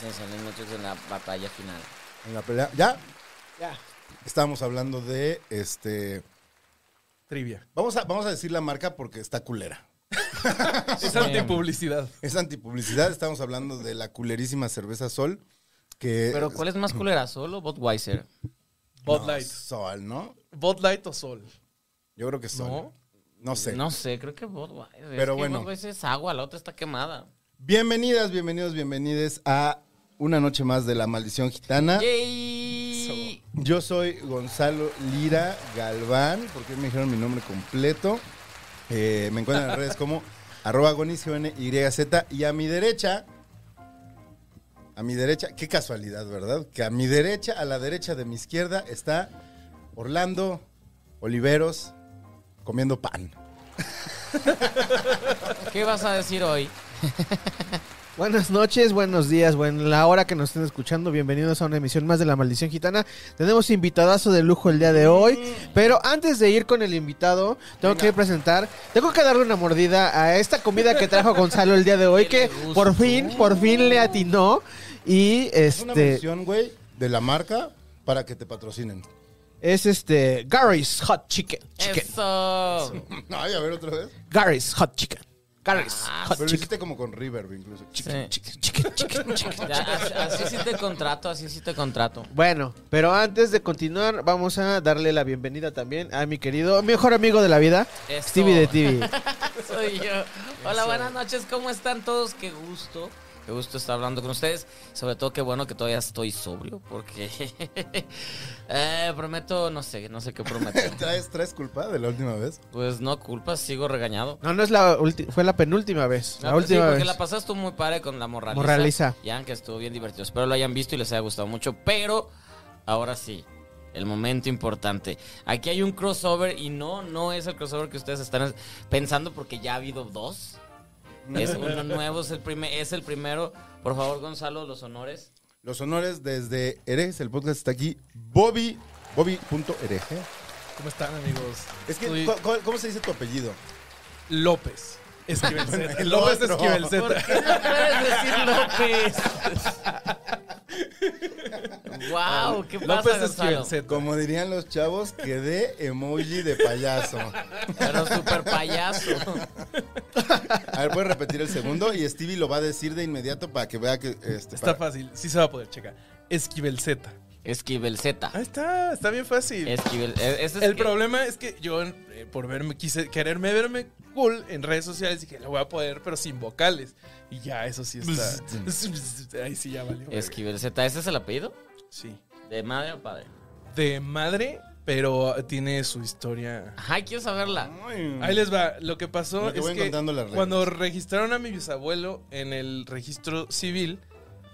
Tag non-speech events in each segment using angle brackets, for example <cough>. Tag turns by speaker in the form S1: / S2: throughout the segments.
S1: Se salen muchos en la batalla final.
S2: En la pelea. Ya,
S3: Ya.
S2: estábamos hablando de este.
S3: Trivia.
S2: Vamos a, vamos a decir la marca porque está culera.
S3: <laughs> Es antipublicidad.
S2: Es antipublicidad, estamos hablando de la culerísima cerveza Sol. Que
S1: Pero ¿cuál es más culera, Sol o Budweiser?
S3: Bud
S2: No,
S3: Light.
S2: Sol, ¿no?
S3: Bud Light o Sol.
S2: Yo creo que Sol.
S3: ¿No?
S2: No, sé.
S1: No sé, creo que Budweiser.
S2: Pero
S1: es que
S2: bueno.
S1: Budweiser es agua, la otra está quemada.
S2: Bienvenidas, bienvenidos, bienvenides a una noche más de la maldición gitana.
S1: Yay.
S2: Yo soy Gonzalo Lira Galván, porque me dijeron mi nombre completo. Eh, me encuentran en las redes como arroba gonis, G-O-N, YZ, y a mi derecha, a mi derecha, qué casualidad, ¿verdad? Que a mi derecha, a la derecha de mi izquierda, está Orlando Oliveros comiendo pan.
S1: ¿Qué vas a decir hoy?
S4: Buenas noches, buenos días, buena la hora que nos estén escuchando. Bienvenidos a una emisión más de La Maldición Gitana. Tenemos invitadazo de lujo el día de hoy. Pero antes de ir con el invitado, tengo que presentar, tengo que darle una mordida a esta comida que trajo Gonzalo el día
S2: <laughs>
S4: de hoy,
S1: ¿Qué
S4: que
S1: le gustó?
S4: por fin, por fin le atinó. Y
S2: Es una
S4: este,
S2: mención, güey, de la marca para que te patrocinen. <laughs>
S4: es este, Gary's Hot Chicken. chicken.
S1: Eso.
S2: Ay, a ver otra vez.
S4: Gary's Hot Chicken. Gary's Hot
S2: Ah, Pero lo
S4: Chicken.
S2: hiciste como con River, incluso.
S1: Sí.
S4: Chicken, chicken, chicken, chicken.
S1: Ya, así, así sí te contrato, así sí te contrato.
S4: Bueno, pero antes de continuar, vamos a darle la bienvenida también a mi querido, mejor amigo de la vida,
S1: Eso.
S4: Stevie
S1: <laughs>
S4: de TV.
S1: Soy yo. Hola, buenas noches. ¿Cómo están todos? Qué gusto. Qué gusto estar hablando con ustedes. Sobre todo, qué bueno que todavía estoy sobrio porque <laughs> eh, prometo, no sé, no sé qué
S2: <laughs>
S1: prometo.
S2: <laughs> ¿Traes, ¿Traes culpa de la última vez?
S1: Pues no culpa, sigo regañado.
S4: No, no es la ulti- fue la penúltima vez.
S1: No,
S4: la
S1: pues sí,
S4: última
S1: porque
S4: vez.
S1: la pasaste estuvo muy padre con la morraliza.
S4: Morraliza.
S1: Ya, que estuvo bien divertido. Espero lo hayan visto y les haya gustado mucho. Pero ahora sí, el momento importante. Aquí hay un crossover y no, no es el crossover que ustedes están pensando porque ya ha habido dos.
S3: <laughs>
S1: Es uno nuevo, es el, primer, es el primero. Por favor, Gonzalo, los honores.
S2: Los honores desde Herejes, el podcast está aquí, Bobby, Bobby.hereje.
S3: ¿Cómo están, amigos?
S2: Es que,
S3: Soy
S2: ¿cu- cu- ¿cómo se dice tu apellido?
S3: López. Esquivel Z. <laughs>
S2: el
S3: López
S2: otro.
S3: Esquivel Z.
S1: debes decir López? wow, ¿qué pasa,
S3: Ah, López
S1: Gonzalo?
S3: Esquivel Z.
S2: Como dirían los chavos, quedé emoji de payaso.
S1: Pero súper
S3: <laughs>
S1: payaso.
S2: A ver, puedes repetir el segundo y Stevie lo va a decir de inmediato para que vea que... Este,
S3: Está
S2: para-
S3: fácil. Sí se va a poder checar. Esquivel Z.
S1: Esquivel Z.
S3: Ahí está. Está bien fácil.
S1: Esquivel. e- ese es
S3: El
S1: que-
S3: problema es que yo, eh, por verme, quise quererme verme cool en redes sociales, dije, lo voy a poder, pero sin vocales. Y ya, eso sí está. <laughs> Ahí sí ya valió.
S1: Esquivel Z. ¿Ese es el apellido?
S3: Sí.
S1: ¿De madre o padre?
S3: De madre, pero tiene su historia.
S1: Ay, quiero saberla.
S2: Ay.
S3: Ahí les va. Lo que pasó
S2: Lo que
S3: es
S2: voy
S3: que
S2: encontrando las reglas.
S3: cuando registraron a mi bisabuelo en el registro civil,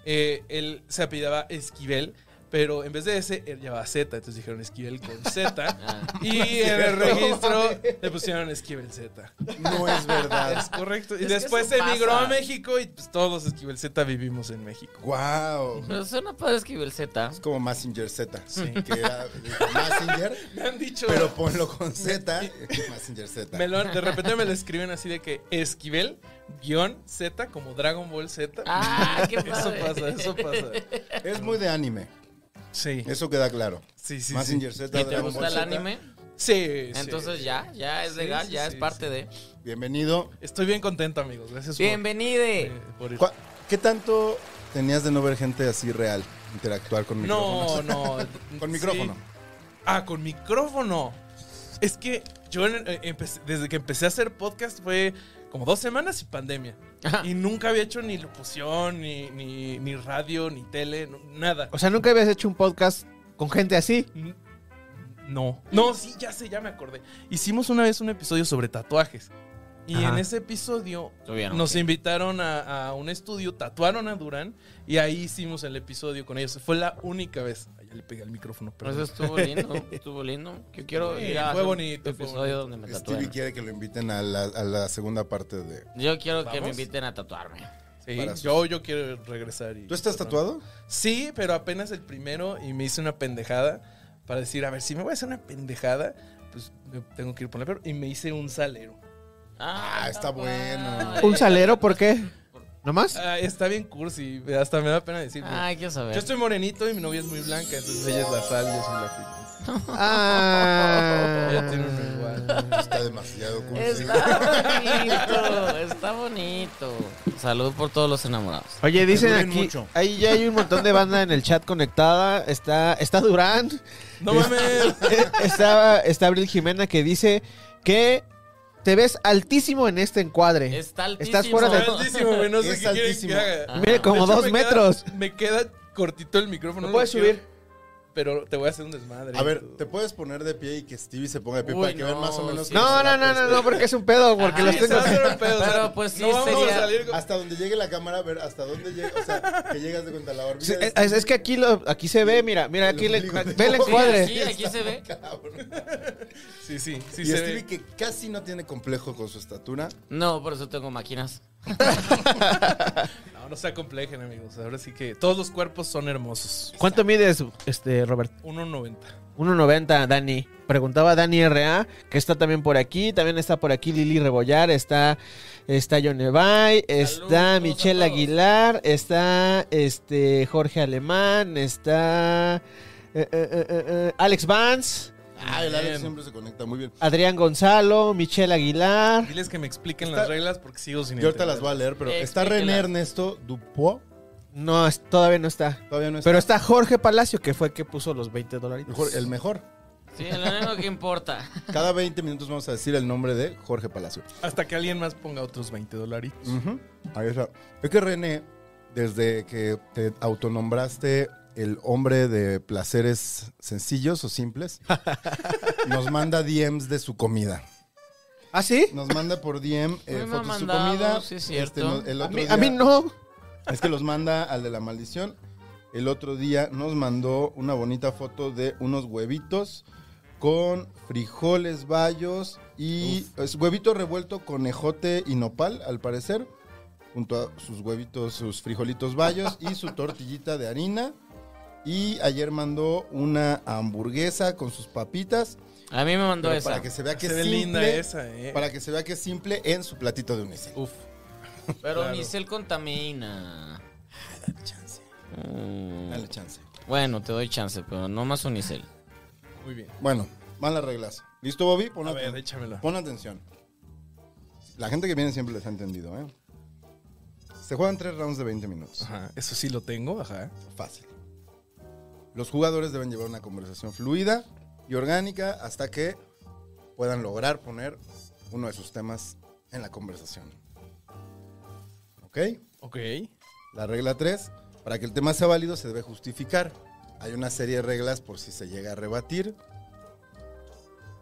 S3: eh, él se apellidaba Esquivel, pero en vez de ese, él llevaba Z. Entonces dijeron Esquivel con
S2: <laughs>
S3: Z.
S1: Ah,
S3: y en el registro le pusieron Esquivel Z.
S2: No es
S3: Es
S2: verdad.
S3: correcto. Y
S1: Es que
S3: después
S1: eso
S3: se emigró
S1: pasa.
S3: a México y pues, todos los Esquivel Z vivimos en México.
S2: wow.
S1: pero suena padre Esquivel Z.
S2: Es como Massinger Z.
S3: Sí.
S2: Que era Massinger,
S3: Me han dicho.
S2: pero ponlo con Z. Massinger Z.
S3: me lo- de repente me lo escriben así de que Esquivel guión Z como Dragon Ball Z. <laughs>
S1: Ah, qué
S3: Eso
S1: padre.
S3: pasa, eso pasa.
S2: Es muy de anime.
S3: Sí.
S2: Eso queda claro.
S3: Sí, sí, sí.
S2: Massinger Z.
S1: ¿Y te
S2: Dragon
S1: gusta
S2: Ball
S1: el
S2: Z.
S1: anime?
S3: Sí, sí.
S1: Entonces ya, ya es
S3: Sí,
S1: legal,
S3: sí,
S1: ya
S3: sí,
S1: es parte de.
S2: Bienvenido.
S3: Estoy bien contento, amigos. Gracias por- eh,
S1: Bienvenide.
S3: por ir.
S2: ¿Cuá- ¿Qué tanto tenías de no ver gente así real interactuar con micrófonos?
S3: No, no.
S2: <laughs> Con
S3: sí.
S2: micrófono.
S3: Ah, con micrófono. Es que yo en- eh, empecé- desde que empecé a hacer podcast fue como dos semanas y pandemia.
S1: Ajá.
S3: Y nunca había hecho ni locución, ni, ni, ni radio, ni tele, no- nada.
S4: O sea, nunca habías hecho un podcast con gente así.
S3: N- No. No, sí, ya sé, ya me acordé. Hicimos una vez un episodio sobre tatuajes. Y
S4: Ajá.
S3: en ese episodio
S2: Ah,
S1: Tuvieron
S3: nos
S1: que-
S3: invitaron a, a un estudio, tatuaron a Durán y ahí hicimos el episodio con ellos. Fue la única vez. Ay, ya le pegué al micrófono,
S1: Pero
S3: perdón.
S1: eso
S3: <laughs>
S1: estuvo lindo, estuvo lindo. Yo quiero
S3: Sí,
S1: ir
S3: fue
S1: a hacer
S3: bonito,
S1: un
S3: fue
S1: episodio
S3: bonito.
S1: donde me
S2: Stevie
S1: tatúen.
S2: quiere que lo inviten a la, a la segunda parte de.
S1: Yo quiero que me
S3: ¿Vamos?
S1: inviten a tatuarme.
S3: Sí,
S2: para sus-
S3: yo, yo quiero regresar. y-
S2: ¿Tú estás tatuado?
S3: Sí, pero apenas el primero y me hice una pendejada para decir, a ver, si me voy a hacer una pendejada, pues me tengo que ir por la peor. Y me hice un salero.
S2: Ah, está bueno.
S1: padre.
S4: ¿Un salero por qué? ¿Nomás?
S3: Ah, está bien cursi, hasta me da pena decirlo.
S1: Ay, quiero saber.
S3: Yo estoy morenito y mi novia es muy blanca, entonces ella es la sal y yo soy la pimienta.
S4: Ah.
S3: Ella tiene uno igual.
S2: Está demasiado cursi.
S1: Está bonito, está bonito. Salud por todos los enamorados.
S4: Oye, dicen
S2: duren
S4: aquí,
S2: mucho.
S4: ahí ya hay un montón de banda en el chat conectada. Está, está Durán, <laughs>
S3: No mames.
S4: está, está Abril Jimena que dice que te ves altísimo en este
S3: Eh,
S4: encuadre.
S1: Está altísimo.
S4: Estás fuera de-
S3: Está altísimo, güey, no sé
S2: Es
S3: qué quieren
S2: altísimo.
S3: que haga.
S1: Ah.
S4: Mire, como
S3: De hecho,
S4: dos
S3: me queda-
S4: metros.
S3: me queda cortito el micrófono.
S4: ¿Lo
S3: no
S4: puedes
S3: quiero,
S4: subir?
S3: Pero te voy a hacer un desmadre.
S2: A ver, ¿te puedes poner de pie y que Stevie se ponga de pie
S1: Uy,
S2: para que vean
S1: no,
S2: más o menos?
S1: sí.
S2: cómo
S4: No,
S2: se va
S4: no,
S2: a
S4: no, no, no,
S2: percibir?
S4: porque es un pedo, porque
S1: Ajá,
S4: los tengo.
S1: exacto.
S3: Pero
S1: Pero, pues, sí,
S3: no vamos
S1: sería-
S3: a salir con-
S2: Hasta donde llegue la cámara, a ver hasta dónde llega. O sea, que llegas de cuenta la órbita.
S4: Sí, eh,
S2: de-
S4: Es, es que aquí lo, aquí se ve, mira, mira, aquí le, ve el
S1: Sí,
S4: encuadre.
S1: Sí, aquí se ve.
S2: Cabrón.
S3: Sí, sí, sí.
S2: y
S3: se
S2: Stevie
S3: ve.
S2: que casi no tiene complejo con su estatura.
S1: No, por eso tengo máquinas.
S3: No, no se acomplejen, amigos. Ahora sí que todos los cuerpos son hermosos.
S4: ¿Cuánto mides, este, Robert?
S3: 1.90.
S4: 1.90, Dani. Preguntaba Dani RA, que está también por aquí. También está por aquí Lili Rebollar, está, está John Evay, está
S1: Saludos
S4: Michelle
S1: a todos.
S4: Aguilar, está este Jorge Alemán, está eh, eh, eh, eh, eh, Alex Vance,
S2: Ah, el Alex
S3: Bien.
S2: siempre se conecta muy bien.
S4: Adrián Gonzalo, Michelle Aguilar.
S3: Diles que me expliquen
S2: Está-
S3: las reglas porque sigo sin
S2: Yo ahorita las
S3: entender.
S2: voy a leer, pero está
S1: Explíquela.
S2: René Ernesto Dupont.
S4: No, es- todavía no está.
S2: Todavía no está.
S4: Pero está Jorge Palacio, que fue el que puso los 20 dólares.
S2: Mejor- el mejor.
S1: Sí, lo único que importa.
S2: Cada 20 minutos vamos a decir el nombre de Jorge Palacio.
S3: Hasta que alguien más ponga otros 20 dolaritos.
S2: Ujú. Ahí está. Es que René, desde que te autonombraste el hombre de placeres sencillos
S1: <laughs>
S2: o simples, nos manda DMs de su comida.
S4: ¿Ah, sí?
S2: Nos manda por DM
S1: me
S2: eh,
S1: ha
S2: fotos de su
S1: mandado,
S2: comida. Este,
S1: sí es cierto.
S2: no- el
S4: A
S2: otro
S4: mí,
S2: día-
S4: a mí no.
S2: Es que los manda al de la maldición. El otro día nos mandó una bonita foto de unos huevitos con frijoles bayos y es huevito revuelto con ejote y nopal, al parecer, junto a sus huevitos, sus frijolitos bayos
S3: <laughs>
S2: y su tortillita de harina. Y ayer mandó una hamburguesa con sus papitas
S1: A mí me mandó
S2: pero
S1: esa.
S2: para que se vea que
S3: Se ve
S2: es
S3: linda
S2: simple,
S3: esa, eh.
S2: para que se vea que es simple en su platito de unicel.
S3: Uf.
S1: Pero
S3: Claro.
S1: Unicel contamina. Mm,
S2: Dale chance.
S1: Bueno, te doy chance, pero no más Unicel.
S3: Muy bien.
S2: Bueno, van las reglas. ¿Listo, Bobby? Pon
S3: A
S2: aten-
S3: ver, échamela.
S2: Pon atención. La gente que viene siempre les ha entendido, ¿eh? Se juegan tres rounds de 20 minutos.
S3: Ajá, eso sí lo tengo, ajá.
S2: Fácil. Los jugadores deben llevar una conversación fluida y orgánica hasta que puedan lograr poner uno de sus temas en la conversación. ¿Ok?
S3: Ok.
S2: La regla 3. Para que el tema sea válido se debe justificar. Hay una serie de reglas por si se llega a rebatir.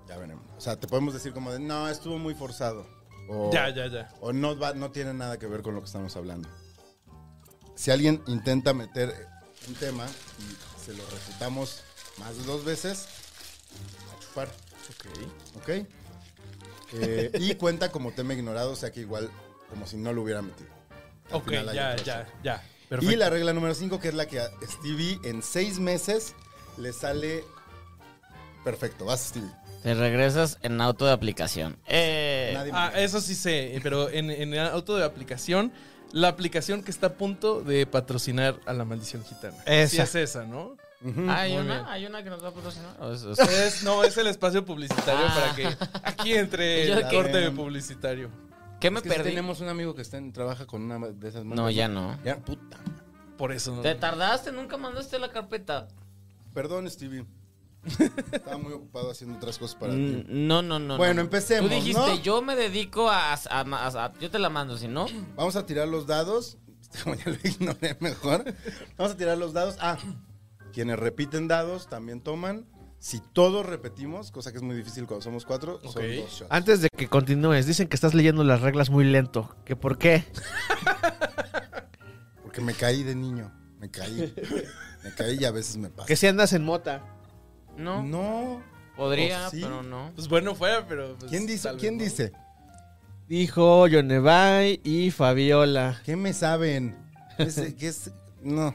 S2: Ya veremos. O sea, te podemos decir como de, no, estuvo muy forzado. O,
S3: Ya, ya, ya.
S2: o no, va- no tiene nada que ver con lo que estamos hablando. Si alguien intenta meter un tema y se lo refutamos más de dos veces, a chupar. Ok. Ok. Eh, y cuenta como tema ignorado, o sea que igual como si no lo hubiera metido. Al
S3: Ok,
S2: final hay
S3: ya,
S2: otra
S3: ya,
S2: opción.
S3: ya. Perfecto.
S2: Y la regla número 5, que es la que a Stevie en seis meses le sale perfecto. Vas, Stevie.
S1: Te regresas en auto de aplicación. Eh,
S2: Nadie
S3: Ah,
S2: más.
S3: eso sí sé, eh, pero en, en el auto de aplicación, la aplicación que está a punto de patrocinar a la maldición gitana.
S4: Esa.
S3: Sí es esa, ¿no?
S2: Ujú.
S1: Ah, ¿Hay,
S3: Muy
S1: una,
S3: bien.
S1: hay una que nos va a patrocinar. O es- o es-
S3: Es- no, es el espacio publicitario
S1: Ah.
S3: para que aquí entre
S1: <laughs> Yo
S3: el
S1: que-
S3: corte publicitario.
S1: ¿Qué me
S2: Es que sí
S1: perdí?
S2: tenemos un amigo que está en, trabaja con una de esas
S1: No, ya no.
S2: Ya, puta.
S3: Por eso.
S1: Te tardaste, nunca mandaste la carpeta.
S2: Perdón,
S1: <laughs>
S2: Stevie. Estaba muy ocupado haciendo otras cosas para
S1: Mm,
S2: ti.
S1: No, no, no.
S2: Bueno,
S1: no.
S2: empecemos,
S1: Tú dijiste,
S2: ¿no?
S1: yo me dedico a, a- a- a- Yo te la mando, si no.
S2: Vamos a tirar los dados. <laughs> Como ya lo ignoré mejor. Vamos a tirar los dados. Ah, quienes repiten dados también toman. Si todos repetimos, cosa que es muy difícil cuando somos cuatro,
S3: Ok.
S2: son dos shots.
S4: Antes de que continúes, dicen que estás leyendo las reglas muy lento. ¿Que por qué?
S2: Porque me caí de niño.
S3: <laughs>
S2: Me caí. Me caí y a veces me pasa.
S4: Que si andas en mota.
S1: No,
S2: No.
S1: podría,
S2: ¿O sí?
S1: pero no.
S3: Pues bueno, fuera, pero. pues,
S2: ¿Quién dice?
S3: tal vez
S2: ¿Quién
S3: no.
S2: dice?
S4: Dijo Yonevay y Fabiola.
S2: ¿Qué me saben? Es- que es- No.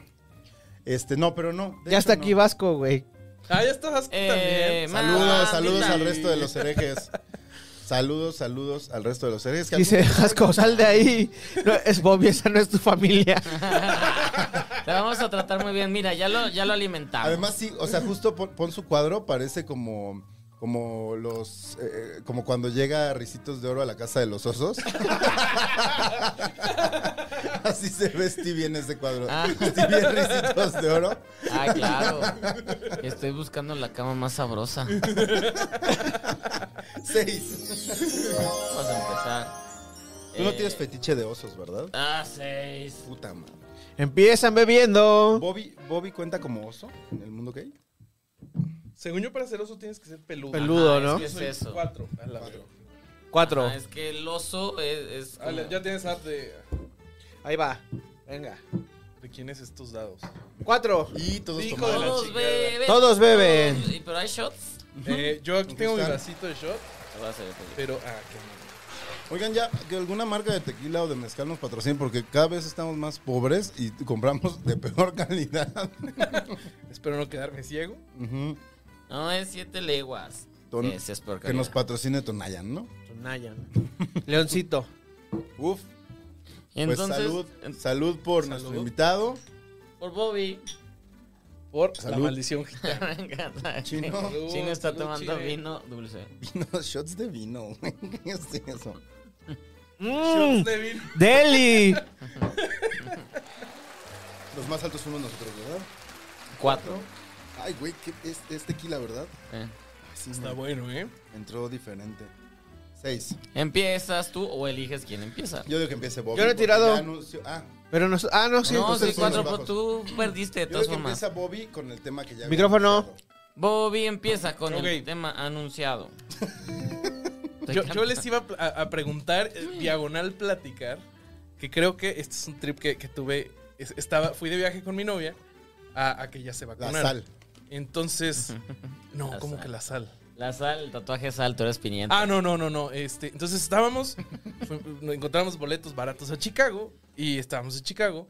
S2: Este, no, pero no. De
S4: Ya
S2: hecho,
S4: está
S2: no.
S4: aquí Vasco, güey.
S3: Ah, ya estás
S1: Eh,
S3: también.
S2: Saludos,
S1: Mamita.
S2: saludos
S3: Ah,
S2: al resto de los herejes. Saludos, saludos al resto de los herejes. que
S4: Dice,
S2: algunos-
S4: Vasco, sal de ahí. No, es Bobby, esa no es
S2: <laughs>
S4: tu familia.
S1: Te vamos a tratar muy bien. Mira, ya lo, ya lo alimentamos.
S2: Además, sí, o sea, justo pon, pon su cuadro, parece como, como los eh, como cuando llega Ricitos de Oro a la casa de los
S3: <laughs>
S2: osos. Así se ve Stevie bien ese cuadro.
S1: Ah.
S2: Stevie en Ricitos de Oro.
S1: Ah, claro. Estoy buscando la cama más sabrosa.
S2: Seis.
S1: Vamos a empezar.
S2: Tú no
S1: Eh,
S2: tienes fetiche de osos, ¿verdad?
S1: Ah, seis.
S2: Puta madre.
S4: Empiezan bebiendo.
S2: Bobby, Bobby cuenta como oso en el mundo gay.
S3: Según yo, para ser oso tienes que ser peludo.
S4: Peludo,
S1: Ajá,
S4: ¿no?
S1: Es que es eso.
S3: Cuatro. a la verga.
S4: Cuatro.
S1: Ajá, Ah, es que el oso es. es
S3: Ah,
S1: como-
S3: ya tienes arte de.
S4: Ahí va. Venga.
S3: ¿De quién es estos dados?
S4: Cuatro.
S2: Y todos
S3: Hijo de
S2: tomaron.
S3: la
S1: Todos
S3: chingada.
S1: beben.
S4: Todos beben.
S1: Todos- Pero hay shots.
S3: Eh, yo aquí tengo mi
S2: Está.
S3: vasito de shot, pero. Ah, qué mal.
S2: Oigan, ya que alguna marca de tequila o de mezcal nos patrocine porque cada vez estamos más pobres y compramos de peor <laughs> calidad.
S3: Espero no quedarme ciego.
S2: Ujú.
S1: No, es siete leguas.
S2: Ton-
S1: Ese es por Ah,
S2: Que nos patrocine Tonayan, ¿no?
S4: Tonayan. Leoncito.
S2: Uf.
S1: Entonces,
S2: pues salud,
S1: en-
S2: salud por
S3: Salud.
S2: nuestro invitado.
S1: por Bobby. <laughs>
S3: Por la
S2: Salud.
S3: maldición gitana.
S2: Chino.
S1: <laughs>
S3: Salud,
S1: Chino está
S3: salud,
S1: tomando
S3: Chile.
S1: vino dulce.
S2: Vino, shots de vino. <laughs> güey. ¿Qué es eso?
S3: <laughs>
S4: Mm,
S3: Shots de vino.
S4: Deli.
S2: Los más altos fuimos nosotros, ¿verdad?
S1: Cuatro.
S2: Ay, güey, ¿qué es, es tequila, ¿verdad?
S1: Eh.
S2: Ay, sí,
S3: Está
S2: me-
S3: bueno, ¿eh?
S2: Entró diferente. Seis.
S1: ¿Empiezas tú o eliges quién empieza?
S2: Yo digo que empiece Bobby.
S4: Yo no he
S2: porque
S4: tirado.
S2: ya anunció- Ah,
S4: Pero nos. Ah, no, sí.
S1: no,
S2: ustedes
S1: sí,
S2: son los
S1: cuatro, pero
S2: bajos.
S1: tú perdiste de
S2: yo digo
S1: todas
S2: que
S1: formas.
S2: empieza Bobby con el tema que ya. había
S4: Micrófono.
S2: anunciado.
S1: Bobby empieza con el
S3: Ok.
S1: tema anunciado. Te
S3: Yo,
S1: canta.
S3: yo les iba a, pl- a- a preguntar, eh, diagonal platicar, que creo que este es un trip que, que tuve. es- estaba, fui de viaje con mi novia a, a que ya se
S2: La
S3: vacunaron.
S2: sal.
S1: <laughs>
S3: Entonces, no,
S1: La
S3: como
S1: sal.
S3: que la sal.
S1: La sal, el tatuaje sal, tú eres pimienta.
S3: Ah, no, no, no, no. Este, entonces estábamos, fu- nos encontramos boletos baratos a Chicago y estábamos en Chicago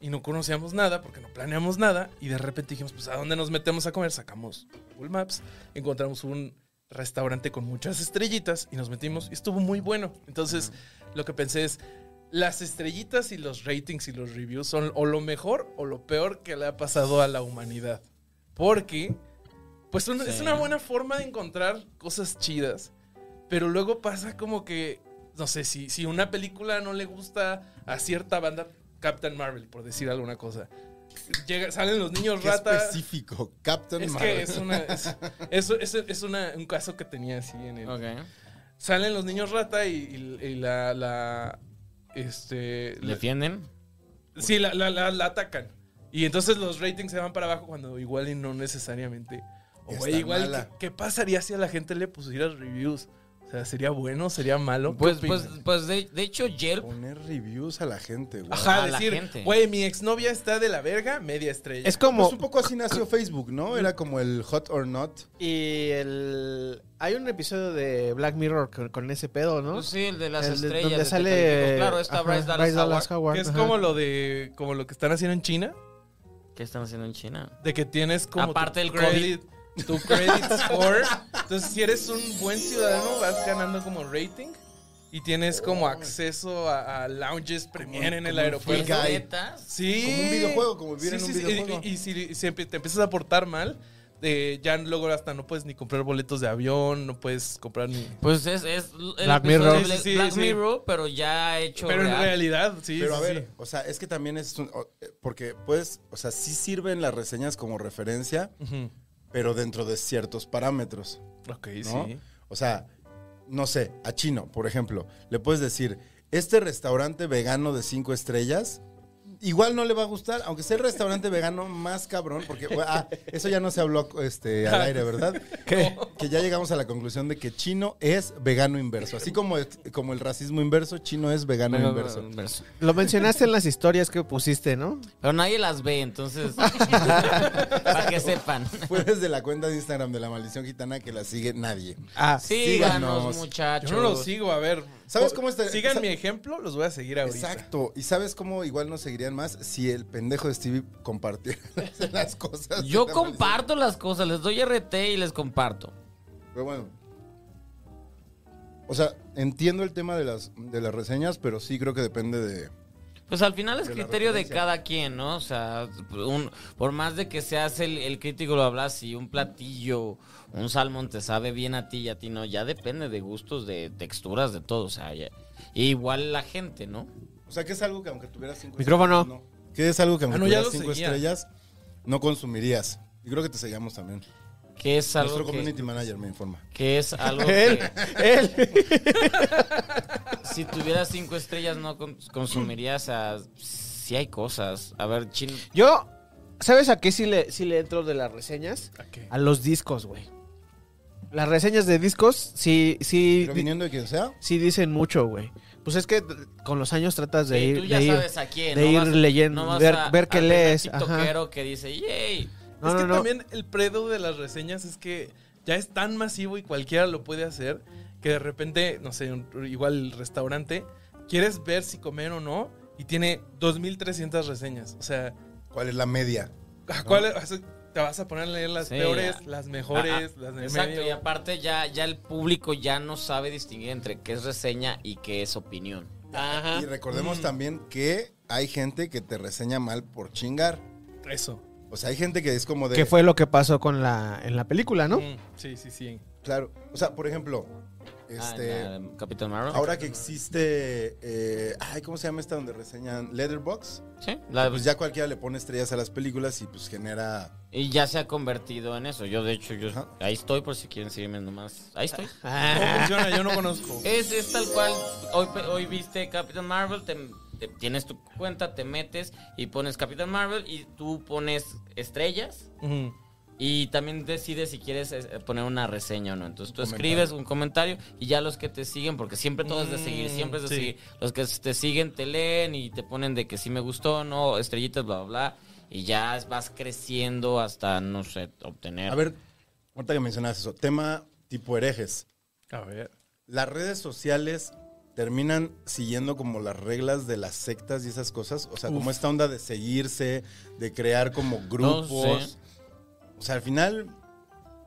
S3: y no conocíamos nada porque no planeamos nada y de repente dijimos, pues, ¿a dónde nos metemos a comer? Sacamos Google Maps, encontramos un restaurante con muchas estrellitas y nos metimos y estuvo muy bueno. Entonces, lo que pensé es, las estrellitas y los ratings y los reviews son o lo mejor o lo peor que le ha pasado a la humanidad. Porque, pues un- es
S1: Sí.
S3: una buena forma de encontrar cosas chidas. Pero luego pasa como que, no sé, si, si una película no le gusta a cierta banda, Captain Marvel, por decir alguna cosa. Llega- salen los niños
S2: Qué
S3: rata.
S2: específico. Captain
S3: Es
S2: Marvel.
S3: que es, una, es, es- es- es una- un caso que tenía así en el,
S1: Ok.
S3: Salen los niños rata y, y- y la, la- Este. la-
S1: ¿Defienden?
S3: sí, la, la- la- la atacan. Y entonces los ratings se van para abajo cuando igual y no necesariamente. O
S2: Ya
S3: güey,
S2: está
S3: igual,
S2: mala.
S3: ¿qué, qué pasaría si a la gente le pusiera reviews? O sea, ¿sería bueno? ¿Sería malo? ¿Qué
S1: Pues,
S3: opinan?
S1: pues, pues de, de hecho, Yelp.
S2: Poner reviews a la gente, güey.
S3: Ajá,
S1: a la
S3: decir,
S1: gente.
S3: güey, mi exnovia está de la verga, media estrella.
S4: Es como.
S2: Pues un poco así nació Facebook, ¿no? Era como el hot or not.
S4: Y el. Hay un episodio de Black Mirror con, con ese pedo, ¿no?
S1: Pues sí, el de las
S4: El de-
S1: estrellas.
S4: Donde
S1: de
S4: sale.
S1: Telemundo. Claro, está
S4: ajá,
S1: Bryce Dallas Howard.
S3: que es
S4: ajá.
S3: como lo de. como lo que están haciendo en China.
S1: ¿Qué están haciendo en China?
S3: de que tienes como
S1: Aparte
S3: tu
S1: del COVID.
S3: tu credit score. Entonces, si eres un buen ciudadano, vas ganando como rating y tienes como acceso a, a lounges premier en el
S2: Oh. como Free
S1: Pues,
S3: aeropuerto.
S2: Guy.
S1: ¿Bicicletas?
S3: Sí.
S2: Como un videojuego, como vivir en un
S3: y-
S2: videojuego.
S3: Y, y si, si empie- te empiezas a portar mal, eh, ya luego hasta no puedes ni comprar boletos de avión, no puedes comprar ni.
S1: Pues es, es el
S4: Black
S1: episodio
S4: Mirror.
S1: de
S3: Sí, sí, sí,
S1: Black
S3: sí.
S1: Mirror, pero ya hecho
S3: Pero en
S1: real.
S3: realidad, sí.
S2: Pero a
S3: sí,
S2: ver,
S3: sí.
S2: o sea, es que también es un- o- eh, porque puedes, o sea, sí sirven las reseñas como referencia,
S3: Ujú.
S2: pero dentro de ciertos parámetros,
S3: Ok,
S2: ¿no?
S3: sí.
S2: O sea, no sé, a Chino, por ejemplo, le puedes decir, este restaurante vegano de cinco estrellas Igual no le va a gustar, aunque sea
S3: <laughs>
S2: el restaurante vegano más cabrón, porque ah, eso ya no se habló
S3: <laughs>
S2: este, al aire, ¿verdad?
S4: ¿Qué?
S2: Que ya llegamos a la conclusión de que chino es vegano inverso. Así como, como el racismo inverso, chino es vegano
S1: Bueno,
S2: inverso.
S1: inverso.
S4: Lo mencionaste en las historias que pusiste, ¿no?
S1: Pero nadie las ve, entonces. <laughs> para que sepan.
S2: Fue desde la cuenta de Instagram de la maldición gitana que la sigue nadie.
S4: Ah,
S1: Síganos,
S3: Yo
S1: muchachos.
S3: no los sigo, a ver.
S2: ¿Sabes cómo está-
S3: Sigan
S2: sa-
S3: mi ejemplo, los voy a seguir ahorita.
S2: Exacto. ¿Y sabes cómo igual nos seguirían más si el pendejo de Stevie compartiera <laughs>
S3: <laughs>
S2: las- las cosas?
S1: Yo
S2: de la
S1: comparto las cosas, les doy RT y les comparto.
S2: Pero bueno. O sea, entiendo el tema de las, de las reseñas, pero sí creo que depende de.
S1: Pues al final es
S2: De la
S1: criterio de
S2: referencia.
S1: cada quien, ¿no? O sea, un- por más de que seas el, el crítico, lo hablas, si un platillo, un salmón te sabe bien a ti y a ti no, ya depende de gustos, de texturas, de todo. O sea, ya- igual la gente, ¿no?
S2: O sea, que es algo que aunque tuvieras cinco
S4: Micrófono.
S2: estrellas. no. Que es algo que aunque
S3: Ah, no, ya
S2: tuvieras
S3: lo
S2: cinco
S3: seguía.
S2: estrellas, no consumirías. Y creo que te seguíamos también.
S1: Que es algo
S2: Nuestro
S1: que,
S2: community manager me informa.
S1: que es algo
S4: <laughs> él,
S1: que
S4: él.
S1: si tuvieras cinco estrellas no con- consumirías a... Si hay cosas. A ver, chin...
S4: Yo, ¿sabes a qué sí le, sí le entro de las reseñas?
S3: ¿A qué?
S4: A los discos, güey. Las reseñas de discos sí, sí,
S2: Pero viniendo de quien sea,
S4: sí dicen mucho, güey. Pues es que con los años tratas de
S1: Sí,
S4: ir...
S1: tú ya
S4: de ir-
S1: sabes a quién.
S4: de ir leyendo, ver- ver qué
S1: tener
S4: lees,
S1: un
S4: ajá.
S1: tiktokero que dice, yay.
S4: No,
S3: es
S4: no,
S3: que
S4: no.
S3: también el predo de las reseñas es que ya es tan masivo y cualquiera lo puede hacer que de repente, no sé, un- igual el restaurante, quieres ver si comer o no y tiene 2.300 reseñas. O sea,
S2: ¿cuál es la media?
S3: ¿a cuál o sea, te vas a poner a leer las
S1: Ah, Sí,
S3: peores,
S1: ya.
S3: las mejores,
S1: Ah, ah,
S3: las de
S1: Exacto,
S3: medio?
S1: y aparte ya, ya el público ya no sabe distinguir entre qué es reseña y qué es opinión. Ah,
S2: Y recordemos
S3: Mm.
S2: también que hay gente que te reseña mal por chingar.
S3: Eso.
S2: O sea, hay gente que es como de.
S4: ¿Qué fue lo que pasó con la, en la película, no?
S3: Mm, sí, sí, sí.
S2: Claro. O sea, por ejemplo,
S1: Ah,
S2: este.
S1: la de Capitán Marvel.
S2: Ahora que existe, eh, ay, ¿cómo se llama esta donde reseñan Letterbox?
S1: Sí, la-
S2: Pues ya cualquiera le pone estrellas a las películas y pues genera.
S1: Y ya se ha convertido en eso. Yo, de hecho, yo
S2: Ajá.
S1: ahí estoy por si quieren seguirme nomás. Ahí estoy.
S3: ¿Cómo funciona? Yo no
S1: <laughs>
S3: conozco.
S1: Es, es tal cual. Hoy, pe- hoy viste Capitán Marvel, te, te- tienes tu cuenta, te metes y pones Capitán Marvel y tú pones estrellas.
S3: Ujú.
S1: Y también decides si quieres eh, poner una reseña o no. Entonces tú
S2: comentario.
S1: escribes un comentario y ya los que te siguen, porque siempre todo es de seguir,
S3: Mm,
S1: siempre es de
S3: sí.
S1: seguir. Los que te siguen te leen y te ponen de que sí me gustó, no, estrellitas, bla, bla, bla. Y ya es- vas creciendo hasta, no sé, obtener.
S2: A ver, ahorita que mencionas eso, tema tipo herejes.
S3: A ver.
S2: Las redes sociales terminan siguiendo como las reglas de las sectas y esas cosas. O sea, como esta onda de seguirse, de crear como grupos. O sea, al final,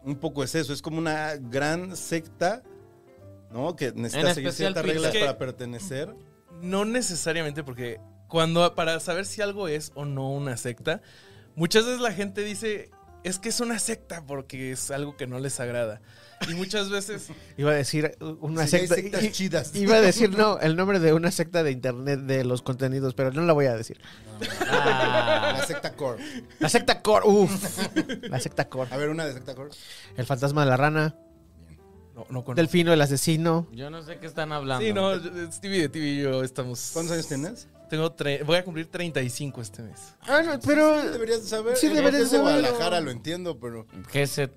S2: un poco es eso. Es como una gran secta, ¿no? Que necesita seguir
S1: especial
S2: ciertas
S1: Twitter.
S2: reglas
S3: Es que-
S2: para pertenecer.
S3: No necesariamente, porque cuando para saber si algo es o no una secta, muchas veces la gente dice es que es una secta porque es algo que no les agrada. Y muchas
S4: <laughs>
S3: veces
S4: Iba a decir uh, una
S2: Sí, hay
S4: secta...
S2: sectas
S4: i-
S2: chidas.
S4: Iba a <laughs> decir, no, el nombre de una secta de internet de los contenidos, pero no la voy a decir.
S1: Ah.
S2: La secta core.
S4: La secta core, uff. La secta core.
S2: A ver, una de secta core.
S4: El fantasma de la rana,
S3: no, no conozco.
S4: Delfino el asesino.
S1: Yo no sé qué están hablando.
S3: Sí, no, yo- Stevie de TV y yo estamos.
S2: ¿Cuántos años tienes?
S3: Tengo tre- voy a cumplir 35 este mes.
S4: Ah, no, pero...
S2: Deberías de saber.
S4: Sí,
S2: Yo
S4: deberías
S2: que es de
S4: saberlo.
S2: Guadalajara, lo entiendo, pero. <laughs>
S1: GZ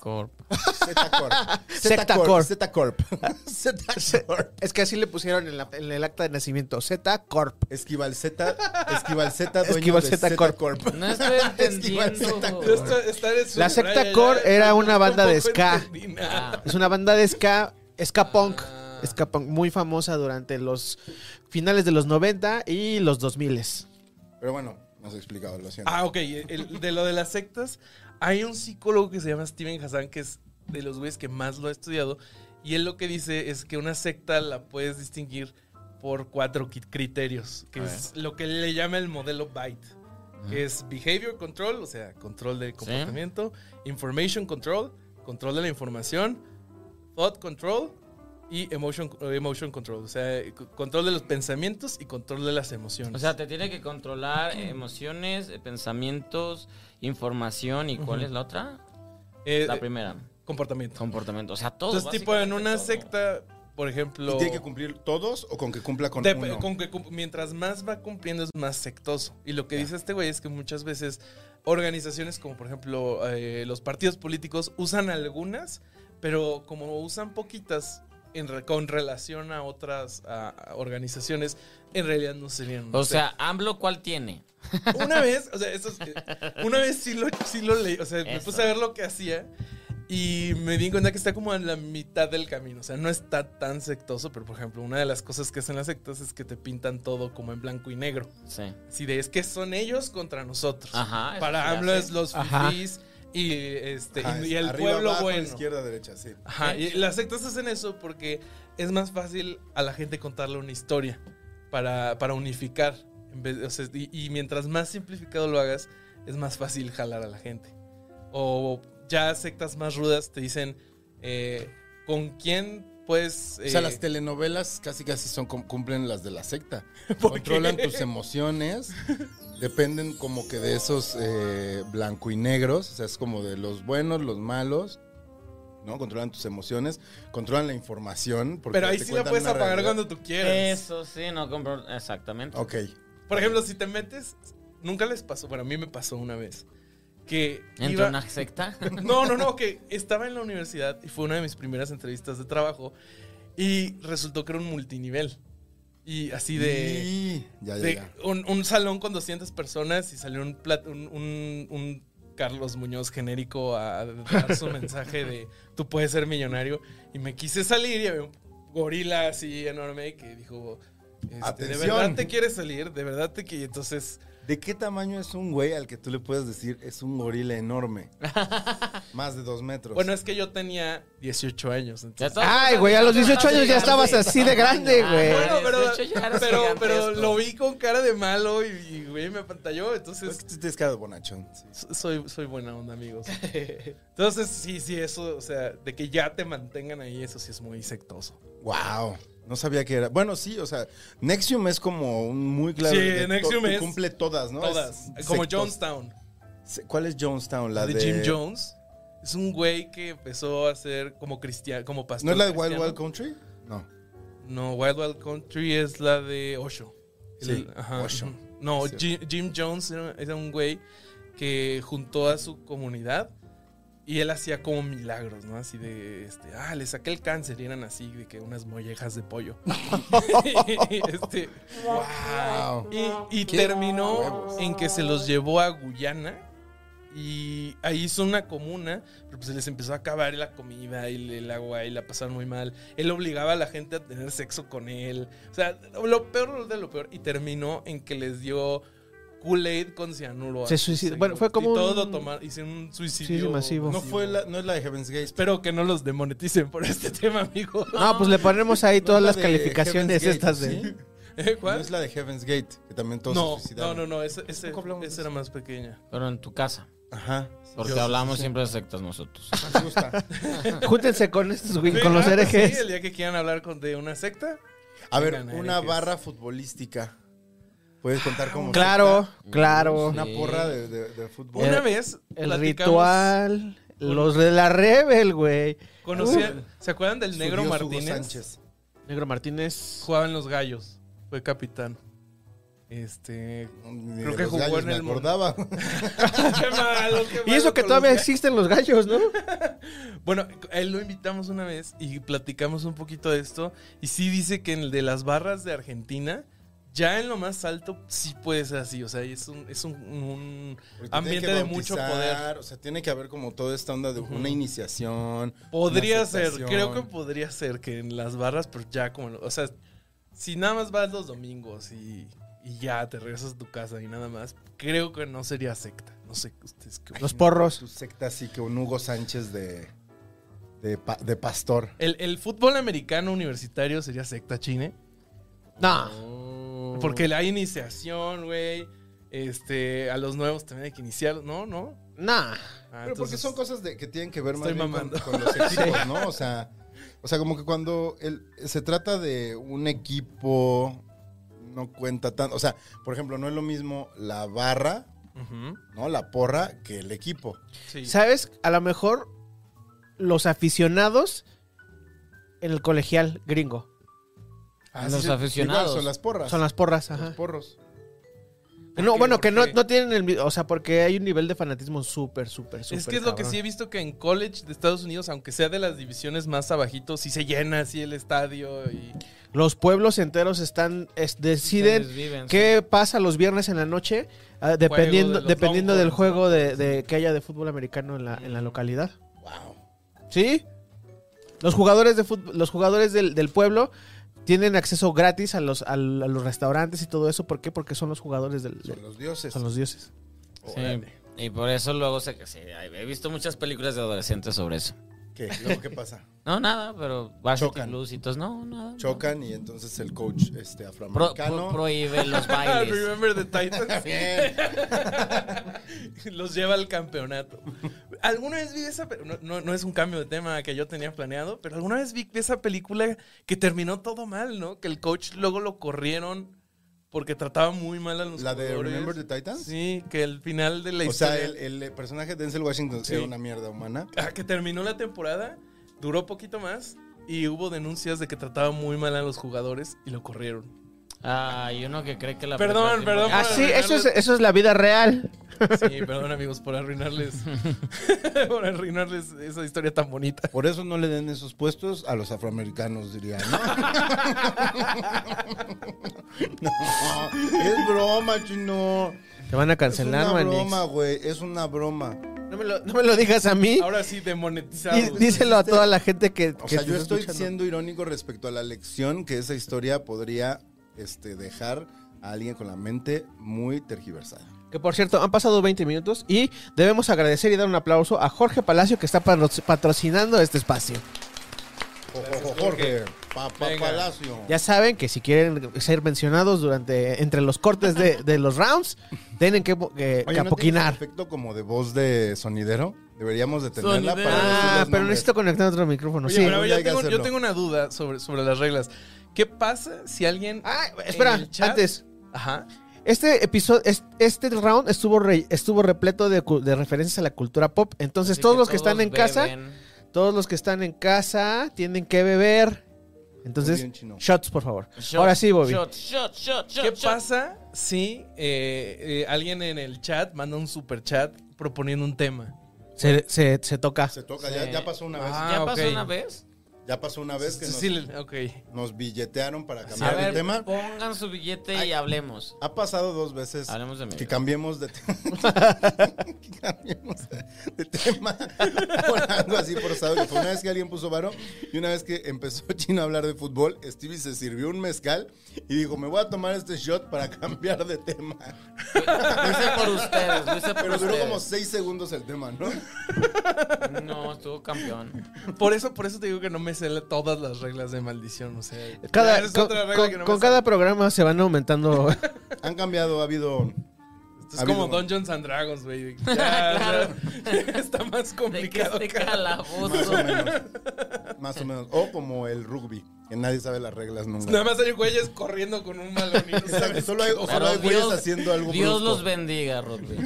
S1: Corp.
S2: Z Corp.
S4: Secta Corp.
S2: Z Corp. <laughs> Z Corp.
S4: Es que así le pusieron en, la- en el acta de nacimiento, Z Corp.
S2: Esquival Z. Esquival Z. dueño
S4: Esquival
S2: de
S4: Zeta
S2: Zeta
S4: Corp.
S1: No estoy
S2: <laughs> Esquival Zeta
S1: entendiendo.
S2: Corp.
S4: La secta core era una banda de ska.
S1: Ah,
S4: Es una banda de ska, ska punk, ska punk, muy famosa durante los finales de los 90 y los 2000.
S2: Pero bueno, nos he explicado, lo siento.
S3: Ah, ok. el- de lo de las sectas, hay un psicólogo que se llama Steven Hassan, que es de los güeyes que más lo ha estudiado. Y él lo que dice es que una secta la puedes distinguir por cuatro qui- criterios, que
S1: A
S3: es lo que le llama el modelo BITE, que es Behavior Control, o sea, control del comportamiento, Information Control, control de la información, Thought Control y Emotion, eh, emotion Control, o sea, c- control de los pensamientos y control de las emociones.
S1: O sea, te tiene que controlar emociones, eh, pensamientos, información y cuál es la otra?
S3: Eh,
S1: La primera,
S3: comportamiento.
S1: comportamiento. O sea, todo.
S3: Entonces, tipo, en
S1: básicamente
S3: una
S1: todo.
S3: secta, por ejemplo...
S2: ¿Y tiene que cumplir todos o con que cumpla con
S3: Dep-
S2: uno?
S3: con que cum- mientras más va cumpliendo es más sectoso. Y lo que dice este güey es que muchas veces organizaciones como por ejemplo eh, los partidos políticos usan algunas, pero como usan poquitas en re- con relación a otras a- a organizaciones, en realidad no serían...
S1: O
S3: no sé.
S1: sea, AMLO, ¿cuál tiene?
S3: Una vez, o sea, eso es- eh, una vez sí lo, sí lo leí, o sea, me
S1: Eso.
S3: puse a ver lo que hacía y me di cuenta que está como en la mitad del camino, o sea, no está tan sectoso, pero por ejemplo, una de las cosas que hacen las sectas es que te pintan todo como en blanco y negro.
S1: Sí.
S3: Así de, es que son ellos contra nosotros.
S1: Ajá. Ah, eso
S3: Para
S1: se
S3: AMLO
S1: hace.
S3: es los
S4: Ajá.
S3: fifís y, este,
S2: Ajá,
S3: y-
S2: es
S3: y el
S2: arriba,
S3: pueblo
S2: abajo,
S3: bueno. Ah,
S2: izquierda, derecha, sí.
S3: Ajá, y las sectas hacen eso porque es más fácil a la gente contarle una historia para, para unificar. En vez de- o sea, y, y mientras más simplificado lo hagas, es más fácil jalar a la gente. O ya sectas más rudas te dicen eh, con quién puedes...
S2: O sea,
S3: eh,
S2: las telenovelas casi casi son cum- cumplen las de la secta.
S3: <laughs> ¿Por
S2: Controlan
S3: qué?
S2: tus emociones, dependen como que de esos eh, blanco y negros, o sea, es como de los buenos, los malos, ¿no? Controlan tus emociones, controlan la información. porque
S3: pero ahí
S2: te
S3: sí la
S2: cuentan
S3: puedes
S2: una
S3: apagar
S2: realidad.
S3: cuando tú quieras.
S1: Eso sí, no compro. Exactamente.
S2: Ok.
S3: Por ejemplo, si te metes... Nunca les pasó, bueno, a mí me pasó una vez. Que
S1: ¿Entra
S3: iba-
S1: una secta? <laughs>
S3: No, no, no, que estaba en la universidad y fue una de mis primeras entrevistas de trabajo y resultó que era un multinivel. Y así de...
S2: Y- Ya, ya,
S3: de
S2: ya.
S3: un, un salón con 200 personas y salió un, plat- un, un- un Carlos Muñoz genérico a dar su mensaje de tú puedes ser millonario. Y me quise salir y había un gorila así enorme que dijo... este, ¿De
S2: Atención.
S3: verdad te quieres salir? ¿De verdad te que Entonces...
S2: ¿De qué tamaño es un güey al que tú le puedes decir es un gorila enorme?
S3: <laughs>
S2: Más de dos metros.
S3: Bueno, es que yo tenía 18 años. Entonces,
S1: Ya todo-
S4: Ay, güey, a los 18 años ya estabas así de grande, güey.
S3: Bueno, pero,
S1: 18 Ah, ya eres
S3: pero, pero
S1: gigantesco.
S3: lo vi con cara de malo y, y, güey me apantalló, entonces
S2: es que tú tienes cara de bonachón.
S3: so- soy, soy buena onda,
S2: <laughs>
S3: amigos. Entonces, sí, sí, eso, o sea, de que ya te mantengan ahí, eso sí es muy sectoso.
S2: Wow. No sabía que era. Bueno, sí, o sea, Nexium es como un muy claro.
S3: Sí,
S2: de to-
S3: Nexium
S2: que
S3: es-
S2: Cumple todas, ¿no?
S3: Todas.
S2: Es
S3: Como
S2: sectos-
S3: Jonestown,
S2: Se- ¿Cuál es Jonestown? La
S3: de,
S2: de,
S3: Jim Jones. Es un güey que empezó a ser como cristiano, como pastor.
S2: ¿No es la de Wild
S3: cristiano.
S2: Wild Country? No.
S3: No, Wild Wild Country es la de Osho.
S2: Sí,
S3: El- ajá.
S2: Osho.
S3: No,
S2: Sí.
S3: Jim, Jim Jones era, era un güey que juntó a su comunidad y él hacía como milagros, ¿no? Así de, este, ah, le saqué el cáncer y eran así de que unas mollejas de pollo. <laughs> Y, este,
S2: Wow.
S3: y, y terminó en que se los llevó a Guyana y ahí hizo una comuna, pero pues se les empezó a acabar la comida y el agua y la pasaron muy mal. Él obligaba a la gente a tener sexo con él. O sea, lo peor de lo peor. Y terminó en que les dio Kool-Aid con cianuro. a
S4: Se
S3: sus
S4: suicidó.
S3: seguidores.
S4: Bueno, fue como
S3: Y todo
S4: un-
S3: tomar, hicieron un suicidio.
S4: Suicidio masivo.
S2: No, fue la, no es la de Heaven's Gates.
S3: Espero que no los demoneticen por este <laughs> tema, amigo.
S4: No, pues le ponemos ahí todas
S2: No es
S4: las
S2: la de
S4: calificaciones
S2: Heaven's
S4: estas
S2: Gate,
S4: de...
S2: ¿sí?
S3: ¿Eh,
S2: No
S3: ¿Cuál?
S2: es la de Heaven's Gate, que también todos
S3: No,
S2: se
S3: no,
S2: suicidaron.
S3: no, no, ese- ese-
S2: Tampoco hablamos de
S3: esa era más pequeña.
S1: Pero en tu casa.
S2: Ajá.
S1: Porque
S2: Yo-
S1: hablamos siempre de sectas nosotros.
S2: Me gusta.
S4: Júntense con estos, güey,
S3: Sí,
S4: con los
S3: ah, pues
S4: herejes.
S3: Sí, el día que quieran hablar con, de una secta.
S2: A ver,
S3: Vengan,
S2: una
S3: herejes.
S2: barra futbolística. Puedes contar como
S4: Claro,
S2: secta?
S4: claro.
S2: Una
S1: Sí.
S2: porra de, de- de fútbol.
S3: Una vez
S4: El
S3: platicamos-
S4: ritual, los de la Rebel, güey.
S3: Conocían, ¿Se acuerdan del
S2: Su
S3: Negro
S2: dios Hugo
S3: Martínez?
S2: Sánchez.
S4: Negro Martínez.
S3: Jugaba en los Gallos, fue capitán. Este.
S4: <laughs>
S2: Ni
S3: Creo
S2: de
S3: que
S2: los
S3: jugó
S2: gallos
S3: en
S2: me
S3: el mundo.
S2: acordaba.
S3: Qué malo, qué
S4: Y eso
S3: malo
S4: que
S3: con
S4: todavía
S3: los
S4: existen los
S3: <laughs>
S4: gallos, ¿no?
S3: Gallos. Bueno, a él lo invitamos una vez y platicamos un poquito de esto. Y sí dice que en el de las barras de Argentina, ya en lo más alto, sí puede ser así. O sea, es un, es un, un
S2: Porque te
S3: ambiente
S2: tienen
S3: de
S2: que
S3: mucho
S2: bautizar,
S3: poder.
S2: O sea, tiene que haber como toda esta onda de una iniciación.
S3: Podría
S2: una
S3: ser,
S2: aceptación.
S3: creo que podría ser que en las barras, pero ya como. lo- O sea, si nada más vas los domingos y, y ya te regresas a tu casa y nada más, creo que no sería secta. No sé ustedes qué
S4: Los
S3: opinan.
S4: porros.
S2: Tu secta así que un Hugo Sánchez de, de, pa- de pastor.
S3: El, el fútbol americano universitario sería secta chine.
S4: No. Oh.
S1: Oh.
S3: Porque hay iniciación, güey. Este, a los nuevos también hay que iniciar, ¿no? ¿No?
S4: Nah.
S3: Ah,
S2: Pero porque
S3: entonces-
S2: son cosas de- que tienen que ver más
S3: Estoy
S2: bien con,
S3: mamando. <laughs>
S2: con los equipos, ¿no? O sea, o sea, como que cuando el- se trata de un equipo no cuenta tanto. O sea, por ejemplo, no es lo mismo la barra,
S3: Ujú,
S2: ¿no? La porra que el equipo.
S3: sí.
S4: ¿Sabes? A lo mejor los aficionados en el colegial gringo.
S3: Ah,
S1: Los
S3: sí, sí.
S1: aficionados.
S2: Igual son las porras.
S4: Son las porras, ajá.
S3: Los porros.
S4: Que No,
S3: ¿Por qué?
S4: bueno, que
S3: ¿Por
S4: no,
S3: qué?
S4: no tienen el mi- O sea, porque hay un nivel de fanatismo súper, súper, súper.
S3: Es que es lo que
S4: cabrón.
S3: sí he visto que en college de Estados Unidos, aunque sea de las divisiones más abajito, sí se llena así el estadio y
S4: Los pueblos enteros están. es-
S1: Se
S4: deciden
S1: desviven, sí.
S4: qué pasa los viernes en la noche, ah,
S3: de
S4: dependiendo,
S3: los
S4: dependiendo del
S3: Longhorns,
S4: juego de, de- que haya de fútbol americano en la, en
S2: Mm.
S4: la localidad. ¿Sí? Los jugadores, de fut- los jugadores del, del pueblo tienen acceso gratis a los, al- a los restaurantes y todo eso. ¿Por qué? Porque son los jugadores del.
S2: Son
S4: del-
S2: los dioses.
S4: son los dioses.
S1: Sí, y por eso luego se... sí, he visto muchas películas de adolescentes sobre eso.
S2: ¿Qué? Luego, ¿qué pasa?
S1: No, nada, pero Varsity
S2: Chocan.
S1: Blues y todos, no, nada.
S2: Chocan y entonces el coach este
S1: Pro-
S2: afroamericano.
S1: pro-
S3: <laughs>
S1: prohíbe los bailes.
S3: Remember the Titans
S2: Bien.
S3: <laughs> los lleva al campeonato. ¿Alguna vez vi esa pe- no, no, no es un cambio de tema que yo tenía planeado, pero alguna vez vi esa película que terminó todo mal, ¿no? Que el coach luego lo corrieron porque trataba muy mal a los
S2: ¿La de
S3: jugadores.
S2: Remember the Titans?
S3: Sí, que el final de la
S2: O
S3: historia.
S2: sea, el, el personaje de Denzel Washington
S3: Sí.
S2: era una mierda humana.
S3: Ah, que terminó la temporada, duró poquito más y hubo denuncias de que trataba muy mal a los jugadores y lo corrieron.
S1: Ah, y uno que cree que la...
S3: Perdón,
S1: película es
S3: perdón.
S4: Ah, sí, eso es, eso es la vida real.
S3: Sí, <laughs> perdón amigos por arruinarles <laughs> por arruinarles esa historia tan bonita.
S2: Por eso no le den esos puestos a los afroamericanos, diría, ¿no? <laughs> No, es broma, chino.
S4: Te van a
S2: es
S4: cancelar,
S2: una
S4: Manix.
S2: broma, güey. Es una broma.
S4: No me, lo, no me lo digas a mí.
S3: Ahora sí
S4: Dí-
S3: demonetizados.
S4: díselo a toda la gente que.
S2: O
S4: que
S2: sea,
S4: te
S2: yo
S4: está
S2: estoy
S4: escuchando.
S2: siendo irónico respecto a la lección que esa historia podría este, dejar a alguien con la mente muy tergiversada.
S4: Que por cierto, han pasado 20 minutos y debemos agradecer y dar un aplauso a Jorge Palacio que está patro- patrocinando este espacio.
S2: Jorge, papá
S3: Venga.
S2: Palacio.
S4: Ya saben que si quieren ser mencionados durante entre los cortes de, de los rounds, tienen que, eh,
S2: Oye, ¿no
S4: capoquinar.
S2: tienes efecto como de voz de sonidero? Deberíamos de tenerla
S1: Sonidero.
S2: para decir
S4: ah,
S2: los
S4: pero
S2: nombres.
S4: necesito conectar otro micrófono.
S3: Oye,
S4: sí.
S3: pero a ver,
S2: hay
S3: yo
S2: que
S3: tengo, yo
S2: hacerlo.
S3: tengo una duda sobre, sobre las reglas. ¿Qué pasa si alguien...
S4: Ah, espera,
S3: en el chat-
S4: antes.
S3: Ajá.
S4: Este episodio, es- este round estuvo re- estuvo repleto de, cu- de referencias a la cultura pop. Entonces,
S1: Así
S4: todos los que están
S1: todos
S4: en casa,
S1: beben.
S4: todos los que están en casa tienen que beber. Entonces,
S2: Muy bien, chino.
S4: shots, por favor.
S1: Shot,
S4: Ahora sí, Bobby.
S1: Shot, shot, shot, shot,
S3: ¿Qué
S1: shot.
S3: pasa si eh, eh, alguien en el chat manda un super chat proponiendo un tema?
S4: Se, se, se toca.
S2: Se toca,
S1: Sí.
S2: ya, ya pasó una vez.
S3: Ah,
S1: ¿Ya pasó
S3: ok.
S1: una vez?
S2: Ya pasó una vez que nos,
S3: Sí, le- ok.
S2: nos billetearon para
S1: A
S2: cambiar de
S1: ver,
S2: tema.
S1: pongan su billete y hablemos.
S2: Ha pasado dos veces
S3: Ah,
S1: Hablemos de mí.
S2: que cambiemos de
S3: <laughs>
S2: tema. <laughs> que cambiemos de tema <laughs> por algo así forzado. que fue una vez que alguien puso varo y una vez que empezó <laughs> Chino a hablar de fútbol, Stevie se sirvió un mezcal y dijo, me voy a tomar este shot para <laughs> cambiar de tema.
S1: Lo hice por ustedes, lo hice por
S2: Pero duró
S1: ustedes.
S2: como seis segundos el tema, ¿no?
S1: No, estuvo campeón.
S3: Por eso, por eso te digo que no me sé la- todas las reglas de maldición. O sea,
S4: Cada,
S3: ya es
S4: con
S3: otra regla
S4: con-
S3: que no me
S4: con
S3: sé.
S4: cada programa se van aumentando. <laughs>
S2: Han cambiado, ha habido...
S3: Esto es
S2: ha
S3: como
S2: habido-
S3: Dungeons and Dragons,
S4: <laughs>
S3: güey. Ya, ya, <laughs> está más
S1: De que
S3: complicado.
S1: este
S3: cada-
S2: Más o
S1: calabozo.
S2: menos. Más o menos. O como el rugby, que nadie sabe las reglas nunca.
S3: Nada más hay güeyes corriendo con un
S2: <laughs>
S3: balón y no
S2: Exacto,
S3: sabes
S2: solo hay,
S3: qué-
S2: solo hay
S1: Pero
S2: güeyes
S1: Dios-
S2: haciendo algo
S1: Dios
S2: brusco.
S1: los bendiga, Rodri.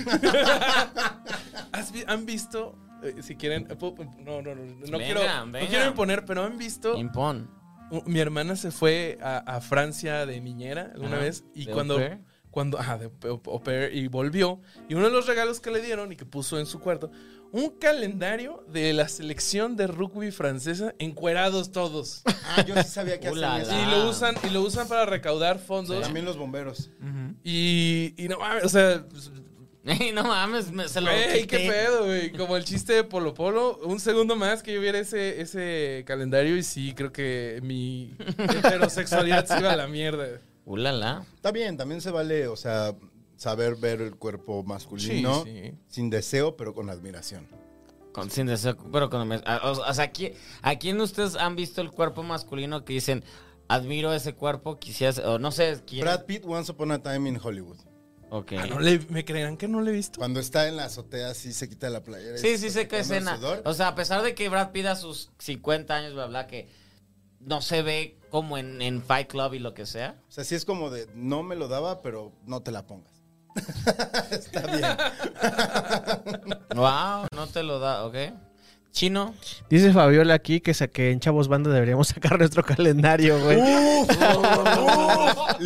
S3: ¿Has vi- ¿Han visto? eh, si quieren. eh, puedo- No, no, no. No,
S1: Venga,
S3: quiero, no
S1: venga. Em-
S3: quiero imponer, pero han visto.
S1: Impon.
S3: Uh, Mi hermana se fue a, a Francia de niñera alguna
S1: Ah,
S3: vez y
S1: ¿de
S3: cuando,
S1: au pair?
S3: cuando, ajá, de au- au pair, y volvió y uno de los regalos que le dieron y que puso en su cuarto un calendario de la selección de rugby francesa encuerados todos
S2: Ah, yo sí sabía que
S1: Ulala.
S2: hacían eso.
S3: y lo usan y lo usan para recaudar fondos
S2: También los bomberos.
S3: y, y no mames, o sea pues,
S1: <laughs> Ey, no mames, me- se lo
S3: Güey, qué
S1: quité.
S3: pedo, güey. Como el chiste de Polo Polo. Un segundo más que yo viera ese, ese calendario y sí, creo que mi heterosexualidad se iba a la mierda.
S1: Ulala.
S2: Está bien, también se vale, o sea, saber ver el cuerpo masculino
S3: Sí, sí.
S2: sin deseo, pero con admiración.
S1: Con, sin deseo, pero con... ah, O, o sea, aquí, ¿a quién ustedes han visto el cuerpo masculino que dicen, admiro ese cuerpo, quisieras... O no sé, quién...
S2: Brad Pitt, Once Upon a Time in Hollywood.
S1: Ok.
S3: Ah, no le- ¿Me creerán que no le he <laughs> visto?
S2: Cuando está en la azotea, sí se quita la playera. y
S1: Sí,
S2: se
S1: sí
S2: está
S1: sé qué
S2: secando el
S1: escena.
S2: sudor.
S1: O sea, a pesar de que Brad pida sus 50 años, bla, bla, que no se ve como en, en Fight Club y lo que sea.
S2: O sea, sí es como de, no me lo daba, pero no te la pongas. está bien.
S1: Wow, no te lo da, ¿ok? Chino.
S4: Dice Fabiola aquí que, sa- que en Chavos Banda deberíamos sacar nuestro calendario, güey.
S1: Uh.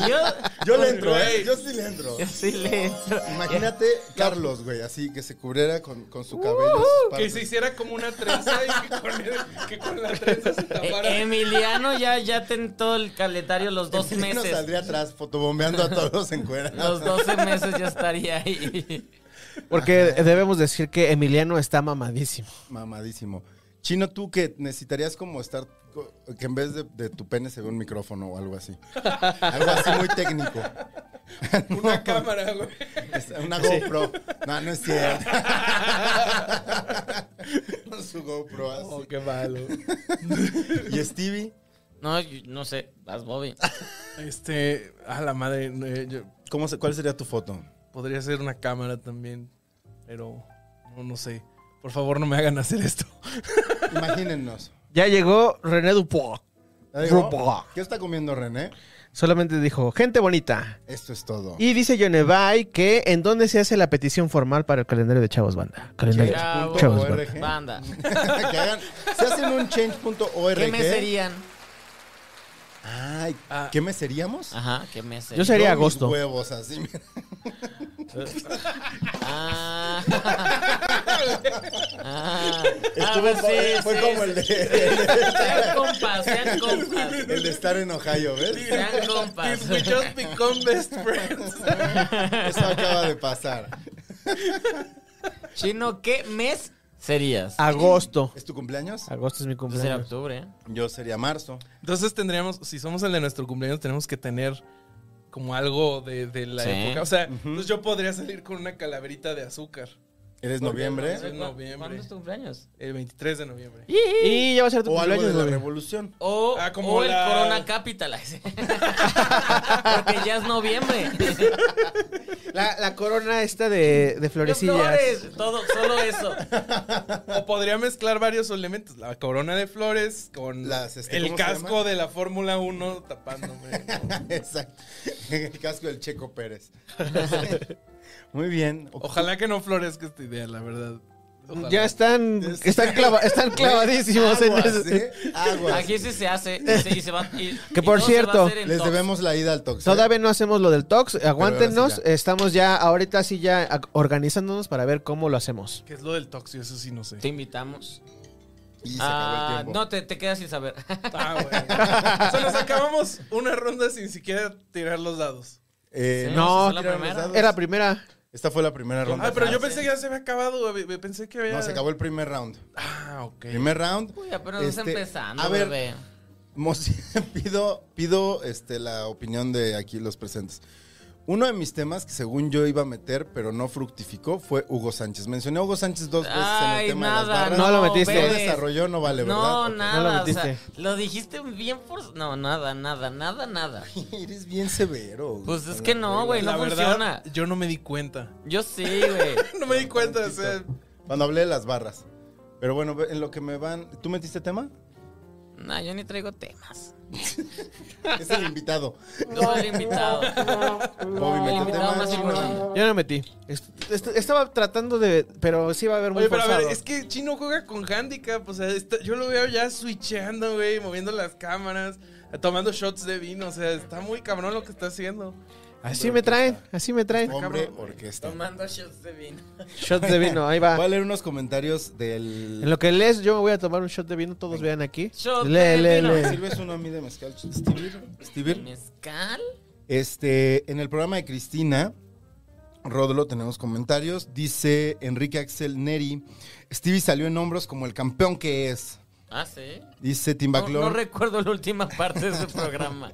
S1: Yo,
S2: Yo le entro, ¿eh? Yo sí le entro.
S1: yo sí le entro.
S2: Imagínate Carlos, güey, así que se cubriera con, con su cabello. sus
S3: Que
S2: partes.
S3: se hiciera como una trenza y que con, el- que con la trenza se
S1: Eh,
S3: tapara.
S1: Emiliano ya, ya tentó el calendario los dos
S2: Emiliano
S1: meses.
S2: saldría atrás fotobombeando a todos en cuera.
S1: <laughs> Los 12 meses ya estaría ahí.
S4: Porque debemos decir que Emiliano está mamadísimo.
S2: Mamadísimo. Chino, tú que necesitarías como estar. co- Que en vez de, de tu pene se ve un micrófono o algo así. Algo así muy técnico.
S3: <laughs>
S2: <laughs>
S3: Una cámara, güey.
S2: Es Una GoPro. No, no es cierto.
S3: <laughs>
S2: Con su GoPro así.
S3: Oh, qué malo.
S2: Y Stevie,
S1: No, yo- no sé, vas Bobby.
S3: Este, a la madre, eh, yo-
S2: ¿cómo se- ¿cuál sería tu foto?
S3: podría ser una cámara también, pero no, no sé. Por favor, no me hagan hacer esto.
S2: Imagínennos.
S4: Ya llegó René Dupois.
S2: Ya llegó.
S4: Rupa.
S2: ¿Qué está comiendo René?
S4: Solamente dijo, gente bonita.
S2: Esto es todo.
S4: Y dice Yonevay que en dónde se hace la petición formal para el calendario de Chavos Banda. Calendario de
S1: Chavos.
S4: Chavos
S2: Org.
S4: Banda.
S1: Banda.
S2: <laughs> que hagan, se hacen un change.org.
S1: ¿Qué mes serían?
S2: Ay,
S3: Ah.
S2: ¿qué mes seríamos?
S1: Ajá, ¿qué mes
S4: Yo
S1: serían?
S4: sería
S2: Yo mis
S4: agosto.
S2: huevos así. mira.
S1: Ah. ah. A
S2: Estuvo
S1: ver,
S2: padre,
S1: sí,
S2: fue
S1: sí,
S2: como
S1: sí.
S2: el de,
S1: Sean compas, sean compas.
S2: <laughs> el de estar en Ohio, ¿ves?
S1: Sean compas.
S3: Did we just become best friends?
S2: Eso acaba de pasar.
S1: Chino, ¿qué mes serías?
S4: Agosto.
S2: ¿Es tu cumpleaños?
S4: Agosto es mi
S1: Entonces era
S4: Ah, cumpleaños.
S1: octubre, ¿eh?
S2: Yo sería marzo.
S3: Entonces tendríamos, si somos el de nuestro cumpleaños, tenemos que tener como algo de, de la
S1: Sí.
S3: época. O sea, pues yo podría salir con una calaverita de azúcar.
S2: ¿Eres
S3: Es
S2: noviembre?
S3: noviembre. Ah,
S1: ¿Cuándo es tu cumpleaños?
S3: El 23 de noviembre.
S4: Y ya va a ser tu
S2: O algo
S4: cumpleaños,
S2: de la
S4: güey.
S2: revolución. <laughs>
S1: O,
S3: Ah, como
S1: o el
S3: la-
S1: Corona Capital. <laughs> Porque ya es noviembre.
S4: La, la corona esta de, de
S1: Los
S4: florecillas.
S1: flores, todo, solo eso.
S3: O podría mezclar varios elementos. La corona de flores con
S2: Las, este,
S3: el
S2: ¿cómo se
S3: casco
S2: llama?
S3: de la Fórmula 1
S2: <laughs>
S3: tapándome.
S2: Exacto. El casco del Checo
S1: <laughs>
S2: Pérez. Muy bien.
S3: Ojalá que no florezca esta idea, la verdad. Ojalá.
S4: Ya están, están, clava- <laughs> están clavadísimos en
S2: Aguas,
S4: eso.
S2: ¿eh? Aguas.
S1: Aquí sí se hace. y se- y se va- y-
S4: <laughs> Que
S1: y todo se
S4: por
S1: va a
S4: cierto,
S1: hacer en
S2: Les
S1: Tox.
S2: debemos la ida al Tox. ¿eh?
S4: Todavía no hacemos lo del Tox, aguántenos,
S2: ahora sí ya.
S4: estamos ya ahorita sí ya a- organizándonos para ver cómo lo hacemos.
S3: ¿Qué es lo del toxio? Eso sí no sé.
S1: Te invitamos.
S2: Y se acabó el
S1: Ah,
S2: tiempo.
S1: no, te, te quedas sin saber. <laughs>
S3: Ah, bueno. o sea, nos acabamos una ronda sin siquiera tirar los dados.
S2: Eh,
S1: Sí, esa
S4: no,
S1: es la
S2: tiraron los
S1: primera.
S2: dados.
S4: Era la primera.
S2: Esta fue la primera ronda.
S3: Ah, pero yo
S1: frase.
S3: pensé que ya se había acabado. güey. Pensé que había...
S2: No, se acabó el primer round.
S3: Ah, ok.
S2: Primer round.
S1: Uy, apenas está
S2: Este,
S1: empezando,
S2: a ver,
S1: bebé.
S2: mos- <laughs> pido, pido este, la opinión de aquí los presentes. Uno de mis temas que según yo iba a meter, pero no fructificó, fue Hugo Sánchez. Mencioné a Hugo Sánchez dos veces en
S1: Ay,
S2: el tema de
S1: nada,
S2: las barras.
S4: No lo
S2: Si
S4: metiste.
S2: No
S1: bebes.
S2: desarrolló, no vale, ¿verdad?
S1: No,
S4: No lo
S1: nada, o sea,
S4: metiste.
S1: lo dijiste bien por... No, nada, nada, nada, nada.
S2: <laughs> Eres bien severo. güey.
S1: Pues es que no, güey,
S3: la
S1: no
S3: verdad,
S1: funciona.
S3: yo no me di cuenta.
S1: Yo sí, güey.
S3: <laughs> No me di cuenta, o sea,
S2: Cuando hablé de las barras. Pero bueno, ve- en lo que me van... ¿Tú metiste tema?
S1: No, yo ni traigo temas.
S2: Es el
S1: <laughs>
S2: invitado.
S1: Yo soy el invitado.
S2: Bobby,
S1: El
S2: <laughs> mete
S1: invitado
S2: tema.
S1: más importante.
S4: Yo no metí. Est- est- estaba tratando de, pero sí va a haber muy
S3: Oye, pero a ver,
S4: forzado.
S3: es que Chino juega con handicap, o sea, está- yo lo veo ya switcheando, güey, moviendo las cámaras, eh, tomando shots de vino, o sea, está muy cabrón lo que está haciendo.
S4: Así me traen, así me traen.
S1: Ah,
S2: Hombre orquesta.
S1: Tomando shots de vino.
S4: Shots de vino, ahí
S2: Voy a
S4: va.
S2: leer unos comentarios del...
S4: En lo que lees, yo me voy a tomar un shot de vino, todos vean aquí.
S1: Shot
S4: Lee,
S1: de
S4: lee,
S1: vino.
S2: ¿Me
S4: lee.
S2: sirves uno a mí de mezcal? Stevir. Stevir.
S1: ¿Mezcal?
S2: Este, en el programa de Cristina, Rodolo, tenemos comentarios. Dice Enrique Axel Neri, Stevie salió en hombros como el campeón que es.
S1: Ah, sí.
S2: Dice
S1: No,
S2: Timbaclón,
S1: no
S2: no,
S1: recuerdo la última parte de su
S2: <laughs>
S1: programa.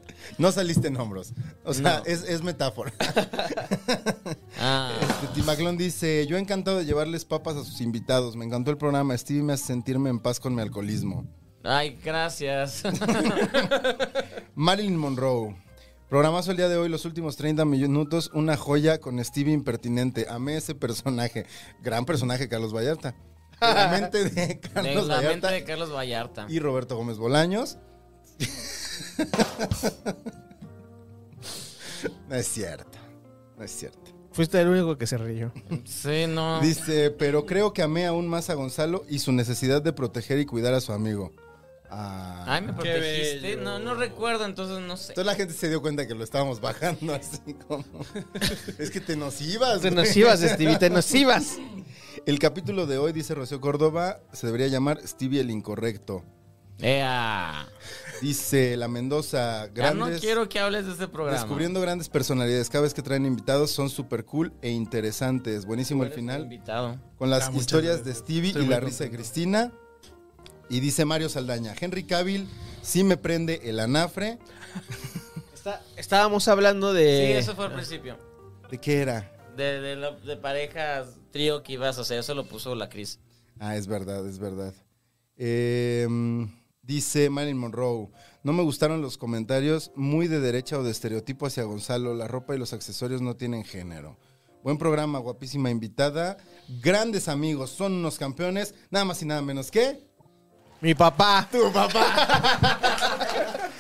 S2: saliste en hombros. O sea,
S1: No.
S2: es, es metáfora. <laughs>
S1: Ah.
S2: Este, Timbaclón dice, yo encantado de llevarles papas a sus invitados. Me encantó el programa. Stevie me hace sentirme en paz con mi alcoholismo.
S1: Ay,
S2: <laughs>
S1: gracias.
S2: Marilyn Monroe. Programazo el día de hoy, los últimos 30 minutos, una joya con Stevie impertinente. Amé ese personaje. Gran personaje, Carlos
S1: <laughs>
S2: Vallarta. La mente de
S1: De
S2: Carlos
S1: la mente
S2: Vallarta
S1: de Carlos Vallarta.
S2: y Roberto Gómez Bolaños. <laughs> No es cierto. No es cierto.
S4: Fuiste el único que se rió.
S1: Sí, no.
S2: Dice, pero creo que amé aún más a Gonzalo y su necesidad de proteger y cuidar a su amigo. Ah.
S1: Ay, me
S3: Qué
S1: protegiste.
S3: bello.
S1: No, no recuerdo, entonces no sé.
S2: Entonces la gente se dio cuenta que lo estábamos bajando <laughs> así como... es que te nos ibas.
S4: Te
S2: güey.
S4: nos ibas, Stevie, te nos ibas.
S2: El capítulo de hoy, dice Rocío Córdoba, se debería llamar Stevie el Incorrecto.
S1: Eh, Ea.
S2: Dice la Mendoza,
S1: Ya
S2: grandes...
S1: no ah, quiero que hables de este programa.
S2: Descubriendo grandes personalidades. Cada vez que traen invitados son súper cool e interesantes. Buenísimo el
S1: Eres un
S2: final.
S1: Invitado.
S2: Con las
S3: Ah, muchas
S2: historias de
S3: gracias.
S2: Stevie
S3: Estoy
S2: y
S3: muy
S2: la risa de
S3: contento.
S2: Cristina. Y dice Mario Saldaña, Henry Cavill sí me prende el anafre.
S4: Estábamos hablando de.
S1: Sí,
S2: Eh,
S1: eso fue al principio.
S2: ¿De qué era?
S1: De, de, la- de parejas trío que ibas a hacer, eso lo puso la
S2: <laughs>
S1: Cris.
S2: Ah, es verdad, es verdad. Em, dice Marilyn Monroe, no me gustaron los comentarios muy de derecha o de estereotipo hacia Gonzalo. La ropa y los accesorios no tienen género. Buen programa, guapísima invitada. Grandes amigos, son unos campeones. Nada más y nada menos que...
S4: Mi papá.
S2: Tu
S3: <laughs>
S2: papá.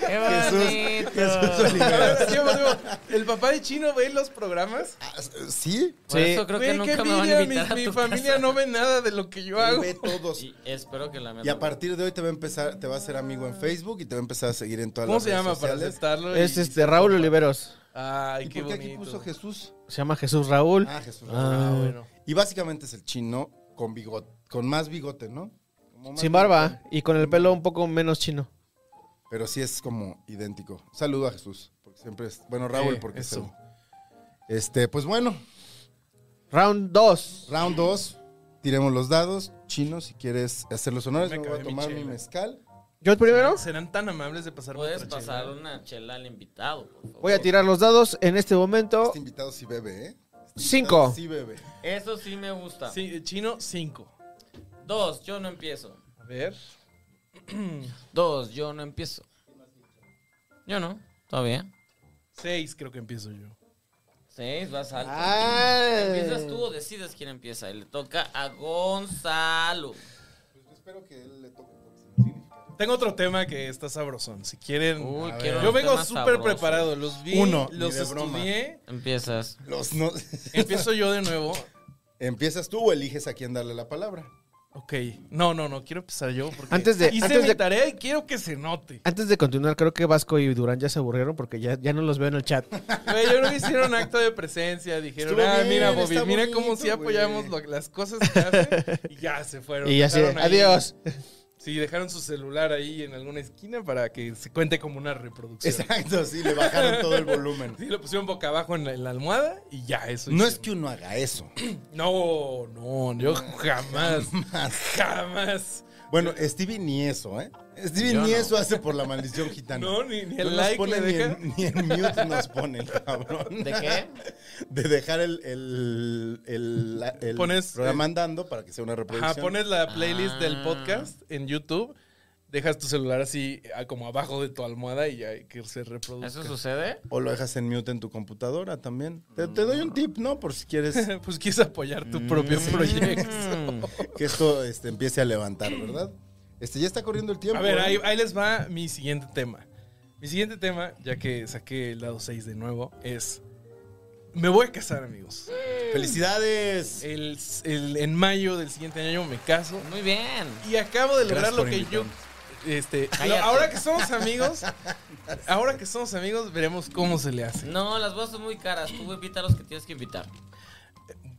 S1: ¡Qué
S2: Jesús, Jesús
S1: bonito!
S2: Olivera.
S3: Ahora sí, amigo, el papá de Chino ve los programas.
S2: Ah, ¿Sí?
S1: Por
S4: Sí.
S1: eso creo que
S3: Güey, qué
S1: nunca me van a
S3: envidia,
S1: invitar a
S3: mi, mi
S1: tu
S3: familia
S1: casa.
S3: no ve nada de lo que yo
S2: Él
S3: hago.
S2: ve todos.
S1: Y espero que la mía
S2: Y a
S1: tampoco.
S2: partir de hoy te va a empezar, te va a hacer amigo en Facebook y te va a empezar a seguir en todas
S3: ¿Cómo
S2: las
S3: se
S2: redes
S3: llama para
S2: sociales.
S3: aceptarlo? y-
S4: Es este Raúl Oliveros.
S3: Ay,
S2: ¿Y
S3: qué
S2: por qué aquí
S3: bonito.
S2: puso Jesús?
S4: Se llama Jesús Raúl.
S2: Ah, Jesús.
S3: Ah,
S4: Ah,
S3: bueno.
S2: Y básicamente es el chino con bigote, con más bigote, ¿no? Como más
S4: Sin barba
S2: bigote.
S4: y con el pelo un poco menos chino.
S2: Pero sí es como idéntico. Un Saludo a Jesús, porque siempre es bueno Raúl
S3: Eh,
S2: porque es
S3: eso.
S2: el- Este, pues bueno,
S4: Round 2.
S2: round 2. Tiremos los dados. Chino, si quieres hacer los honores,
S3: Me
S2: me voy a
S3: acabé mi
S2: tomar mi
S3: chela.
S2: mezcal.
S4: ¿Yo el primero?
S3: Serán tan amables de pasar
S1: Puedes
S3: nuestra
S1: pasar
S3: chela?
S1: una chela al invitado, por favor.
S4: Voy a tirar los dados en este momento.
S2: Este invitado sí bebe, ¿eh? Este
S4: Cinco.
S2: invitado Sí bebe.
S1: Eso sí me gusta.
S3: Sí, Chino, cinco.
S1: Dos, yo no empiezo.
S3: A ver.
S1: Dos, yo no empiezo. Yo no, todavía.
S3: Seis creo que empiezo yo.
S1: Seis, vas alto.
S4: Ay.
S1: ¿Empiezas tú o decides quién empieza? Y le toca a Gonzalo.
S2: Espero que él le toque.
S3: Tengo otro tema que está sabrosón. Si quieren.
S1: Uy,
S2: A
S1: quiero
S2: ver.
S3: yo
S1: unos
S3: vengo
S1: temas
S3: súper
S1: sabrosos.
S3: preparado. Los vi.
S2: Uno, ni
S3: Los
S2: de broma.
S3: estudié.
S1: Empiezas.
S2: Los no- <laughs>
S3: Empiezo yo de nuevo.
S2: ¿Empiezas tú o eliges a quién darle la palabra?
S3: Ok. No, no, no. Quiero empezar yo. Porque
S4: Antes de-
S3: Hice
S4: antes
S3: mi
S4: de-
S3: tarea y quiero que se note.
S4: Antes de continuar, creo que Vasco y Durán ya se aburrieron porque ya, ya no los veo en el chat.
S3: Güey, yo no me hicieron acto de presencia. Dijeron,
S2: Estuvo
S3: ah,
S2: bien,
S3: mira, Bobby,
S2: está
S3: mira
S2: bonito,
S3: cómo sí apoyamos
S2: güey.
S3: lo- las cosas que hace. Y ya se
S2: <laughs>
S3: fueron.
S4: Y ya se.
S3: Dejaron ahí-
S4: Adiós.
S3: Sí, dejaron su celular ahí en alguna esquina para que se cuente como una reproducción.
S2: Exacto, sí, le bajaron todo el volumen.
S3: Sí, lo pusieron boca abajo en la, en la almohada y ya, eso.
S2: No
S3: hicieron.
S2: es que uno haga eso.
S3: No, no, yo jamás, jamás.
S2: Bueno, Stevie ni eso, ¿eh? Stevie
S1: Yo
S2: ni
S1: no.
S2: eso hace por la maldición gitana.
S3: <laughs> No, ni, ni
S2: No
S3: el
S2: nos
S3: like le
S2: pone ni
S3: deja.
S2: en- Ni, en mute nos pone el cabrón.
S1: ¿De qué?
S2: De dejar el, el, el- la- el
S3: Pones- eh,
S2: programa andando para que sea una reproducción.
S3: Ajá, pones la playlist del
S1: Ah.
S3: podcast en YouTube, dejas tu celular así ah, como abajo de tu almohada y ya que se reproduzca.
S1: <laughs> ¿Eso sucede?
S2: O lo dejas en mute en tu computadora también. Te, te doy un tip, ¿no? Por si
S3: <laughs>
S2: quieres
S3: <laughs> pues quieres apoyar tu propio proyecto.
S1: Mm.
S2: que esto este, empiece a levantar, ¿verdad? Este, ya está corriendo el tiempo.
S3: A ver,
S2: ¿eh?
S3: ahí, ahí les va mi siguiente tema. Mi siguiente tema, ya que saqué el lado 6 de nuevo, es... Me voy a casar, amigos.
S2: ¡Felicidades!
S3: El, el- en mayo del siguiente año me caso.
S1: <laughs> Muy bien.
S3: Y acabo de lograr
S2: Gracias
S3: lo
S2: por
S3: que
S2: invitarme.
S3: yo. Este,
S1: Cállate.
S3: lo- ahora que somos amigos, ahora que somos amigos, veremos cómo se le hace.
S1: No, las voces son muy caras. Tú invita a los que tienes que invitar.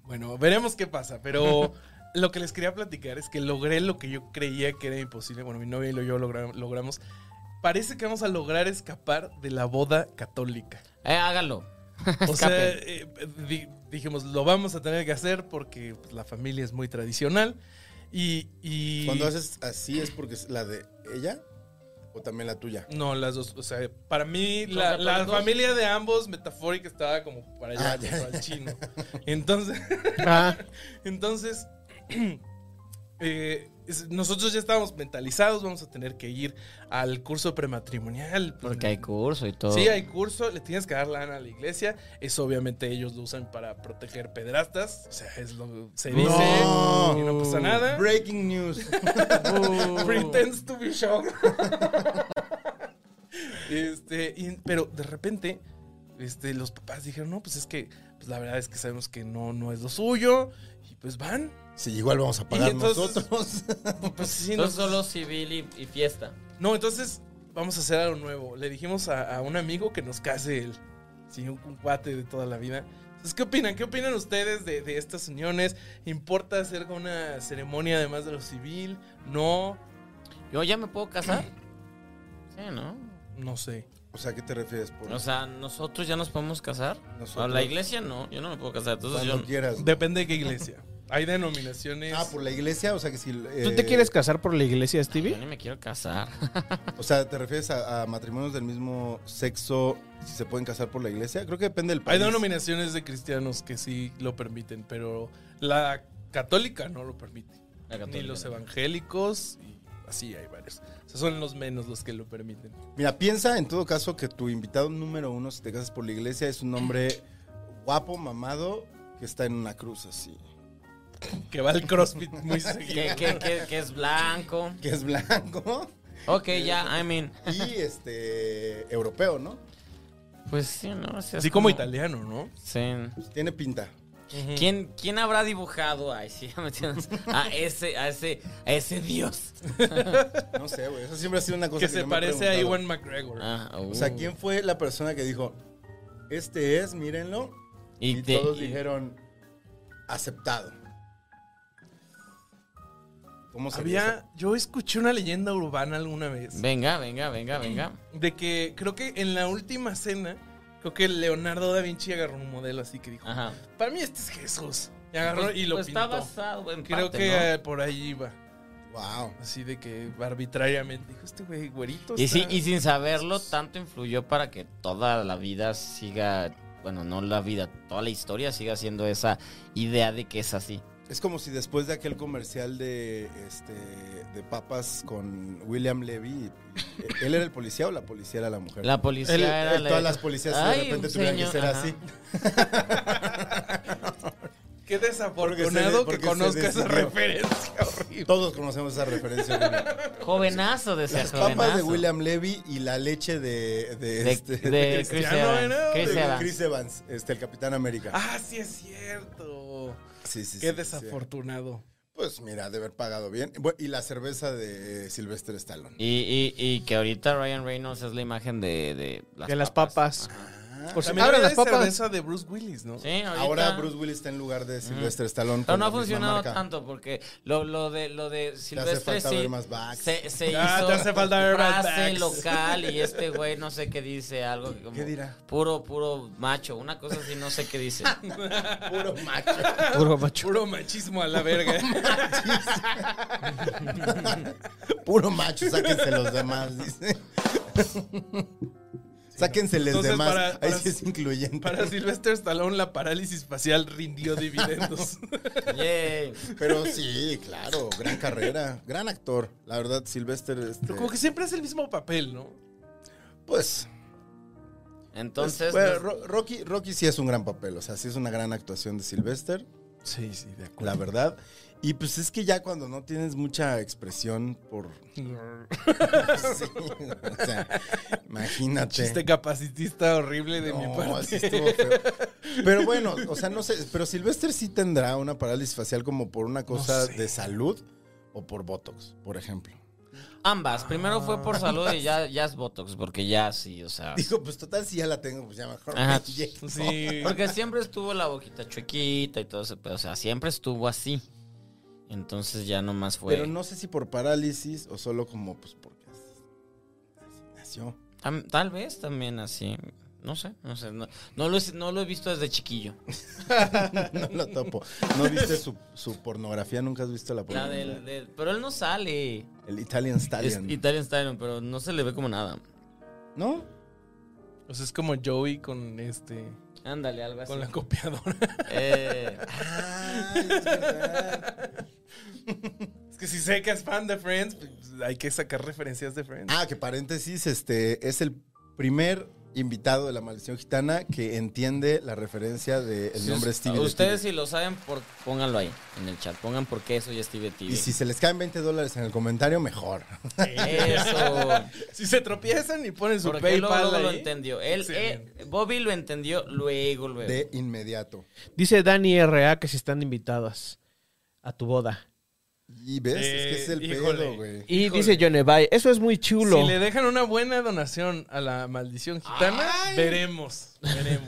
S3: Bueno, veremos qué pasa, pero lo que les quería platicar es que logré lo que yo creía que era imposible. Bueno, mi novia y yo logra- logramos. Parece que vamos a lograr escapar de la boda católica.
S1: Eh, háganlo.
S3: O sea,
S1: Escapen.
S3: eh, di- dijimos, lo vamos a tener que hacer porque pues, la familia es muy tradicional. Y, y-
S2: Cuando haces así es porque es la de ella o también la tuya.
S3: No, las dos. O sea, para mí,
S1: Entonces,
S3: la,
S1: ¿para
S3: la
S1: los dos?
S3: familia de ambos metafórica estaba como para allá,
S2: Ah, ya.
S3: para el chino. Entonces, <laughs>
S4: Ah,
S3: entonces <clears throat> eh, es- nosotros ya estábamos mentalizados, vamos a tener que ir al curso prematrimonial.
S1: Porque hay curso y todo.
S3: Sí, hay curso, le tienes que dar lana a la iglesia. Eso obviamente ellos lo usan para proteger pedrastas. O sea, es lo se dice
S2: No.
S3: y no pasa nada.
S2: Breaking news.
S3: <laughs> Pretends to be <laughs> shocked. este, y- pero de repente este, los papás dijeron, no, pues es que, pues la verdad es que sabemos que no, no es lo suyo. Y pues van.
S2: Si igual vamos a pagar
S3: Y entonces-
S2: nosotros.
S3: <laughs> Pues sí, no,
S1: No solo civil y, y fiesta.
S3: No, entonces vamos a hacer algo nuevo. Le dijimos a, a un amigo que nos case él. Sí, un, un cuate de toda la vida. Entonces, ¿qué opinan? ¿Qué opinan ustedes de, de estas uniones? ¿Importa hacer una ceremonia además de lo civil? No,
S1: ¿Yo ya me puedo <clears throat> casar? Sí, ¿no?
S3: no sé.
S2: <laughs> o sea, ¿qué te refieres por
S1: O sea, ¿nosotros ya nos podemos casar?
S2: Nosotros.
S1: A la iglesia no, yo no me puedo casar. Entonces
S2: cuando
S1: yo...
S2: quieras?
S3: Depende de qué iglesia. Hay denominaciones.
S2: Ah, por la iglesia, o sea que si...
S4: ¿Tú
S2: eh,
S4: te quieres casar por la iglesia,
S1: Yo
S4: Stevie?
S1: ni me quiero casar.
S2: O sea, ¿te refieres a, a matrimonios del mismo sexo si se pueden casar por la iglesia? Creo que depende del
S3: Hay
S2: país.
S3: denominaciones de cristianos que sí lo permiten, pero la católica no lo permite.
S1: La
S3: Ni
S1: católica,
S3: los
S1: ¿no?
S3: evangélicos. Y así hay varios. O sea, son los menos los que lo permiten.
S2: Mira, piensa en todo caso que tu invitado número uno, si te casas por la iglesia, es un hombre guapo, mamado, que está en una cruz así.
S3: Que va al CrossFit muy seguido.
S1: que, que- que- que es blanco.
S2: Que es blanco
S1: Ok, ya, I mean.
S2: y este europeo, ¿no?
S1: Pues sí, ¿no? O sea, es
S3: Así como italiano, ¿no?
S1: Sí.
S2: Pues tiene pinta.
S1: ¿Quién, ¿Quién habrá dibujado ay, sí, ya me entiendes, a ese, a ese, a ese dios?
S2: No sé, güey. Eso siempre ha sido una cosa
S3: Que
S2: que,
S3: se
S2: no me he
S3: parece a
S2: preguntado.
S3: Iwan McGregor.
S1: Ah, uh.
S2: O sea, ¿quién fue la persona que dijo, este es, mírenlo? Y,
S1: te-
S2: todos
S1: y-
S2: dijeron, aceptado. ¿Cómo se
S3: Había, yo escuché una leyenda urbana alguna vez
S1: Venga, venga, venga, venga.
S3: de que creo que en la última cena, creo que Leonardo da Vinci agarró un modelo así que dijo,
S1: Ajá.
S3: para mí este es Jesús. Y agarró
S1: Pues-
S3: y lo
S1: pues Está
S3: pintó.
S1: basado en
S3: Creo
S1: parte,
S3: que
S1: ¿no?
S3: eh, por ahí iba,
S2: Wow.
S3: así de que arbitrariamente dijo, este güey güerito
S1: Y, sí,
S3: está-
S2: Pues,
S1: y
S2: eh,
S1: sin saberlo, tanto influyó para que toda la vida siga, bueno, no la vida, toda la historia siga siendo esa idea de que es así.
S2: Es como si después de aquel comercial de, este, de papas con William Levy, eh, ¿él era el policía o la policía era la mujer?
S1: La policía
S2: Él-
S1: era
S2: él-
S1: la-
S2: todas las policías de
S1: Ay,
S2: repente
S1: un
S2: tuvieran que
S1: señor,
S2: ser
S1: ajá.
S2: así.
S3: Qué
S2: Porque se-
S3: desafortunado que
S2: porque se
S3: conozca esa
S2: decidió. <laughs>
S3: referencia horrible.
S2: Todos conocemos esa
S1: <laughs>
S2: referencia. güey.
S1: Jovenazo, decía
S2: Las
S1: jovenazo.
S2: papas de William Levy y la leche de, <laughs> de,
S1: De,
S2: este-
S1: de Chris
S3: Cristiano,
S1: Evans,
S3: ¿no?
S1: Chris
S2: de
S1: Evans.
S2: Chris Evans, este, el Capitán América.
S3: Ah, sí es cierto.
S2: Sí, sí,
S3: Qué
S2: sí, sí, sí.
S3: desafortunado.
S2: Pues mira, de haber pagado bien. Bueno, y la cerveza de Sylvester Stallone.
S1: Y, y, y que ahorita Ryan Reynolds es la imagen de, de las,
S4: De las papas. Por si
S3: También
S4: abran
S3: había
S4: las
S3: de
S4: papas.
S3: cerveza de Bruce Willis, ¿no? <laughs>
S1: Sí, ahorita. Mm.
S2: Ahora Bruce Willis está en lugar de Sylvester Stallone.
S1: Pero
S2: con
S1: no ha
S2: la misma
S1: funcionado
S2: marca.
S1: tanto porque lo, lo de lo de
S2: Te hace
S1: Silvestre
S2: falta
S1: sí
S2: ver más backs.
S1: se, se
S3: Ah,
S1: hizo
S3: te hace falta ver más
S1: frase
S3: backs. <laughs>
S1: local y este güey no sé qué dice algo que como
S2: ¿Qué dirá? <laughs>
S1: puro puro macho una cosa así no sé
S3: <laughs>
S1: qué dice
S2: Puro macho.
S4: Puro macho.
S3: Puro machismo a la verga.
S2: Puro macho, sáquense
S1: <laughs>
S2: los demás, dice. Sáquense los
S3: Entonces,
S2: demás.
S3: para-
S2: Ahí
S3: para-
S2: sí es incluyente.
S3: <laughs> Para Sylvester Stallone, la parálisis facial rindió
S2: <laughs>
S3: dividendos.
S1: Yay.
S2: Pero sí, claro, gran carrera, gran actor. La verdad, Sylvester, este,
S3: Pero como que siempre es el mismo papel, ¿no?
S2: pues,
S1: entonces
S2: bueno,
S1: nos-
S2: Pues, Ro- Rocky, Rocky sí es un gran papel, o sea, sí es una gran actuación de Sylvester.
S3: Sí, sí, de
S2: La verdad. Y pues es que ya cuando no tienes mucha expresión
S3: <laughs>
S2: por. Sí, o sea,
S3: Chiste
S2: imagínate.
S3: capacitista horrible de mi
S2: No,
S3: parte.
S2: sí estuvo feo. Pero bueno, o sea, no sé. Pero Sylvester sí tendrá una parálisis facial como por una cosa
S3: sé.
S2: de salud o por Botox, por ejemplo.
S1: ambas primero fue
S2: Ah.
S1: por salud y ya ya es botox porque ya sí o sea
S2: Digo, pues total, si ya la tengo, pues ya mejor. me
S1: Ah. Ajá.
S2: inyecto.
S3: <laughs> Sí.
S1: Porque siempre estuvo la boquita chuequita y todo ese pedo. O sea, siempre estuvo así. Entonces ya nomás fue.
S2: Pero no sé si por parálisis o solo como, pues porque así- así nació. <laughs>
S1: Tam- tal vez también así. No sé, no sé. No, no lo, he- no lo he visto desde chiquillo.
S2: No lo topo. ¿No viste su, su pornografía? ¿Nunca has visto la
S1: La
S2: pornografía?
S1: del, del- pero él no sale.
S2: El Italian
S1: Es
S2: Stallion.
S1: Italian Style, pero no se le ve como nada.
S2: ¿No?
S3: O sea, es como Joey con este.
S1: Ándale, algo así.
S3: con la copiadora. <laughs>
S1: <laughs> Eh,
S3: Es que si sé que es fan de
S1: Ah.
S3: Friends, pues, hay que sacar referencias de Friends.
S2: ah, que paréntesis, este es el primer invitado de la maldición gitana que entiende la referencia del
S1: Si
S2: nombre
S1: us-
S2: Stevie. de
S1: Ustedes
S2: Stevie.
S1: si lo saben, por, pónganlo ahí en el chat. Pongan por qué soy Steve TV.
S2: Y si se les caen 20 dólares en el comentario, mejor.
S1: Eso.
S3: Si se tropiezan y ponen su
S1: Porque él luego,
S3: PayPal
S1: luego lo
S3: ahí.
S1: entendió. Él,
S3: Excelente.
S1: eh, Bobby lo entendió luego, luego.
S2: De inmediato.
S4: Dice Dani RA que si están invitadas a tu boda.
S2: Y ves, es que ese es el
S3: Eh,
S2: pedo,
S3: híjole.
S4: <laughs>
S2: güey.
S4: Y
S3: Híjole.
S4: dice Yonevay, eso es muy chulo.
S3: Si le dejan una buena donación a la maldición gitana, veremos.
S1: <laughs>
S3: Veremos.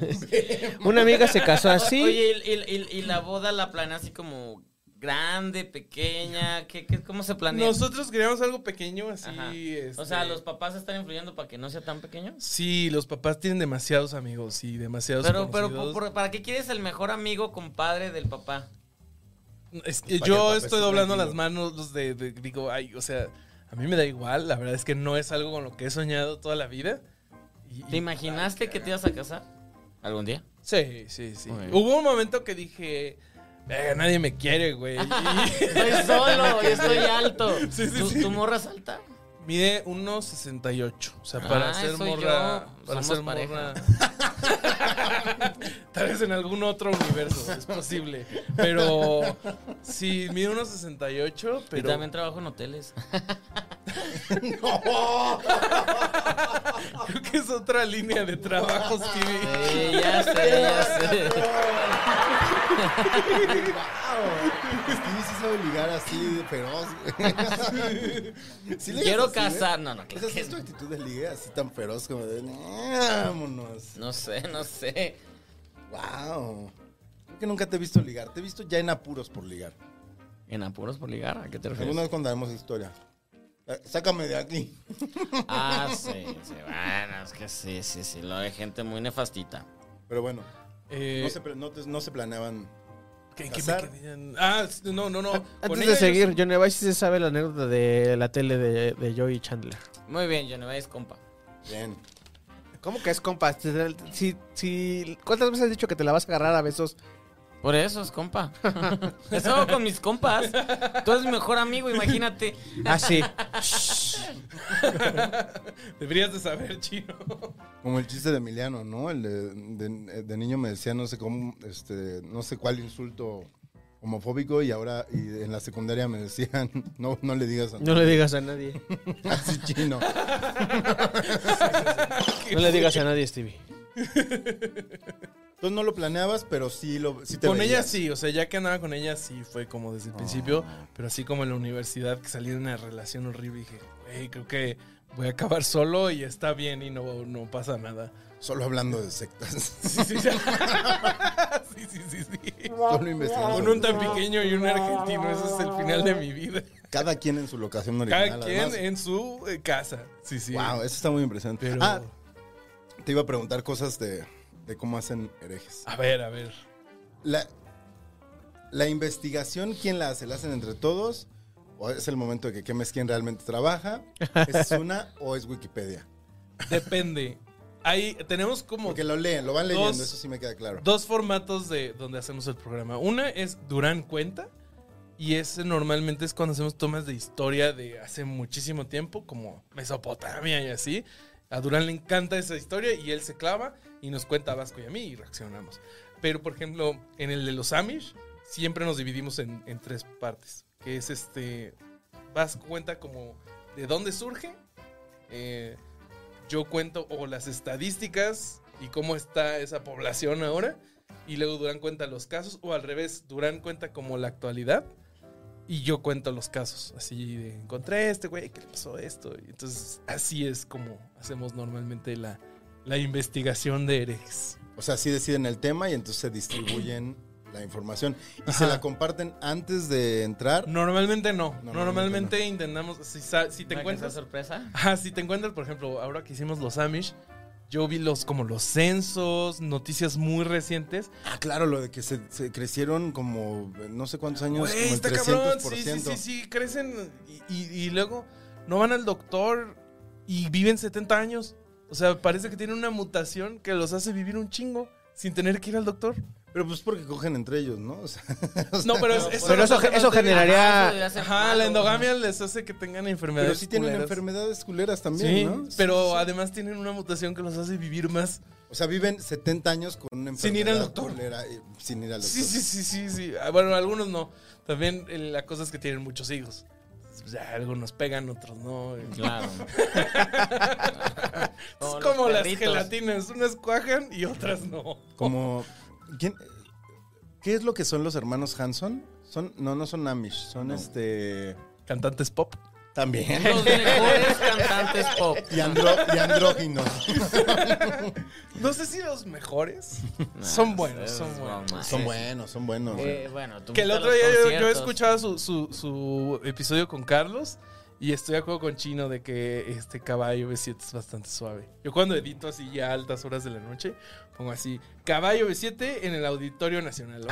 S4: Una amiga se <laughs> casó
S1: O-
S4: así.
S1: Oye, y, y- y- y la boda la planea así como grande, pequeña. ¿Qué, qué- cómo se planea?
S3: Nosotros queríamos algo pequeño, así.
S1: Ajá.
S3: este,
S1: O sea, los papás están influyendo para que no sea tan pequeño.
S3: Sí, los papás tienen demasiados amigos y demasiados
S1: Pero, pero
S3: conocidos.
S1: por- por- ¿para qué quieres el mejor amigo compadre del papá?
S3: Es que
S1: Pues,
S2: Para que el
S3: yo
S2: papá esté
S3: estoy doblando
S2: tranquilo.
S3: las manos los de, de- digo, ay, o sea, a mí me da igual, la verdad es que no es algo con lo que he soñado toda la vida. Y-
S1: ¿Te imaginaste que te ibas a casar? ¿Algún día?
S3: Sí, sí, sí.
S1: Muy bien.
S3: Hubo un momento que dije, "Verga, nadie me quiere, güey. Y <laughs>
S1: Estoy solo, yo estoy alto.
S3: Sí, sí,
S1: ¿Tu,
S3: sí.
S1: tu morra es alta?
S3: mide 1.68, o sea, para
S1: Ah,
S3: ser
S1: soy
S3: morra,
S1: yo.
S3: para
S1: Somos
S3: ser
S1: pareja.
S3: morra. <laughs> Tal vez en algún otro universo, es posible, pero sí mide 1.68,
S1: Yo
S3: pero
S1: también trabajo en <laughs> hoteles.
S3: <laughs>
S2: <laughs>
S3: creo que es otra línea de trabajos que
S1: Sí, Eh, ya sé, ya sé.
S2: Stevie sí sabe ligar así de feroz, güey. Sí
S1: Quiero
S2: ligas así, ¿eh? güey.
S3: ¿eh?
S1: casar. No, no,
S2: Esa
S1: claro
S2: es,
S1: que
S2: tu actitud de ligue así tan feroz como de vámonos.
S1: No sé, no sé.
S2: Wow. Creo que nunca te he visto ligar. Te he visto ya en apuros por ligar.
S1: ¿En apuros por ligar? ¿A qué te
S2: Alguna
S1: refieres?
S2: vez contaremos historia. Eh, Sácame de aquí.
S1: Ah, sí, sí. Bueno, es que sí, sí, sí. Lo de gente muy nefastita.
S2: Pero bueno,
S3: Eh,
S2: no, se, pla- no te- no se planeaban.
S3: ¿qué- qué me
S2: casar.
S3: querían? Ah, s- no, no, no. Con
S4: Antes
S3: ella
S4: de
S3: yo
S4: seguir, Yonevay sí se sabe la anécdota de la tele de, de Joey Chandler.
S1: Muy bien, Genoveva es compa.
S2: Bien.
S4: ¿Cómo que es compa? Si, si, ¿Cuántas veces has dicho que te la vas a agarrar a besos?
S1: Por eso es compa. <laughs> Estaba con mis compas. Tú eres mi mejor amigo, imagínate.
S4: Así.
S3: Deberías de saber, <laughs> chino.
S2: Como el chiste de Emiliano, ¿no? El de, de- de niño me decía no sé cómo, este, no sé cuál insulto homofóbico y ahora y en la secundaria me decían, <laughs> no, no le digas a
S4: No le digas a nadie.
S2: así chino.
S4: No le digas a nadie, Stevie.
S2: Entonces no lo planeabas, pero sí lo sí te
S3: Con ella
S2: veías.
S3: sí, o sea, ya que andaba con ella sí fue como desde el principio, pero así como en la universidad que salí de una relación horrible dije, güey, creo que voy a acabar solo y está bien y no, no pasa nada. <laughs>
S2: Solo hablando de sectas. <laughs>
S3: Sí, sí, <laughs> sí. sí, sí, sí, sí.
S2: Solo investigando.
S3: Con un tan pequeño y un argentino, ese es el final de mi vida.
S2: Cada quien en su locación original.
S3: Cada quien
S2: además.
S3: en su eh, casa. Sí, sí.
S2: Wow, eso está muy impresionante.
S3: Pero-
S2: Ah, te iba a preguntar cosas de, de cómo hacen herejes.
S3: A ver, a ver.
S2: La, la investigación, ¿quién la hace? ¿La hacen entre todos? ¿O es el momento de que quemes quién realmente trabaja? ¿Es una o es Wikipedia?
S3: Depende. Ahí tenemos como
S2: Porque lo leen, lo van leyendo,
S3: Dos-
S2: eso sí me queda claro.
S3: dos formatos de donde hacemos el programa. Una es Durán cuenta y ese normalmente es cuando hacemos tomas de historia de hace muchísimo tiempo, como Mesopotamia y así. A Durán le encanta esa historia y él se clava y nos cuenta a Vasco y a mí y reaccionamos. Pero por ejemplo, en el de los Amish siempre nos dividimos en, en tres partes, que es este Vasco cuenta como de dónde surge. eh, yo cuento o las estadísticas y cómo está esa población ahora. Y luego Durán cuenta los casos. O al revés, Durán cuenta como la actualidad. Y yo cuento los casos. Así de, encontré a este güey, ¿qué le pasó esto? Y entonces, así es como hacemos normalmente la, la investigación de herejes.
S2: O sea, sí deciden el tema y entonces se distribuyen la información. Y se la comparten antes de entrar.
S3: Normalmente no.
S2: Normalmente
S3: Normalmente, intentamos, si, sa- si te
S1: ¿Para que sea
S3: encuentras...
S1: sorpresa?
S3: Ah, si te encuentras, por ejemplo, ahora que hicimos los Amish, yo vi los como los censos, noticias muy recientes.
S2: Ah, claro, lo de que se, se crecieron como eh, no sé cuántos años,
S3: Güey,
S2: como el
S3: está
S2: 300%.
S3: cabrón. Sí, sí, sí, sí, crecen y, y- y luego no van al doctor y viven 70 años. O sea, parece que tienen una mutación que los hace vivir un chingo sin tener que ir al doctor.
S2: Pero pues porque cogen entre ellos, ¿no? O sea, o sea,
S3: No,
S4: <laughs>
S3: pero es- es-
S4: Pero eso,
S3: no-
S4: eso
S1: Ah, eso
S4: generaría...
S1: debería ser
S3: Ajá,
S1: malo,
S3: la endogamia les hace que tengan enfermedades.
S2: Pero sí tienen
S3: culeras.
S2: enfermedades culeras también,
S3: Sí,
S2: ¿no?
S3: pero además tienen una mutación que los hace vivir más.
S2: O sea, viven 70 años con una enfermedad
S3: Sin ir al doctor.
S2: culera, eh, sin ir al doctor.
S3: Sí, sí, sí, sí, sí. Ah, Bueno, algunos no. También eh, la cosa es que tienen muchos hijos. Pues Ya algunos pegan, otros no.
S1: güey.
S3: <laughs>
S1: Claro.
S3: es
S1: Como los
S3: como las
S1: perritos.
S3: gelatinas, unas cuajan y otras no.
S1: Oh.
S2: Como ¿quién- ¿Qué es lo que son los hermanos Hanson? Son no no son Amish, son este
S3: Cantantes pop.
S2: también
S1: Los mejores cantantes pop.
S2: <laughs> y, andro- y andróginos.
S3: No sé si los mejores.
S1: <laughs>
S3: <laughs>
S1: Nah,
S3: Son buenos,
S1: es
S3: son buenos.
S1: broma.
S2: <laughs> son buenos, son buenos. güey. <laughs>
S1: Eh, bueno, tú
S3: Que el
S1: viste
S3: otro
S1: los
S3: día yo, yo
S1: conciertos.
S3: escuchaba su, su- su episodio con Carlos y estoy de acuerdo con Chino de que este caballo B7 es bastante suave. Yo cuando edito así ya a altas horas de la noche, pongo así, caballo B7 en el Auditorio Nacional.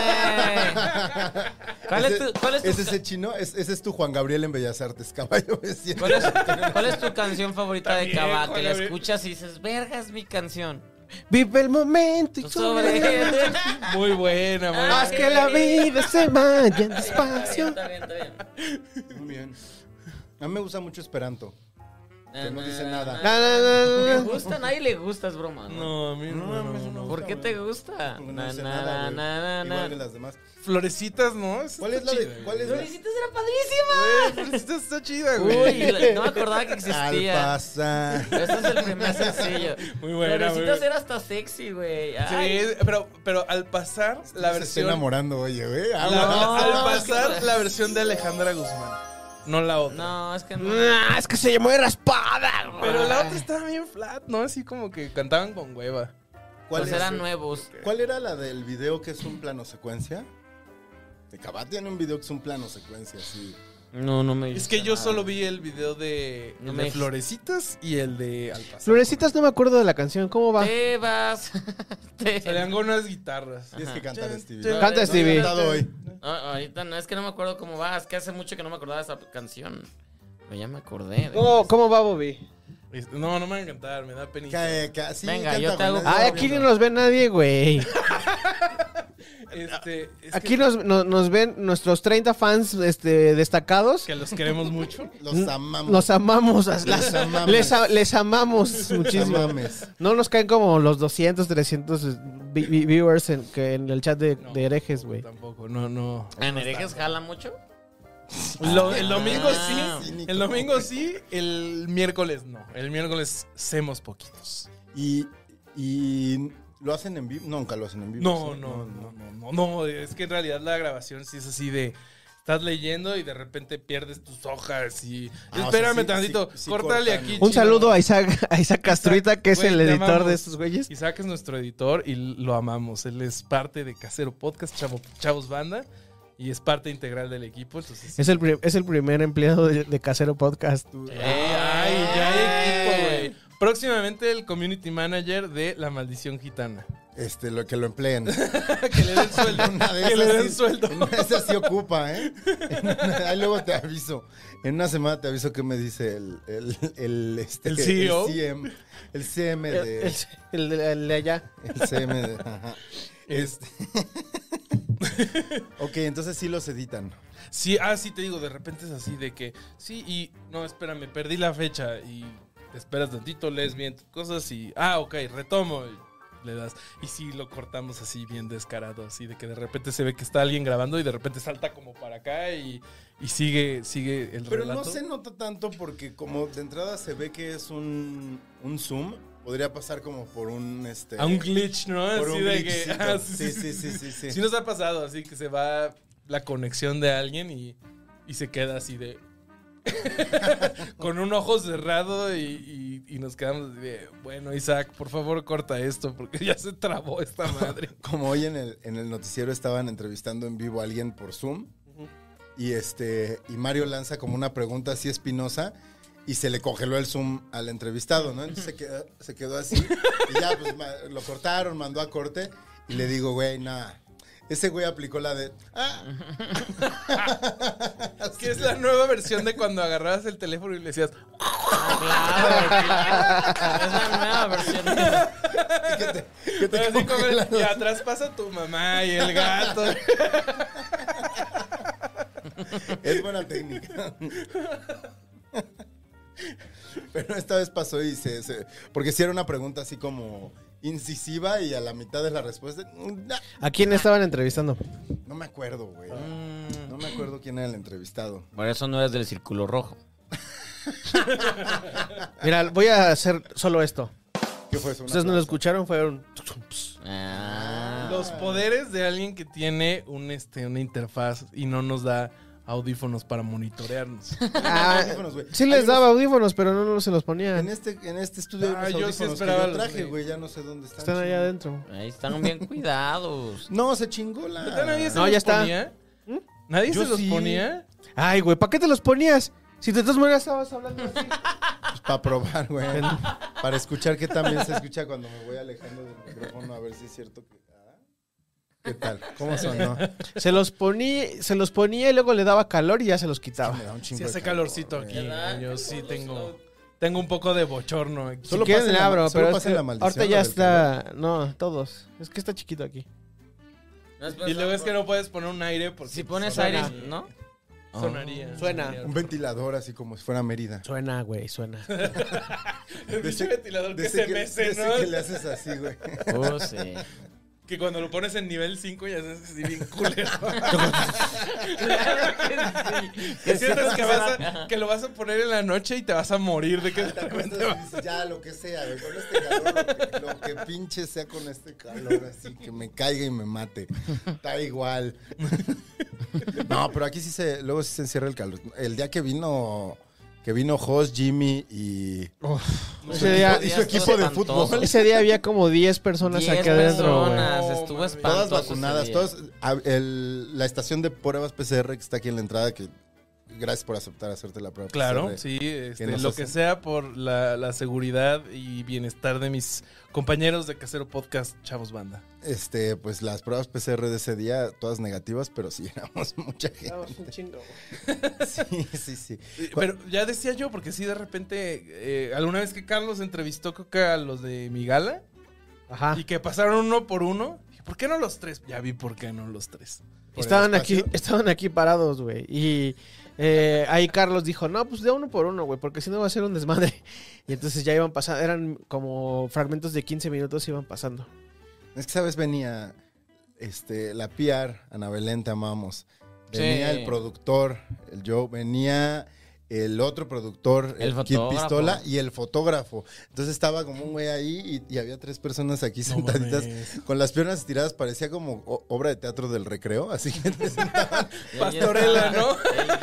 S1: Ah, güey. ¿Cuál es tu, cuál es tu
S2: ¿Es ese chino? Es- ese es tu Juan Gabriel en Bellas Artes, caballo vecino.
S1: ¿Cuál es, cuál es tu canción favorita de
S3: También,
S1: Cava? Que
S3: Juan
S1: la
S3: Gabriel.
S1: escuchas y dices, verga, es mi canción.
S4: Vive el momento
S1: Tú sobre.
S3: <laughs>
S2: <laughs>
S3: Muy buena, muy
S1: Ah,
S3: buena.
S4: Haz que la vida se vaya despacio.
S1: Está bien, está bien, está bien.
S2: Muy bien. A mí me gusta mucho Esperanto. Que no dice nada.
S4: Na, na, na,
S1: ¿Te
S4: na, na.
S1: gusta? A nadie le gusta, es broma.
S3: No,
S1: ¿no?
S3: a mí no,
S2: No,
S3: no,
S2: pues,
S3: no.
S2: no.
S1: ¿Por qué te gusta?
S2: Porque no
S1: Ah, Na,
S2: dice
S1: na, na,
S2: nada,
S1: na,
S2: güey.
S1: na.
S2: Igual que las demás.
S3: Florecitas, ¿no? Esa
S2: ¿Cuál es
S3: está
S2: la
S3: chida,
S2: de, cuál es la-
S1: Floricitas era padrísima.
S3: güey. Florecitas está chida, güey.
S1: Uy, la- no me acordaba que
S2: Al
S1: existía.
S2: pasar.
S1: Ese es el primer sencillo.
S3: Muy buena,
S1: Florecitas
S3: muy-
S1: era hasta sexy, güey. Ay,
S3: Sí, pero, pero al pasar la
S2: Se está
S3: versión...
S2: enamorando, oye, güey.
S3: la-
S2: Habla.
S3: al
S1: No, es que-
S3: pasar la versión de Alejandra Guzmán, no la otra.
S1: No, es que no.
S4: Ah, Es que se llamó de raspada. güey.
S3: Pero la otra estaba bien flat, ¿no? Así como que cantaban con hueva.
S2: ¿Cuál,
S1: Pues
S2: es-
S1: eran nuevos.
S2: cuál era la del video que es un plano secuencia? De Cabat tiene un video que es un plano secuencia, sí.
S1: No, no me.
S3: Es que yo solo vi el video de,
S1: No
S3: el
S1: me
S3: de
S1: dijiste.
S3: Florecitas y el de Al pasar.
S4: Florecitas, no me acuerdo de la canción. ¿Cómo va?
S1: Te vas. <laughs> Te-
S3: Salían con unas guitarras.
S2: Tienes que cantar, este
S3: Chan,
S2: Stevie.
S3: chan,
S2: No,
S4: Canta,
S2: no he
S4: Stevie.
S2: cantado hoy.
S1: Ah, ahorita no, es que no me acuerdo cómo va. Es que hace mucho que no me acordaba de esa canción. Pero ya me acordé. de-
S4: ¿Cómo, cómo va, Bobby?
S3: No, no me van a cantar, me da penita.
S2: Ca- ca- sí,
S1: Venga,
S2: canta
S1: yo te
S2: con
S1: hago-
S2: nadie.
S4: Ay, Ah, aquí ni nos ve nadie, güey.
S3: Este, es
S4: Aquí
S3: que,
S4: nos, no- nos ven nuestros 30 fans este, destacados.
S3: que los queremos mucho.
S2: Los amamos.
S4: Los amamos. las-
S2: Los amamos.
S4: <laughs> les, a- les amamos muchísimo.
S2: Amames.
S4: No nos caen como los 200, 300 vi- vi- viewers en, que en el chat de,
S3: No,
S4: de herejes, güey.
S3: Tampoco, no, no.
S1: ¿En herejes jala mucho?
S3: Lo- el domingo
S1: Ah,
S3: sí,
S2: cínico.
S3: el domingo sí, el miércoles no. El miércoles semos poquitos.
S2: Y, y lo hacen en vivo. Nunca lo hacen en vivo.
S3: No,
S2: sí.
S3: no, no, no, no, no, es que en realidad la grabación sí es así de estás leyendo y de repente pierdes tus hojas y
S2: Ah,
S3: espérame
S2: o sea, sí,
S3: tantito,
S2: sí, sí
S3: córtale
S2: cortan.
S3: aquí.
S2: Un
S4: Un
S3: chino.
S4: saludo a Isaac, a Isaac Castruita, que es
S3: Güey,
S4: el
S3: te
S4: editor
S3: amamos.
S4: de estos güeyes.
S3: Isaac es nuestro editor y lo amamos. Él es parte de Casero Podcast, Chavo- Chavos Banda y es parte integral del equipo, entonces sí.
S4: Es el, pri- es el primer empleado de, de Casero Podcast.
S3: Eh, Ay, ya hay
S1: Ay.
S3: equipo, güey. Próximamente el community manager de La Maldición Gitana.
S2: Este, lo que lo empleen. <laughs>
S3: que le den sueldo.
S2: Una de
S3: que le
S2: esas
S3: den
S2: sí-
S3: sueldo.
S2: en una de esas sí ocupa, ¿eh? En una- ahí luego te aviso. En una semana te aviso qué me dice el, el, el, este,
S3: ¿El E CEO?
S2: CM, el CM
S4: El,
S2: de.
S4: el de- el de allá.
S2: El CM de. ajá. Este. <laughs> ok, entonces sí los editan.
S3: Sí, ah, sí, te digo, de repente es así de que, sí, y no, espérame, perdí la fecha y te esperas tantito, lees bien tus cosas y, ah, ok, retomo. y le das, y sí, lo cortamos así bien descarado, así de que de repente se ve que está alguien grabando y de repente salta como para acá y, y sigue, sigue el
S2: Pero
S3: relato.
S2: no se nota tanto porque como de entrada se ve que es un, un zoom, podría pasar como por un este
S3: A un glitch, ¿no?
S2: por
S3: Así
S2: un
S3: de que.
S2: glitchcito.
S3: <laughs> ah,
S2: sí, sí, sí, sí, sí.
S3: Sí nos ha pasado, así que se va la conexión de alguien y, y se queda así de... <laughs> con un ojo cerrado y, y- y nos quedamos así de... Bueno, Isaac, por favor corta esto porque ya se trabó esta
S2: <laughs>
S3: madre.
S2: Como hoy en el, en el noticiero estaban entrevistando en vivo a alguien por Zoom y este y Mario lanza como una pregunta así espinosa y se le congeló el Zoom al entrevistado, ¿no? Entonces se quedó, se quedó así y ya pues ma- lo cortaron, mandó a corte y le digo, güey, nada. Ese güey aplicó la de... "Ah".
S3: que es la nueva versión de cuando agarrabas el teléfono y le decías...
S1: Ah, claro, claro. Es la nueva versión.
S2: que te, que te
S3: Pero así como-
S2: congelan
S3: y atrás pasa tu mamá y el
S2: <laughs>
S3: gato.
S2: los- Es buena técnica. <laughs> Pero esta vez pasó y se, se- Porque si era una pregunta así como incisiva y a la mitad de la respuesta... "Nah".
S4: ¿A quién estaban entrevistando?
S2: No me acuerdo, güey.
S3: Ah.
S2: No me acuerdo quién era el entrevistado.
S1: Por eso no eres del círculo rojo.
S4: Mira, voy a hacer solo esto.
S2: ¿Qué fue eso?
S4: Ustedes no lo escucharon, fue un...
S1: Ah.
S3: Los poderes de alguien que tiene un, este, una interfaz y no nos da audífonos para monitorearnos.
S4: Ah,
S2: Audífonos, güey.
S4: <laughs> sí
S2: Hay
S4: les
S2: unos-
S4: daba audífonos, pero no, no se los
S2: En
S4: ponían.
S2: este, en este estudio hay
S3: Ah,
S2: unos
S3: yo sí
S2: audífonos
S3: esperaba
S2: que yo
S3: los
S2: traje,
S3: de-
S2: güey. Ya no sé dónde están.
S4: Están allá adentro.
S1: Ahí están bien
S2: <laughs>
S1: cuidados.
S2: No, se chingó la...
S3: ¿Neta
S2: <laughs>
S3: nadie se
S4: No,
S3: los
S4: ya está.
S3: ponía? ¿Nadie
S2: Yo
S3: se los
S2: sí.
S3: ponía?
S4: Ay, güey, ¿para qué te los ponías? Si te estás maneras estabas
S2: <laughs>
S4: hablando así.
S2: Para probar, güey. Para escuchar que también se escucha cuando me voy alejando del micrófono a ver si es cierto que. ah. ¿Qué tal? ¿Cómo sonó?
S4: Se los ponía, se los ponía y luego le daba calor y ya se los
S2: Ah,
S4: quitaba.
S2: me da un chingo
S3: Sí
S2: de
S3: hace
S2: calor,
S3: calorcito
S2: güey.
S3: aquí. Yo sí tengo... Tengo un poco de bochorno aquí.
S2: Solo
S4: si quieren
S2: pasen
S4: le
S2: la-
S4: abro,
S2: solo
S4: pero es
S2: pasen
S4: que
S2: la maldición,
S4: ahorita
S2: la
S4: ya
S2: del
S4: está, no, todos. Es que está chiquito aquí.
S3: Y luego es que no puedes poner un aire porque...
S1: Si pones
S3: sonaría.
S1: aire, ¿no?
S3: Sonaría.
S2: Ah.
S4: Suena.
S2: Un ventilador así como si fuera Mérida.
S4: Suena,
S2: <laughs>
S4: güey, suena.
S3: <laughs> El
S2: De
S3: pinche
S2: ese-
S3: ventilador
S2: de
S3: que
S2: ese
S3: se mece,
S2: de ese
S3: ¿no?
S2: que le haces así, güey.
S1: Oh, sí.
S3: Que cuando lo pones en nivel 5 ya haces así
S2: <laughs>
S3: bien culero. <laughs>
S1: Claro que sí.
S3: Te sientes que, vas
S2: <laughs>
S3: a- que lo vas a poner en la noche y te vas a morir de que de
S2: Te
S3: repente
S2: <laughs> acuestas y dices, ya, lo que sea, güey. Con este calor, lo que, lo que pinche sea con este calor, así que me caiga y me mate. Está igual. <laughs> No, pero aquí sí se, luego sí se encierra el calor. El día que vino, que vino Jos, Jimmy y,
S4: Ese día,
S2: y su equipo de fútbol.
S4: ese día había como 10 personas
S1: Diez
S4: aquí adentro, güey.
S1: personas,
S3: güey.
S1: estuvo
S3: Todas
S1: espantoso
S2: todas
S1: ese
S2: vacunadas,
S1: día.
S2: todos, a- el- la estación de pruebas PCR que está aquí en la entrada, que gracias por aceptar hacerte la prueba.
S3: Claro,
S2: PCR.
S3: sí, este,
S2: nos
S3: lo
S2: hacen.
S3: que sea por la, la seguridad y bienestar de mis compañeros de Casero Podcast, Chavos Banda.
S2: Este, pues las pruebas PCR de ese día, todas negativas, pero sí <laughs> éramos mucha
S1: Oh.
S2: gente. Sí, sí, sí.
S3: Eh, Pero ya decía yo, porque sí, de repente, eh, alguna vez que Carlos entrevistó creo que a los de mi gala
S1: Ah.
S4: Ajá.
S3: y que pasaron uno por uno, dije, ¿por qué no los tres? Ya vi por qué no los tres.
S2: por el
S4: Estaban
S2: espacio.
S4: aquí, estaban aquí parados, güey. Y eh, ahí Carlos dijo, no, pues de uno por uno, güey, porque si no va a ser un desmadre. <laughs> Y entonces ya iban pasando, eran como fragmentos de 15 minutos iban pasando.
S2: Es que sabes, venía este, la PR, Ana Belén, te amamos.
S1: Sí.
S2: Venía el productor, el yo, venía el otro productor,
S1: El
S2: Kid
S1: fotógrafo.
S2: Pistola, y el fotógrafo. Entonces estaba como un güey ahí y, y había tres personas
S3: <laughs>
S2: aquí
S3: No
S2: sentaditas.
S3: mames.
S2: Con las piernas estiradas parecía como o- obra de teatro del recreo, así
S1: <laughs>
S2: que te sentaban
S1: Y ahí
S3: Pastorela,
S1: estaba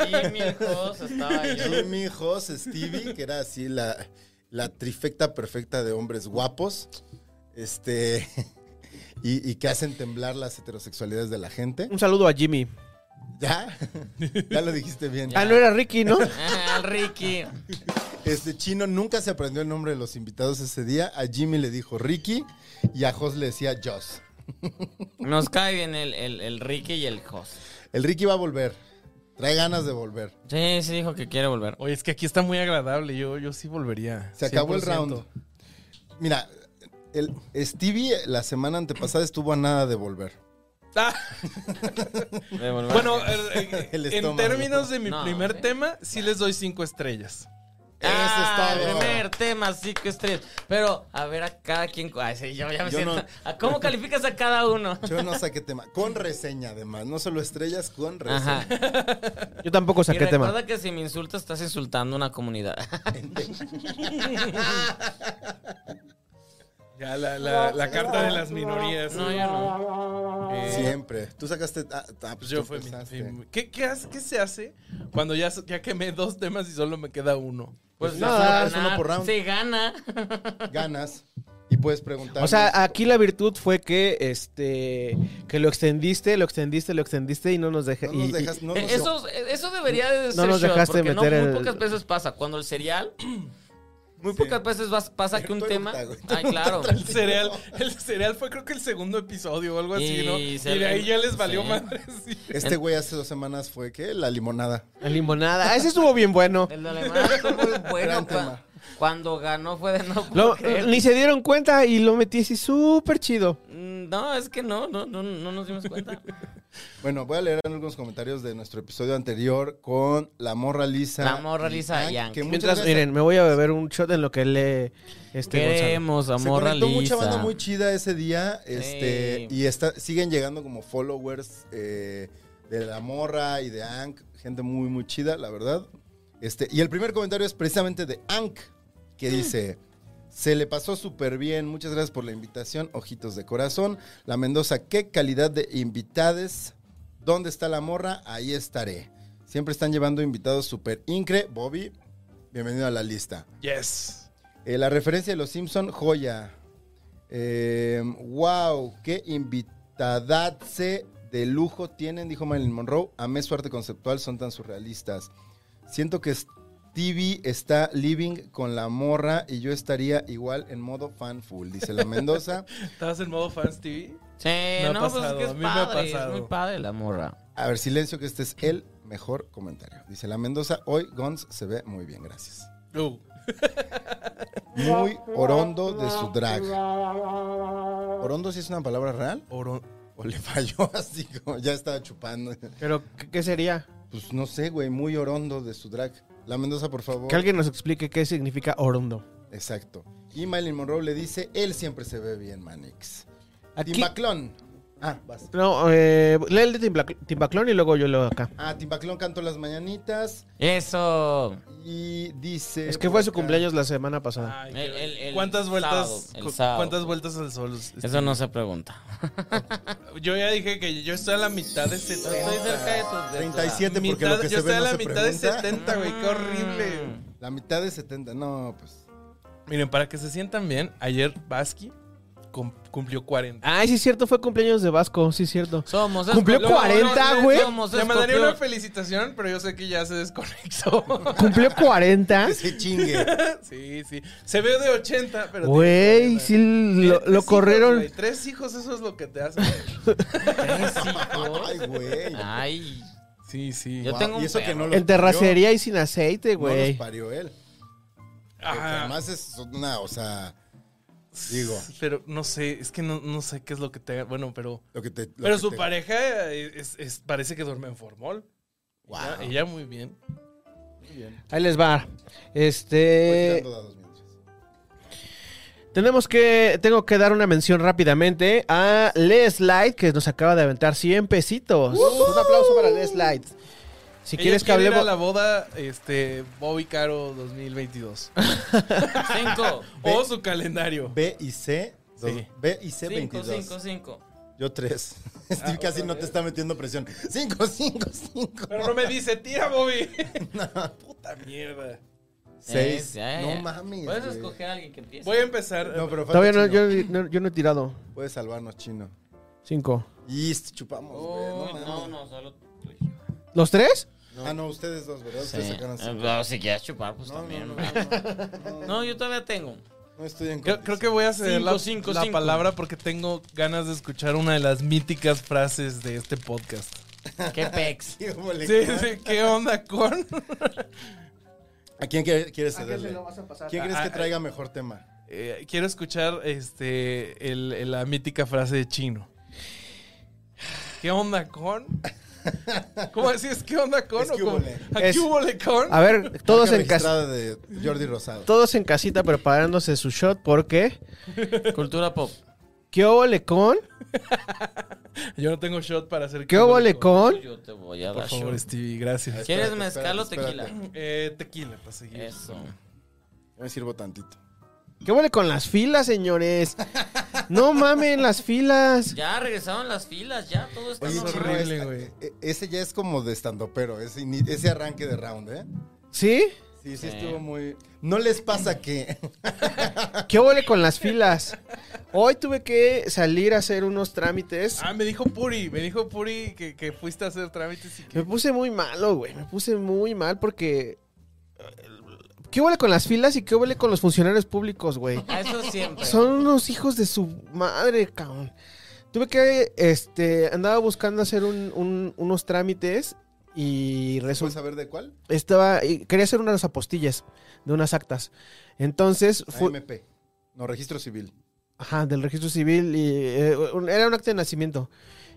S1: El Jimmy, el Jos, estaba ahí.
S2: Jimmy, Jos, Stevie, que era así la, la trifecta perfecta de hombres guapos, este, <laughs> y, y que hacen temblar las heterosexualidades de la gente.
S4: Un saludo a Jimmy.
S2: ¿Ya? <laughs> Ya lo dijiste bien.
S1: Ya.
S4: Ah, no era
S2: <laughs>
S4: Ricky, ¿no?
S1: Ah, el Ricky.
S2: Este chino nunca se aprendió el nombre de los invitados ese día. A Jimmy le dijo Ricky y a Jos le decía Jos.
S1: Nos cae bien el, el, el Ricky y el Jos.
S2: El Ricky va a volver. Trae ganas de volver.
S1: Sí, sí dijo que quiere volver.
S3: Oye, es que aquí está muy agradable, yo, yo sí volvería.
S2: Se acabó el
S3: 100%.
S2: round. Mira, el Stevie la semana antepasada estuvo a nada de volver.
S3: Ah,
S1: De
S3: <laughs>
S1: volver.
S3: bueno, eh, eh,
S2: El
S3: en
S2: estómago.
S3: términos de mi
S1: No, ¿eh?
S3: primer
S1: sí.
S3: tema, sí les doy cinco estrellas.
S1: Ah,
S2: Eso es todo.
S1: Primer tema, cinco estrellas. Pero, a ver, a cada quien. Ay, sí, yo ya me
S2: Yo
S1: siento.
S2: no.
S1: ¿A ¿Cómo calificas a cada uno?
S2: Yo no saqué tema. Con reseña, además. No solo estrellas, con reseña.
S1: Ajá.
S4: Yo tampoco
S1: y
S4: saqué
S1: recuerda
S4: tema.
S1: que si me insultas, estás insultando a una comunidad.
S3: Ya la, la- la carta de las minorías.
S1: No, yo no.
S3: Eh,
S2: Siempre. Tú sacaste. Ah, ah,
S3: pues
S2: pues
S3: yo
S2: em, tú
S3: fui mi-
S2: empezaste.
S3: fui mi- ¿Qué, qué, hace- qué se hace cuando ya, ya quemé dos temas y solo me queda uno?
S1: Pues
S2: nada,
S1: ganar,
S2: es uno por round.
S1: Se gana.
S2: Ganas. Y puedes preguntar.
S4: O
S1: ah,
S4: sea, aquí la virtud fue que este que lo extendiste, lo extendiste, lo extendiste y no nos dejaste.
S2: no nos dejas. No nos-
S1: Eh, Eso, eso debería de ser
S4: No nos
S1: shot,
S4: dejaste
S1: porque no,
S4: meter
S1: muy
S4: el-
S1: pocas veces pasa. Cuando el cereal, muy pocas veces vas- pasa que
S2: Pero
S1: un
S2: tú
S1: tema...
S2: eructa, güey.
S1: Ay, claro.
S3: El cereal, el cereal fue creo que el segundo episodio o algo así,
S1: Y
S3: ¿no? Y
S1: se-
S3: de ahí ya les valió
S1: sí.
S3: madre. <laughs> sí.
S2: Este güey hace dos semanas fue, ¿qué? La limonada. <laughs>
S4: La limonada. Ah, ese estuvo bien bueno.
S1: El de alemán fue muy bueno.
S2: Gran
S1: pa-
S2: tema.
S1: Cuando ganó fue de no puedo
S4: Lo-
S1: creer.
S4: ni se dieron cuenta y lo metí así súper chido.
S1: Mm, No, es que no, no, no, no nos dimos cuenta.
S2: Bueno, voy a leer algunos comentarios de nuestro episodio anterior con la morra lisa.
S1: La morra
S2: y
S1: lisa
S2: Hank,
S1: y Hank.
S2: que muchas
S4: Mientras,
S2: gracias.
S4: miren, me voy a beber un shot en lo que lee este Gonzalo.
S1: Queremos
S2: Se
S1: amor
S2: conectó mucha
S1: realista.
S2: banda muy chida ese día. Este,
S1: Sí.
S2: Y está, siguen llegando como followers eh, de la morra y de Ank. Gente muy, muy chida, la verdad. Este, y el primer comentario es precisamente de Ank,
S1: Mm.
S2: que dice. Se le pasó súper bien. Muchas gracias por la invitación. Ojitos de corazón. La Mendoza, qué calidad de invitades. ¿Dónde está la morra? Ahí estaré. Siempre están llevando invitados súper incre. Bobby, bienvenido a la lista.
S3: Yes.
S2: Eh, la referencia de los Simpson, joya. Eh, wow, qué invitadace de lujo tienen, dijo Marilyn Monroe. Amé su arte conceptual, son tan surrealistas. Siento que Stevie está living con la morra y yo estaría igual en modo fanful, dice la Mendoza.
S3: ¿Estabas en modo fans TV?
S1: Sí,
S3: Me ha
S1: no, pues
S3: pasado,
S1: es que
S3: a
S1: es
S3: mí me ha
S1: padre, es
S3: pasado.
S1: muy padre la morra.
S2: A ver, silencio, que este es el mejor comentario. Dice la Mendoza, hoy Gons se ve muy bien, gracias.
S3: Uh,
S2: Muy orondo de su drag. ¿Orondo sí es una palabra real?
S3: oro-
S2: O le <laughs> falló así, como ya estaba chupando.
S4: Pero, ¿qué, qué sería?
S2: Pues no sé, güey, muy orondo de su drag. La Mendoza, por favor.
S4: Que alguien nos explique qué significa orondo.
S2: Exacto. Y Marilyn Monroe le dice, él siempre se ve bien, Manix.
S4: Aquí,
S2: Timbaclón. Ah, vas.
S4: no, eh, lee el de Timbla- Timbaclón y luego yo leo acá.
S2: Ah, Timbaclón cantó las mañanitas
S1: Eso.
S2: y dice...
S4: Es que fue
S2: por
S4: su
S2: acá,
S4: cumpleaños la semana pasada.
S3: ay, qué-
S1: El- el- el
S3: ¿Cuántas
S1: sábado,
S3: vueltas?
S1: el
S3: cu-
S1: sábado.
S3: ¿Cuántas vueltas al sol?
S1: Eso no se pregunta.
S3: Yo ya dije que yo estoy a la mitad de 70.
S1: Estoy cerca de tu. de tu edad.
S2: 37, porque
S3: Mitad-
S2: lo
S3: yo
S2: que se
S3: estoy
S2: ve
S3: a
S2: no
S3: la
S2: se
S3: mitad de
S2: pregunta.
S3: 70, güey. Qué
S1: Mm.
S3: horrible.
S2: La mitad de 70, no, pues...
S3: Miren, para que se sientan bien, ayer Basqui cum- cumplió 40.
S4: Ay, Ah, sí es cierto, fue cumpleaños de Vasco, sí es cierto.
S1: Somos
S4: Cumplió
S1: escorpión,
S4: 40, güey.
S1: somos
S3: Le mandaría
S1: escorpión.
S3: una felicitación, pero yo sé que ya se desconectó. <laughs>
S4: Cumplió 40. <laughs>
S2: Que se chingue.
S3: sí, sí. Se ve de 80, pero. tiene
S4: Güey,
S3: 40.
S4: sí lo,
S3: Tres
S4: lo
S3: hijos,
S4: corrieron.
S3: güey, tres hijos, eso es lo que te hace.
S2: Ay, güey.
S1: Ay,
S3: sí, sí.
S1: Ah, Yo tengo
S2: y
S1: un
S2: eso que
S1: perro.
S2: no los
S4: En terracería y sin aceite,
S2: parió, No los
S4: güey.
S2: parió él.
S3: Ah,
S2: Porque
S3: Ajá.
S2: Además es una, o sea, digo,
S3: Pero no sé, es que no, no sé qué es lo que te. Bueno, pero.
S2: lo que te... lo
S3: Pero
S2: que
S3: su
S2: te-
S3: pareja es, es- parece que duerme en formol. Ella, ella muy bien.
S4: Ahí les va.
S2: Voy
S4: Este.
S2: tirando dados mientras.
S4: Tenemos que. Tengo que dar una mención rápidamente a Les Light, que nos acaba de aventar 100 pesitos. Un aplauso para Les Light. Si
S3: Ella
S4: quieres que
S3: quiere ir
S4: hablemos.
S3: a la boda este, Bobby Caro 2022.
S1: cinco.
S3: o su calendario.
S2: B y C. dos-
S3: Sí.
S2: B y C
S1: Cinco,
S2: 22.
S1: cinco, cinco.
S2: Yo 3. <laughs>
S3: Ah,
S2: Steve casi no te está metiendo presión. 5, 5, 5.
S3: Pero no me dice, tira, Bobby. Puta mierda.
S2: 6.
S1: Eh, ya,
S2: No
S1: ya.
S2: mames.
S1: Puedes
S2: güey.
S1: escoger a alguien que empiece.
S3: Voy a empezar.
S2: No, pero falta
S4: Todavía no,
S2: chino.
S4: yo, no- yo no he tirado.
S2: Puedes salvarnos, chino.
S4: 5.
S2: Y est- chupamos,
S1: Uy,
S2: güey. No,
S1: Oh, no,
S2: mames.
S1: no, solo.
S4: ¿Los tres?
S2: Ah, no, ustedes dos, ¿verdad?
S1: Sí.
S2: Ustedes sacaron
S1: Eh,
S2: cinco.
S1: pero si quieres chupar, pues
S2: No, no,
S1: también.
S2: no,
S1: güey.
S2: no, no,
S1: No, yo todavía tengo.
S2: no estoy en
S3: Creo, creo que voy a ceder la,
S1: Cinco, cinco,
S3: la
S1: cinco.
S3: palabra porque tengo ganas de escuchar una de las míticas frases de este podcast.
S1: Qué pex.
S2: <laughs> condiciones.
S3: Sí, sí, ¿qué onda con?
S2: ¿A quién quiere- quieres cederle? ¿Quién crees que
S3: Ah,
S2: traiga mejor tema?
S3: <laughs> Eh, quiero escuchar este el- el- la mítica frase de Chino. ¿Qué onda con? ¿Cómo así es qué onda con?
S2: Es
S3: o
S2: que
S3: cómo?
S2: hubole.
S3: ¿A
S4: Es-
S3: qué hubole con?
S4: A
S3: <laughs>
S4: ver, todos
S2: Marca
S4: en
S2: registrada
S4: casa.
S2: de Jordi Rosado.
S4: Todos en casita preparándose su shot porque.
S1: Cultura pop.
S4: ¿Qué óvole con?
S3: Yo no tengo shot para hacer
S4: ¿Qué óvole con?
S1: Yo te voy a
S3: Por
S1: dar
S3: favor,
S1: shot.
S3: Stevie, gracias.
S1: ¿Quieres
S2: Espérate,
S1: mezcal o
S2: espérate,
S1: tequila?
S2: espérate.
S3: Eh, tequila para seguir.
S1: Eso.
S2: Yo me sirvo tantito.
S4: ¿Qué huele con las filas, señores? No mamen las filas.
S1: Ya regresaron las filas, ya todo está
S2: Oye,
S3: Es
S2: Chino,
S1: normal.
S3: horrible,
S2: es-
S3: güey.
S2: e- ese ya es como de estandopero, ese, ini- ese arranque de round, ¿eh?
S4: ¿Sí?
S2: Sí, sí,
S1: Sí.
S2: estuvo muy... ¿No les pasa que <laughs>
S4: ¿Qué huele con las filas? Hoy tuve que salir a hacer unos trámites.
S3: Ah, me dijo Puri, me dijo Puri que, que fuiste a hacer trámites y que
S4: Me puse muy malo, güey. Me puse muy mal porque. eh, ¿Qué huele con las filas y qué huele con los funcionarios públicos, güey?
S1: A eso siempre.
S4: Son unos hijos de su madre, cabrón. Tuve que, este, andaba buscando hacer un- un- unos trámites y
S2: ¿Puedes
S4: resulta
S2: saber de cuál?
S4: estaba y quería hacer unas apostillas de unas actas. Entonces fue
S2: AMP. No,
S3: <laughs>
S2: registro civil.
S4: ajá, del registro civil y eh, un- era un acta de nacimiento.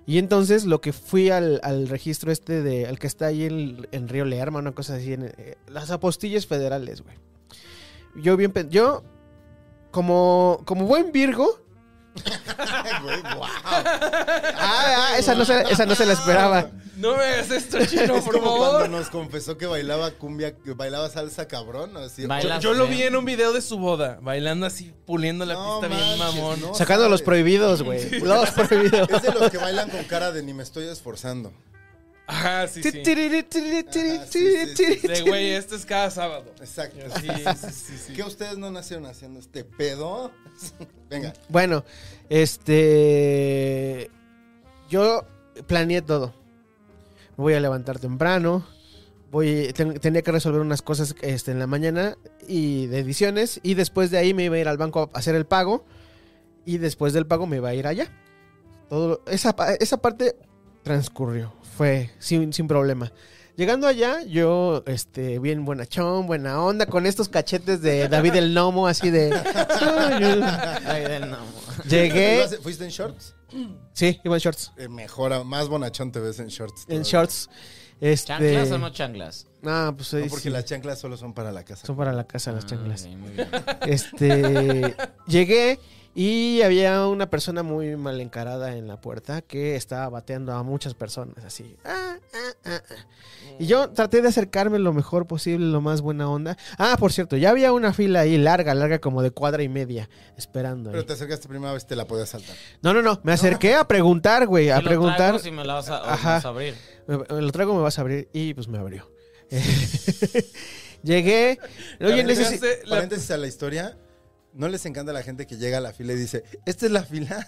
S4: Y entonces lo que fui al, al registro este de al que está ahí en, en Río Lerma, una cosa así, en, eh, las apostillas federales, güey. Yo bien pen- yo como como buen Virgo, <laughs>
S2: Ay, güey, guau. <laughs>
S4: ah, ah, esa no se esa no se la esperaba.
S3: No me hagas esto, chino,
S2: <laughs> es
S3: por
S2: como
S3: favor.
S2: cuando nos confesó que bailaba cumbia, que bailaba salsa cabrón, así.
S1: Baila-
S3: Yo, yo lo vi en un video de su boda, bailando así, puliendo la
S2: No
S3: pista bien
S2: manches,
S3: mamón.
S2: no.
S4: Sacando los prohibidos, güey. Los prohibidos.
S2: Es de los que bailan con cara de ni me estoy esforzando.
S3: Ajá, sí, sí.
S4: Tiri, tiri, tiri,
S2: Ajá, Ah, sí, sí, sí,
S4: tiri,
S3: De güey, este es cada sábado.
S2: Exacto.
S3: Sí, sí, sí, sí.
S2: ¿Qué ustedes no nacieron haciendo este pedo? <laughs> Venga.
S4: Bueno, este. Yo planeé todo. Me voy a levantar temprano. Voy, ten- tenía que resolver unas cosas este, en la mañana y de ediciones. Y después de ahí me iba a ir al banco a hacer el pago. Y después del pago me iba a ir allá. Todo, esa, pa- esa parte transcurrió. Fue sin, sin problema. Llegando allá, yo, este, bien buenachón, buena onda, con estos cachetes de David el Nomo,
S1: <laughs>
S4: así de.
S1: Ay, del no. <laughs>
S4: Llegué.
S2: ¿Ibas- ¿Fuiste en shorts?
S4: Sí, iba en shorts.
S2: Eh, mejora, más bonachón te ves en shorts.
S4: En
S2: todavía.
S4: shorts. Este...
S1: ¿Chanclas o no chanclas?
S4: No, pues
S2: No,
S4: ahí
S2: porque
S4: sí.
S2: las chanclas solo son para la casa.
S4: Son para la casa las
S1: Ah,
S4: chanclas.
S1: ok, muy bien. <laughs>
S4: Este. llegué y había una persona muy mal encarada en la puerta que estaba bateando a muchas personas así. Ah, ah, ah, ah. Y yo traté de acercarme lo mejor posible, lo más buena onda. Ah, por cierto, ya había una fila ahí larga, larga como de cuadra y media, esperando.
S2: Pero
S4: ahí.
S2: te acercaste primera vez, te la podías saltar.
S4: No, no, no, me acerqué a preguntar, güey, a
S1: Si lo traigo,
S4: preguntar.
S1: Si me la vas a, o
S4: Ajá.
S1: me vas a <laughs> abrir.
S4: Me- me lo traigo, me vas a abrir. Y pues me abrió. <laughs> Llegué. Oye, necesi-
S3: necesito.
S2: Paréntesis a la historia. ¿No les encanta la gente que llega a la fila y dice, esta es la fila?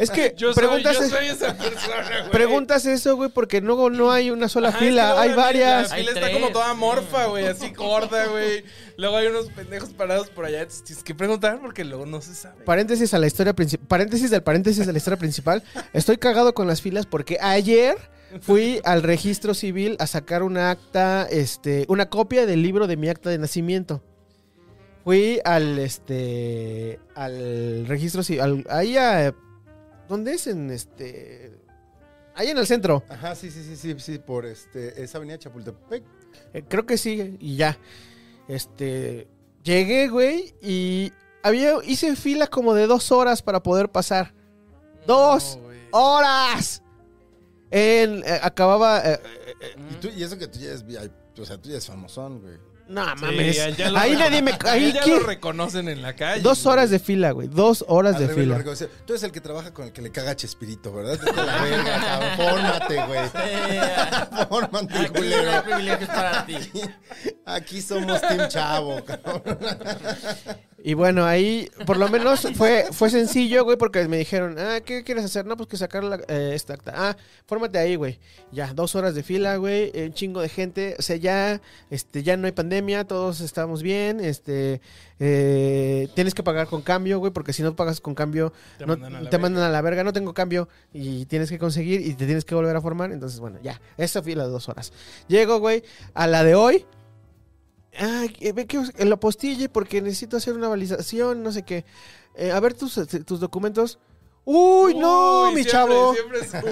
S4: Es que
S3: Yo, soy, yo
S4: preguntas, e-,
S3: soy esa persona, güey.
S4: preguntas eso, güey, porque luego no hay una sola
S3: Ajá, es que
S4: fila,
S3: luego
S4: hay
S3: la-
S4: varias.
S3: La
S1: Hay
S3: fila está
S1: tres.
S3: como toda morfa, güey, así gorda, güey. Luego hay unos pendejos parados por allá. entonces Tienes que preguntar porque luego no se sabe.
S4: Paréntesis a la historia principal. Paréntesis del paréntesis de la historia principal. Estoy cagado con las filas porque ayer fui al registro civil a sacar una acta, este, una copia del libro de mi acta de nacimiento. Fui al este al registro civil. Ahí a. ¿Dónde es? En este. Ahí en el centro.
S2: Ajá, sí, sí, sí, sí, sí, por este, esa avenida Chapultepec.
S4: Eh, Creo que sí, y ya. Este. Llegué, güey, y había, hice fila como de dos horas para poder pasar. ¡Dos
S3: No, güey.
S4: horas! En- eh, acababa. eh,
S2: Y, tú, y eso que tú ya es VIP, o sea, tú ya es famosón, güey.
S4: no
S3: Sí,
S4: mames.
S3: ya- ya lo-
S4: ahí nadie me. Ahí,
S3: ya
S4: ¿qué?
S3: lo reconocen en la calle.
S4: Dos horas de fila, güey. Dos horas
S2: Al
S4: de
S2: revés, lo
S4: fila.
S2: reconoce. Tú eres el que trabaja con el que le caga a Chespirito, ¿verdad? Tú te la verga, <laughs> cabrón. Fórmate, güey.
S1: Ah, Aquí
S2: Fórmate,
S1: no hay
S2: culero.
S1: privilegios para ti.
S2: Aquí somos Team Chavo, cabrón.
S4: Y bueno, ahí por lo menos fue, fue sencillo, güey, porque me dijeron, ah, ¿qué quieres hacer? No, pues que sacar la, eh, esta acta. Ah, fórmate ahí, güey. Ya, dos horas de fila, güey, eh, un chingo de gente. O sea, ya, este, ya no hay pandemia, todos estamos bien. Este, eh, tienes que pagar con cambio, güey, porque si no pagas con cambio,
S3: Te
S4: no-
S3: mandan a la
S4: te
S3: verga.
S4: mandan a la verga, no tengo cambio y tienes que conseguir y te tienes que volver a formar. Entonces, bueno, ya, esa fila de dos horas. Llego, güey, a la de hoy. Ah, ve que os- lo postille porque necesito hacer una validación, no sé qué. Eh, a ver tus, este, tus documentos. Uy, no, mi
S3: siempre,
S4: chavo.
S3: siempre es, uy.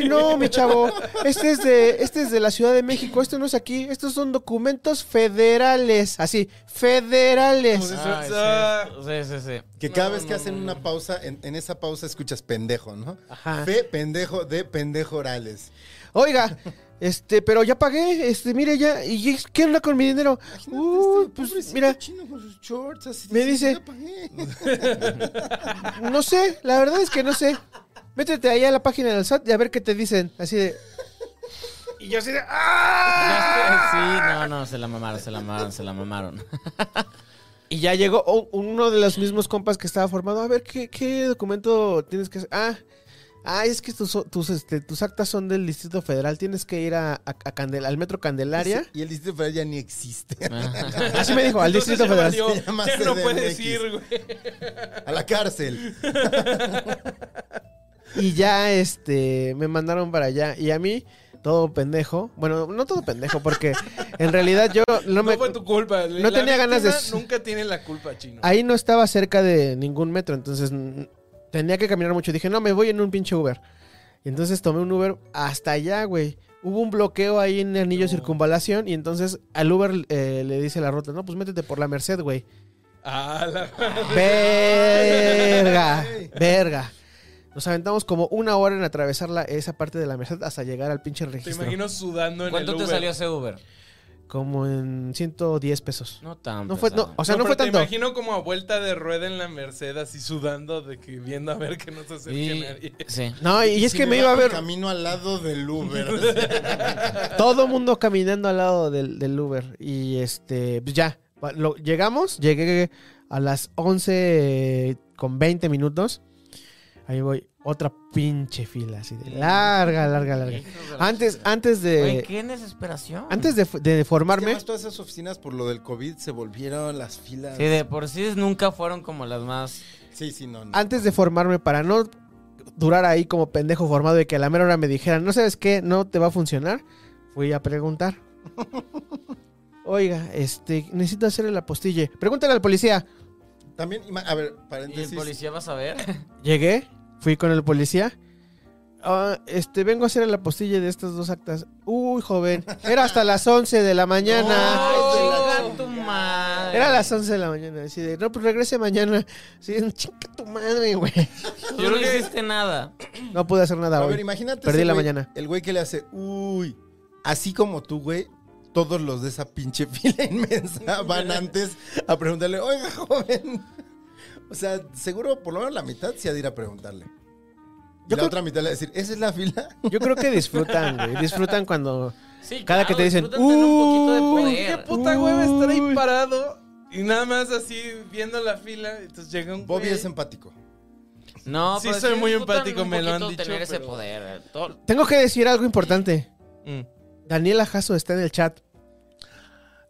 S4: Uy, no, mi chavo. Este es de este es de la Ciudad de México, esto no es aquí. Estos son documentos federales, así, federales.
S3: Pues,
S1: Ay,
S3: Ah.
S1: sí, sí, sí. sí.
S2: Que cada vez que hacen una pausa, en, en esa pausa escuchas pendejo, ¿no?
S4: Ajá.
S2: Fe, pendejo, de pendejo orales.
S4: Oiga, este, pero ya pagué, este, mire ya, ¿y es- qué onda con mi dinero?
S3: este,
S4: Uy, pues mira,
S2: Chino con sus shorts, así,
S4: Me dice-
S2: "Ya pagué". <laughs>
S4: no sé, la verdad es que no sé. Métete ahí a la página del SAT y a ver qué te dicen, así de... Y yo así de...
S1: Ya estoy- Sí, no, no, se la mamaron, se la mamaron, se la mamaron.
S4: Y ya llegó o- uno de los mismos compas que estaba formado. A ver, ¿qué, qué documento tienes que hacer? Ah, ah, es que tus, tus, este, tus actas son del Distrito Federal. Tienes que ir a, a- a Candel- al Metro Candelaria.
S2: Y el Distrito Federal ya ni existe.
S1: Ah.
S4: <laughs> Así me dijo, al
S3: Entonces
S4: Distrito
S3: ya
S4: Federal.
S3: valió,
S2: Se llama
S3: Ya no
S2: CDMX.
S3: puedes ir, güey.
S2: A la cárcel.
S4: Y ya, este, me mandaron para allá. Y a mí, todo pendejo. Bueno, no todo pendejo, porque en realidad yo no
S3: No,
S4: me...
S3: fue tu culpa. No
S4: tenía ganas de-
S3: Nunca tiene la culpa, chino.
S4: Ahí no estaba cerca de ningún metro, entonces mm, tenía que caminar mucho. Dije, no, me voy en un pinche Uber. Y entonces tomé un Uber hasta allá, güey. Hubo un bloqueo ahí en el anillo
S3: No.
S4: circunvalación y entonces al Uber eh, le dice la ruta, no, pues métete por la Merced,
S3: <laughs>
S4: güey.
S3: Ah, la
S4: Verga, verga. Nos aventamos como una hora en atravesar la- esa parte de la Merced hasta llegar al pinche
S3: Te
S4: registro.
S3: imagino sudando en el
S1: ¿Cuánto te
S3: Uber.
S1: salió ese Uber?
S4: Como en 110 pesos.
S1: No tan
S4: No fue, no,
S1: pesado.
S4: o sea, no,
S3: pero
S4: fue
S3: te
S4: tanto.
S3: imagino como a vuelta de rueda en la Merced, así sudando, de que viendo a ver que no se acerque
S1: Y-
S3: nadie.
S1: sí.
S4: No, y es que me iba a ver
S2: Camino al lado del Uber.
S4: todo mundo caminando al lado del, del Uber. Y este, pues ya, pa- lo- llegamos, llegué a las 11 eh, con 20 minutos. Ahí voy, otra pinche fila, así de larga, larga, larga. Antes, antes
S1: Güey,
S4: de...
S1: qué desesperación.
S4: Antes de, f- de formarme...
S2: Además, todas esas oficinas por lo del COVID se volvieron las filas.
S1: Sí, de por sí nunca fueron como las más.
S2: Sí, sí, no. no.
S4: antes de formarme para no durar ahí como pendejo formado y que a la mera hora me dijeran, no sabes qué, no te va a funcionar, fui a preguntar. Oiga, este, necesito hacerle la postille. Pregúntale al policía.
S2: También, ima- a ver,
S1: ¿Y el
S2: paréntesis.
S1: policía va a
S4: <laughs>
S1: saber?
S4: Llegué, fui con el policía. "Ah, este, vengo a hacerle la postille de estas dos actas. Uy, joven, era hasta las 11 de
S2: <laughs>
S4: la mañana.
S1: ¡Oh, chinga tu madre!
S4: Era las 11 de la mañana. Así de, no, pues regrese mañana. Así de, chinga tu madre, güey.
S1: Tú no hiciste nada.
S4: No pude hacer nada
S2: A
S4: hoy.
S2: ver, imagínate.
S4: Perdí
S2: ese
S4: la
S2: güey-
S4: mañana.
S2: El güey que le hace, uy, así como tú, güey, todos los de esa pinche <laughs> fila inmensa van antes a preguntarle, oiga, joven. <laughs> O sea, seguro por lo menos la mitad se ha de ir a preguntarle. Y la
S4: Yo creo-
S2: otra mitad le va a decir, ¿esa es la fila?
S4: Yo creo que disfrutan, güey. Disfrutan cuando.
S1: Sí,
S4: Cada
S1: claro,
S4: que te dicen,
S1: disfrutan tener un poquito de
S4: "Uh,
S1: poder".
S3: Qué puta hueva estar
S4: Uy.
S3: ahí parado y nada más así viendo la fila. Entonces llega un
S2: Bobby
S3: güey.
S2: es empático.
S1: No,
S3: Sí,
S1: pero
S3: soy muy
S1: disfrutan
S3: empático,
S1: un
S3: me lo han
S1: poquito
S3: dicho,
S1: tener ese
S3: pero-
S1: poder. eh, Todo-
S4: Tengo que decir algo importante.
S3: Mm.
S4: Daniela Jasso está en el chat.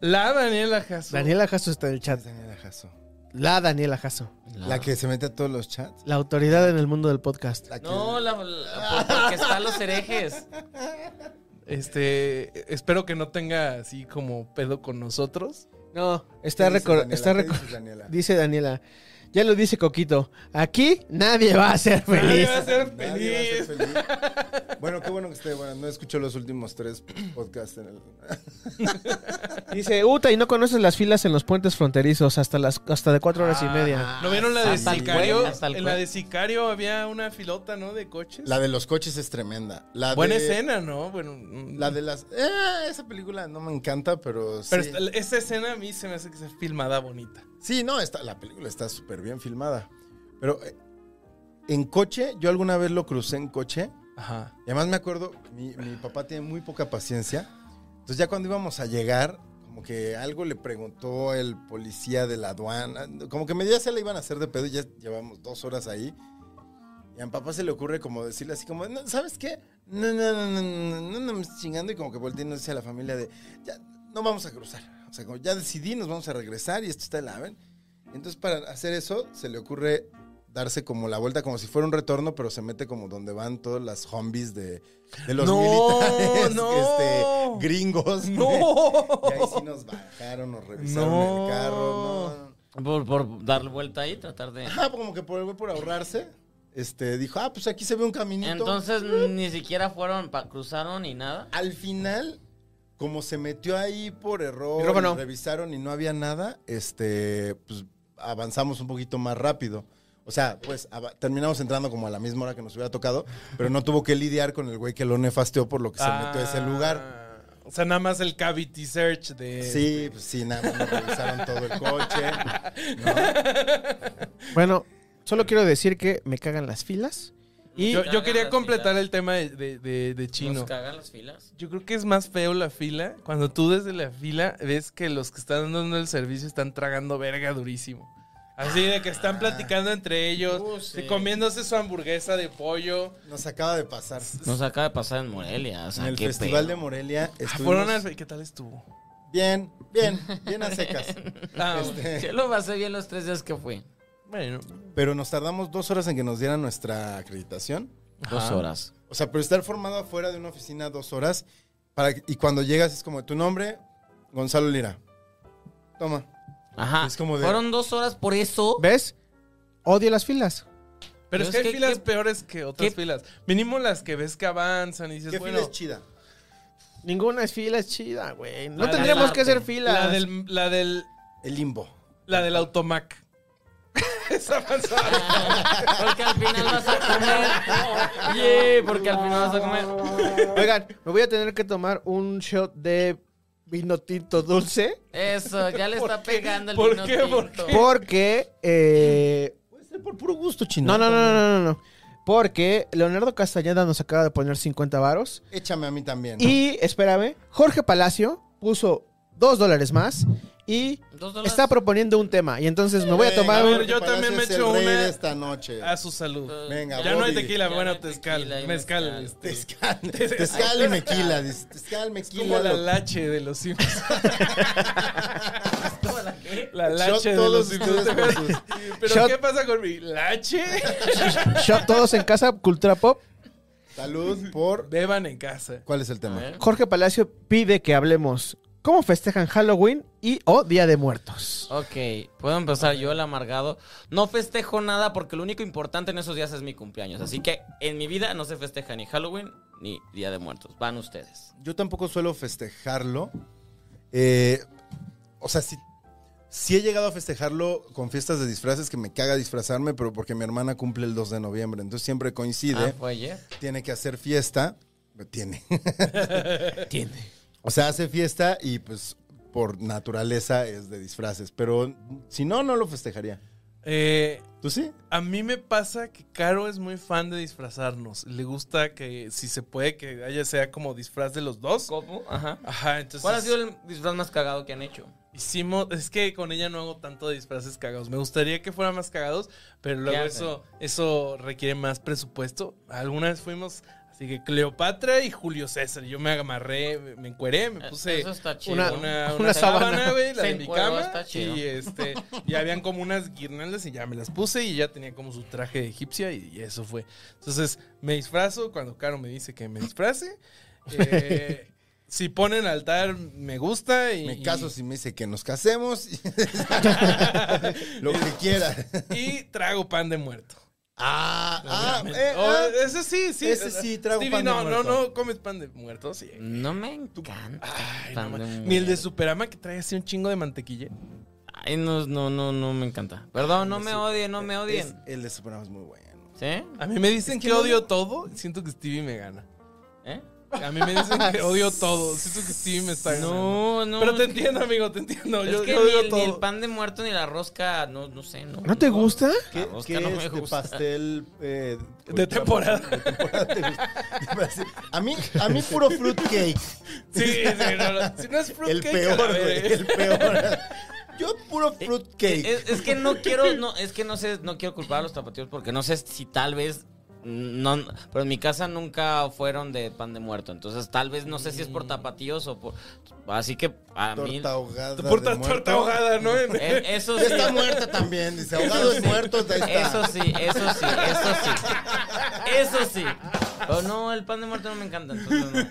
S3: La Daniela Jasso.
S4: Daniela Jasso está en el chat.
S2: Daniela Jasso.
S4: La Daniela Jasso.
S2: La que se mete a todos los chats.
S4: La autoridad en el mundo del podcast.
S2: La que-
S1: No, la,
S3: <laughs>
S1: la- por- porque están los herejes.
S3: Este, espero que no tenga así como pedo con nosotros.
S4: No,
S2: ¿Qué
S4: está
S2: dices,
S4: recor-
S2: Daniela?
S4: está
S2: ¿Qué
S4: recor-
S2: dices, Daniela?
S4: Dice Daniela. Ya lo dice Coquito. Aquí nadie va a ser
S3: Nadie
S4: feliz.
S3: va a ser
S2: Nadie va a ser
S3: feliz.
S2: feliz. Bueno, qué bueno que esté bueno. No escucho los últimos tres podcasts en el...
S4: Dice, Uta, y no conoces las filas en los puentes fronterizos hasta las hasta de cuatro
S3: Ah.
S4: horas y media.
S2: Ah,
S3: ¿No vieron la de
S1: Ah, Hasta el
S3: Sicario?
S1: cuello, hasta el
S3: en la
S1: cuello.
S3: de Sicario había una filota, ¿no? De coches.
S2: La de los coches es tremenda. La
S3: Buena
S2: de-
S3: escena, ¿no? Bueno, mm,
S2: La de las... eh, esa película no me encanta, pero sí.
S3: Pero esta- esa escena a mí se me hace que sea filmada bonita.
S2: Sí, no, está, la película está súper bien filmada. Pero eh, en coche, yo alguna vez lo crucé en coche.
S3: Ajá.
S2: Y además me acuerdo, mi, mi papá tiene muy poca paciencia. Entonces ya cuando íbamos a llegar, como que algo le preguntó el policía de la aduana. Como que media se la iban a hacer de pedo y ya llevamos dos horas ahí. Y a mi papá se le ocurre como decirle así como, "No, ¿sabes qué? No, no, no, no, no, no, no, me estés chingando. Y como que volteando hacia la familia de, ya, no vamos a cruzar. O sea, como ya decidí, nos vamos a regresar y esto está en la aven. Entonces para hacer eso, se le ocurre darse como la vuelta, como si fuera un retorno, pero se mete como donde van todas las zombies de, de los
S3: No,
S2: militares
S3: no.
S2: <laughs> este,
S3: <laughs>
S2: gringos.
S3: ¡No!
S2: <laughs> Y ahí sí nos bajaron, nos revisaron
S3: No.
S2: el carro. No, no.
S1: Por, por dar vuelta ahí, tratar de.
S2: Ajá, como que por el güey por ahorrarse, este, dijo, ah, pues aquí se ve un caminito.
S1: Entonces ni siquiera fueron, pa- cruzaron ni nada.
S2: Al final, como se metió ahí por error,
S4: Micrófono.
S2: y revisaron y no había nada, este, pues avanzamos un poquito más rápido. O sea, pues ava- terminamos entrando como a la misma hora que nos hubiera tocado, pero no tuvo que lidiar con el güey que lo nefasteó por lo que se metió a ese lugar.
S3: Ah. O sea, nada más el cavity search de.
S2: Sí, pues sí, nada más nos revisaron todo el coche. ¿no?
S4: Bueno, solo quiero decir que me cagan las filas. Y
S3: Yo, yo
S1: Cagan las
S3: quería completar
S1: filas.
S3: el tema de, de- de- de
S1: Nos
S3: Chino.
S1: cagan las filas.
S3: Yo creo que es más feo la fila cuando tú desde la fila ves que los que están dando el servicio están tragando verga durísimo. Así de que
S2: Ah.
S3: están platicando entre ellos,
S1: Uh, sí.
S3: de comiéndose su hamburguesa de pollo.
S2: Nos acaba de pasar.
S1: Nos acaba de pasar en Morelia. O sea,
S2: en el
S1: qué
S2: Festival
S1: pedo.
S2: de Morelia
S3: Ah,
S2: estuvimos
S3: fueron al- ¿Qué tal estuvo?
S2: bien, bien,
S3: <laughs>
S2: bien a secas.
S3: Ah,
S1: <laughs>
S2: Este,
S1: Yo lo pasé bien los tres días que fui.
S3: bueno.
S2: pero nos tardamos dos horas en que nos dieran nuestra acreditación.
S1: Dos
S3: Ajá.
S1: horas.
S2: O sea, pero estar formado afuera de una oficina dos horas para, y cuando llegas es como tu nombre, Gonzalo Lira. Toma.
S1: Ajá.
S2: Es como de-
S1: Fueron dos horas por eso.
S4: ¿Ves? Odio las filas.
S3: Pero es que hay
S1: que-
S3: filas
S1: que-
S3: peores que otras
S1: que-
S3: filas. Mínimo las que ves que avanzan y dices,
S2: ¿Qué
S3: bueno.
S2: fila es chida?
S4: Ninguna es fila es chida, güey. No
S3: La
S4: tendríamos
S1: del
S4: que
S1: arte.
S4: hacer filas.
S3: la del, la del,
S2: El limbo.
S3: la del automac. <laughs> Esa avanzada.
S1: Porque al final vas a comer. Yeah, porque al final vas a comer.
S4: Oigan, me voy a tener que tomar un shot de vino tinto dulce
S1: Eso, ya le está pegando el
S3: ¿Por
S1: vino
S3: qué? ¿Por
S1: tinto.
S4: porque... eh,
S2: Puede ser por puro gusto, chino.
S4: No, no, no, no, no, no, no. Porque Leonardo Castañeda nos acaba de poner 50 varos.
S2: Échame a mí también.
S4: Y, espérame, Jorge Palacio puso 2 dólares más y
S1: Dos dólares.
S4: está proponiendo un tema. Y entonces me voy a
S2: Venga,
S4: tomar
S3: a
S4: un...
S3: ver, yo
S2: Palacio
S3: también me
S2: es el
S3: echo
S2: rey
S3: una-
S2: de esta noche.
S3: A su salud.
S2: Venga,
S3: Ya no hay
S2: Bobby.
S3: tequila,
S1: Ya no
S3: bueno,
S1: hay
S3: tezcal.
S1: tequila, hay
S3: Mezcal.
S1: mezcal.
S3: este. <laughs>
S2: Tezcal, tezcal y mequila. dice, Tezcal,
S3: Es como
S2: mequila.
S3: la
S2: lo-
S3: lache de los Simpsons. La
S2: Shot
S3: lache de los
S2: todos
S3: Simpsons.
S2: ustedes por sus-
S3: <laughs> ¿Pero
S4: Shot.
S3: qué pasa con mi lache? <laughs>
S4: Shot todos en casa, cultura pop.
S2: Salud por...
S3: Beban en casa.
S2: ¿Cuál es el
S1: A
S2: tema?
S1: ver.
S4: Jorge Palacio pide que hablemos cómo festejan Halloween y o Día de Muertos.
S1: Ok, puedo empezar yo el amargado. No festejo nada porque lo único importante en esos días es mi cumpleaños. Así que en mi vida no se festeja ni Halloween ni Día de Muertos. Van ustedes.
S2: Yo tampoco suelo festejarlo. Eh, o sea, sí, sí he llegado a festejarlo con fiestas de disfraces que me caga disfrazarme, pero porque mi hermana cumple el 2 de noviembre. Entonces siempre
S1: Ah,
S2: coincide.
S1: fue ayer.
S2: Tiene que hacer fiesta. Tiene. Tiene. O sea, hace fiesta y pues por naturaleza es de disfraces. Pero si no, no lo festejaría.
S3: Eh,
S2: ¿Tú sí?
S3: a mí me pasa que Caro es muy fan de disfrazarnos. Le gusta que, si se puede, que haya sea como disfraz de los dos.
S1: ¿Cómo? Ajá.
S3: Ajá, entonces.
S1: ¿Cuál ha sido el disfraz más cagado que han hecho?
S3: Hicimos, es que con ella no hago tanto de disfraces cagados. Me gustaría que fueran más cagados, pero luego
S1: hacen?
S3: eso, eso requiere más presupuesto. Alguna vez fuimos, así que Cleopatra y Julio César. Yo me amarré, me- me encueré, me puse
S1: Eh, Eso está chido.
S3: una,
S4: una
S3: una,
S4: sábana.
S3: sábana, güey, la
S1: Se
S3: de mi
S1: encueró,
S3: cama.
S1: está chido.
S3: Y este, y habían como unas guirnaldas y ya me las puse y ya tenía como su traje de egipcia y, y eso fue. Entonces me disfrazo cuando Caro me dice que me
S1: <laughs>
S3: disfrace. Eh, Si ponen altar, me gusta y...
S2: Me caso si me dice que nos casemos. <laughs> lo que quiera.
S3: Y trago pan de muerto.
S2: Ah, ah, eh, ah.
S3: Oh, ese sí, sí.
S2: Ese sí, trago
S3: Stevie,
S2: pan de
S3: no,
S2: muerto.
S3: No, no, comes pan de muerto, sí.
S1: No me encanta.
S3: Ay,
S1: Mm, Pan
S3: no
S1: de
S3: ma-
S1: muerto.
S3: Ni el de Superama que trae así un chingo de mantequilla.
S1: Ay, no, no, no, no me encanta. Perdón, no me odien,
S3: Eh,
S1: no me
S2: Es-
S1: odien.
S2: el de Superman es muy bueno.
S1: ¿Sí?
S3: A mí me dicen que, odio todo. Siento que Stevie me gana.
S1: ¿Eh?
S3: A mí me dicen que odio todo. Oh, Siento que Stevie me está ganando.
S1: No, no.
S3: Pero te
S1: es que-
S3: entiendo, amigo, te entiendo.
S1: Es
S3: Yo,
S1: que
S3: yo
S1: ni,
S3: odio
S1: el- ni
S3: todo.
S1: el pan de muerto ni la rosca, no, no sé. No,
S4: ¿No te gusta?
S2: ¿Qué,
S1: La rosca
S2: qué
S1: no me
S2: es de
S1: gusta.
S2: pastel eh,
S3: De temporada.
S2: <laughs> de temporada te gusta? A mí, a mí puro fruitcake.
S3: Sí, sí, no, no. Si no es
S2: El
S3: fruitcake, a
S2: peor,
S3: la
S2: güey.
S3: vez.
S2: El peor. Yo puro
S1: Eh,
S2: fruitcake.
S1: <laughs> Es, es que no quiero, no, es que no sé, no quiero culpar a los tapatíos porque no sé si tal vez no, pero en mi casa nunca fueron de pan de muerto, entonces tal vez no sé si es
S3: Mm.
S1: por tapatíos o por, así que a mí
S2: Torta ahogada.
S3: Te portas
S2: de
S3: <laughs> torta
S2: muerto.
S3: ahogada, ¿no? En-
S1: Eh, eso
S2: Ya
S3: <laughs>
S1: sí,
S2: Está muerta también. Dice, ahogado
S1: sí.
S2: es muerto. ahí está.
S1: eso sí, eso sí, eso sí, eso sí. Pero no, el pan de muerto no me encanta, entonces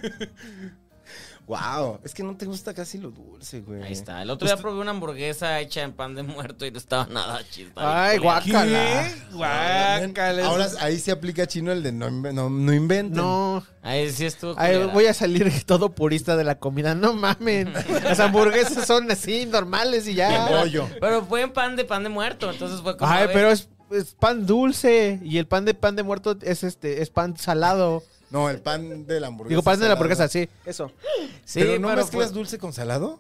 S2: Wow. Es que no te gusta casi lo dulce, güey.
S1: no. Ahí está. El otro día probé una hamburguesa hecha en pan de muerto y no estaba nada chida.
S4: Ay,
S3: ¿Qué?
S4: guácala.
S3: Guácala.
S2: Ahora ahí se aplica chino el de no, inve- no, no inventen.
S4: No.
S1: Ahí sí estuvo.
S4: Ay,
S1: culera.
S4: voy a salir todo purista de la comida. No mamen. Las hamburguesas son así, normales y
S2: De
S4: ya.
S2: pollo.
S1: Pero fue en pan de pan de muerto, entonces fue como. a
S4: Ay,
S1: ver,
S4: pero es, es pan dulce. Y el pan de pan de muerto es este, es pan salado.
S2: No, el pan de la hamburguesa.
S4: Digo, pan de
S2: salado.
S4: la hamburguesa, sí. Eso.
S1: Sí,
S2: pero no
S1: pero
S3: pues,
S2: mezclas Ah,
S1: fue-
S2: dulce con salado.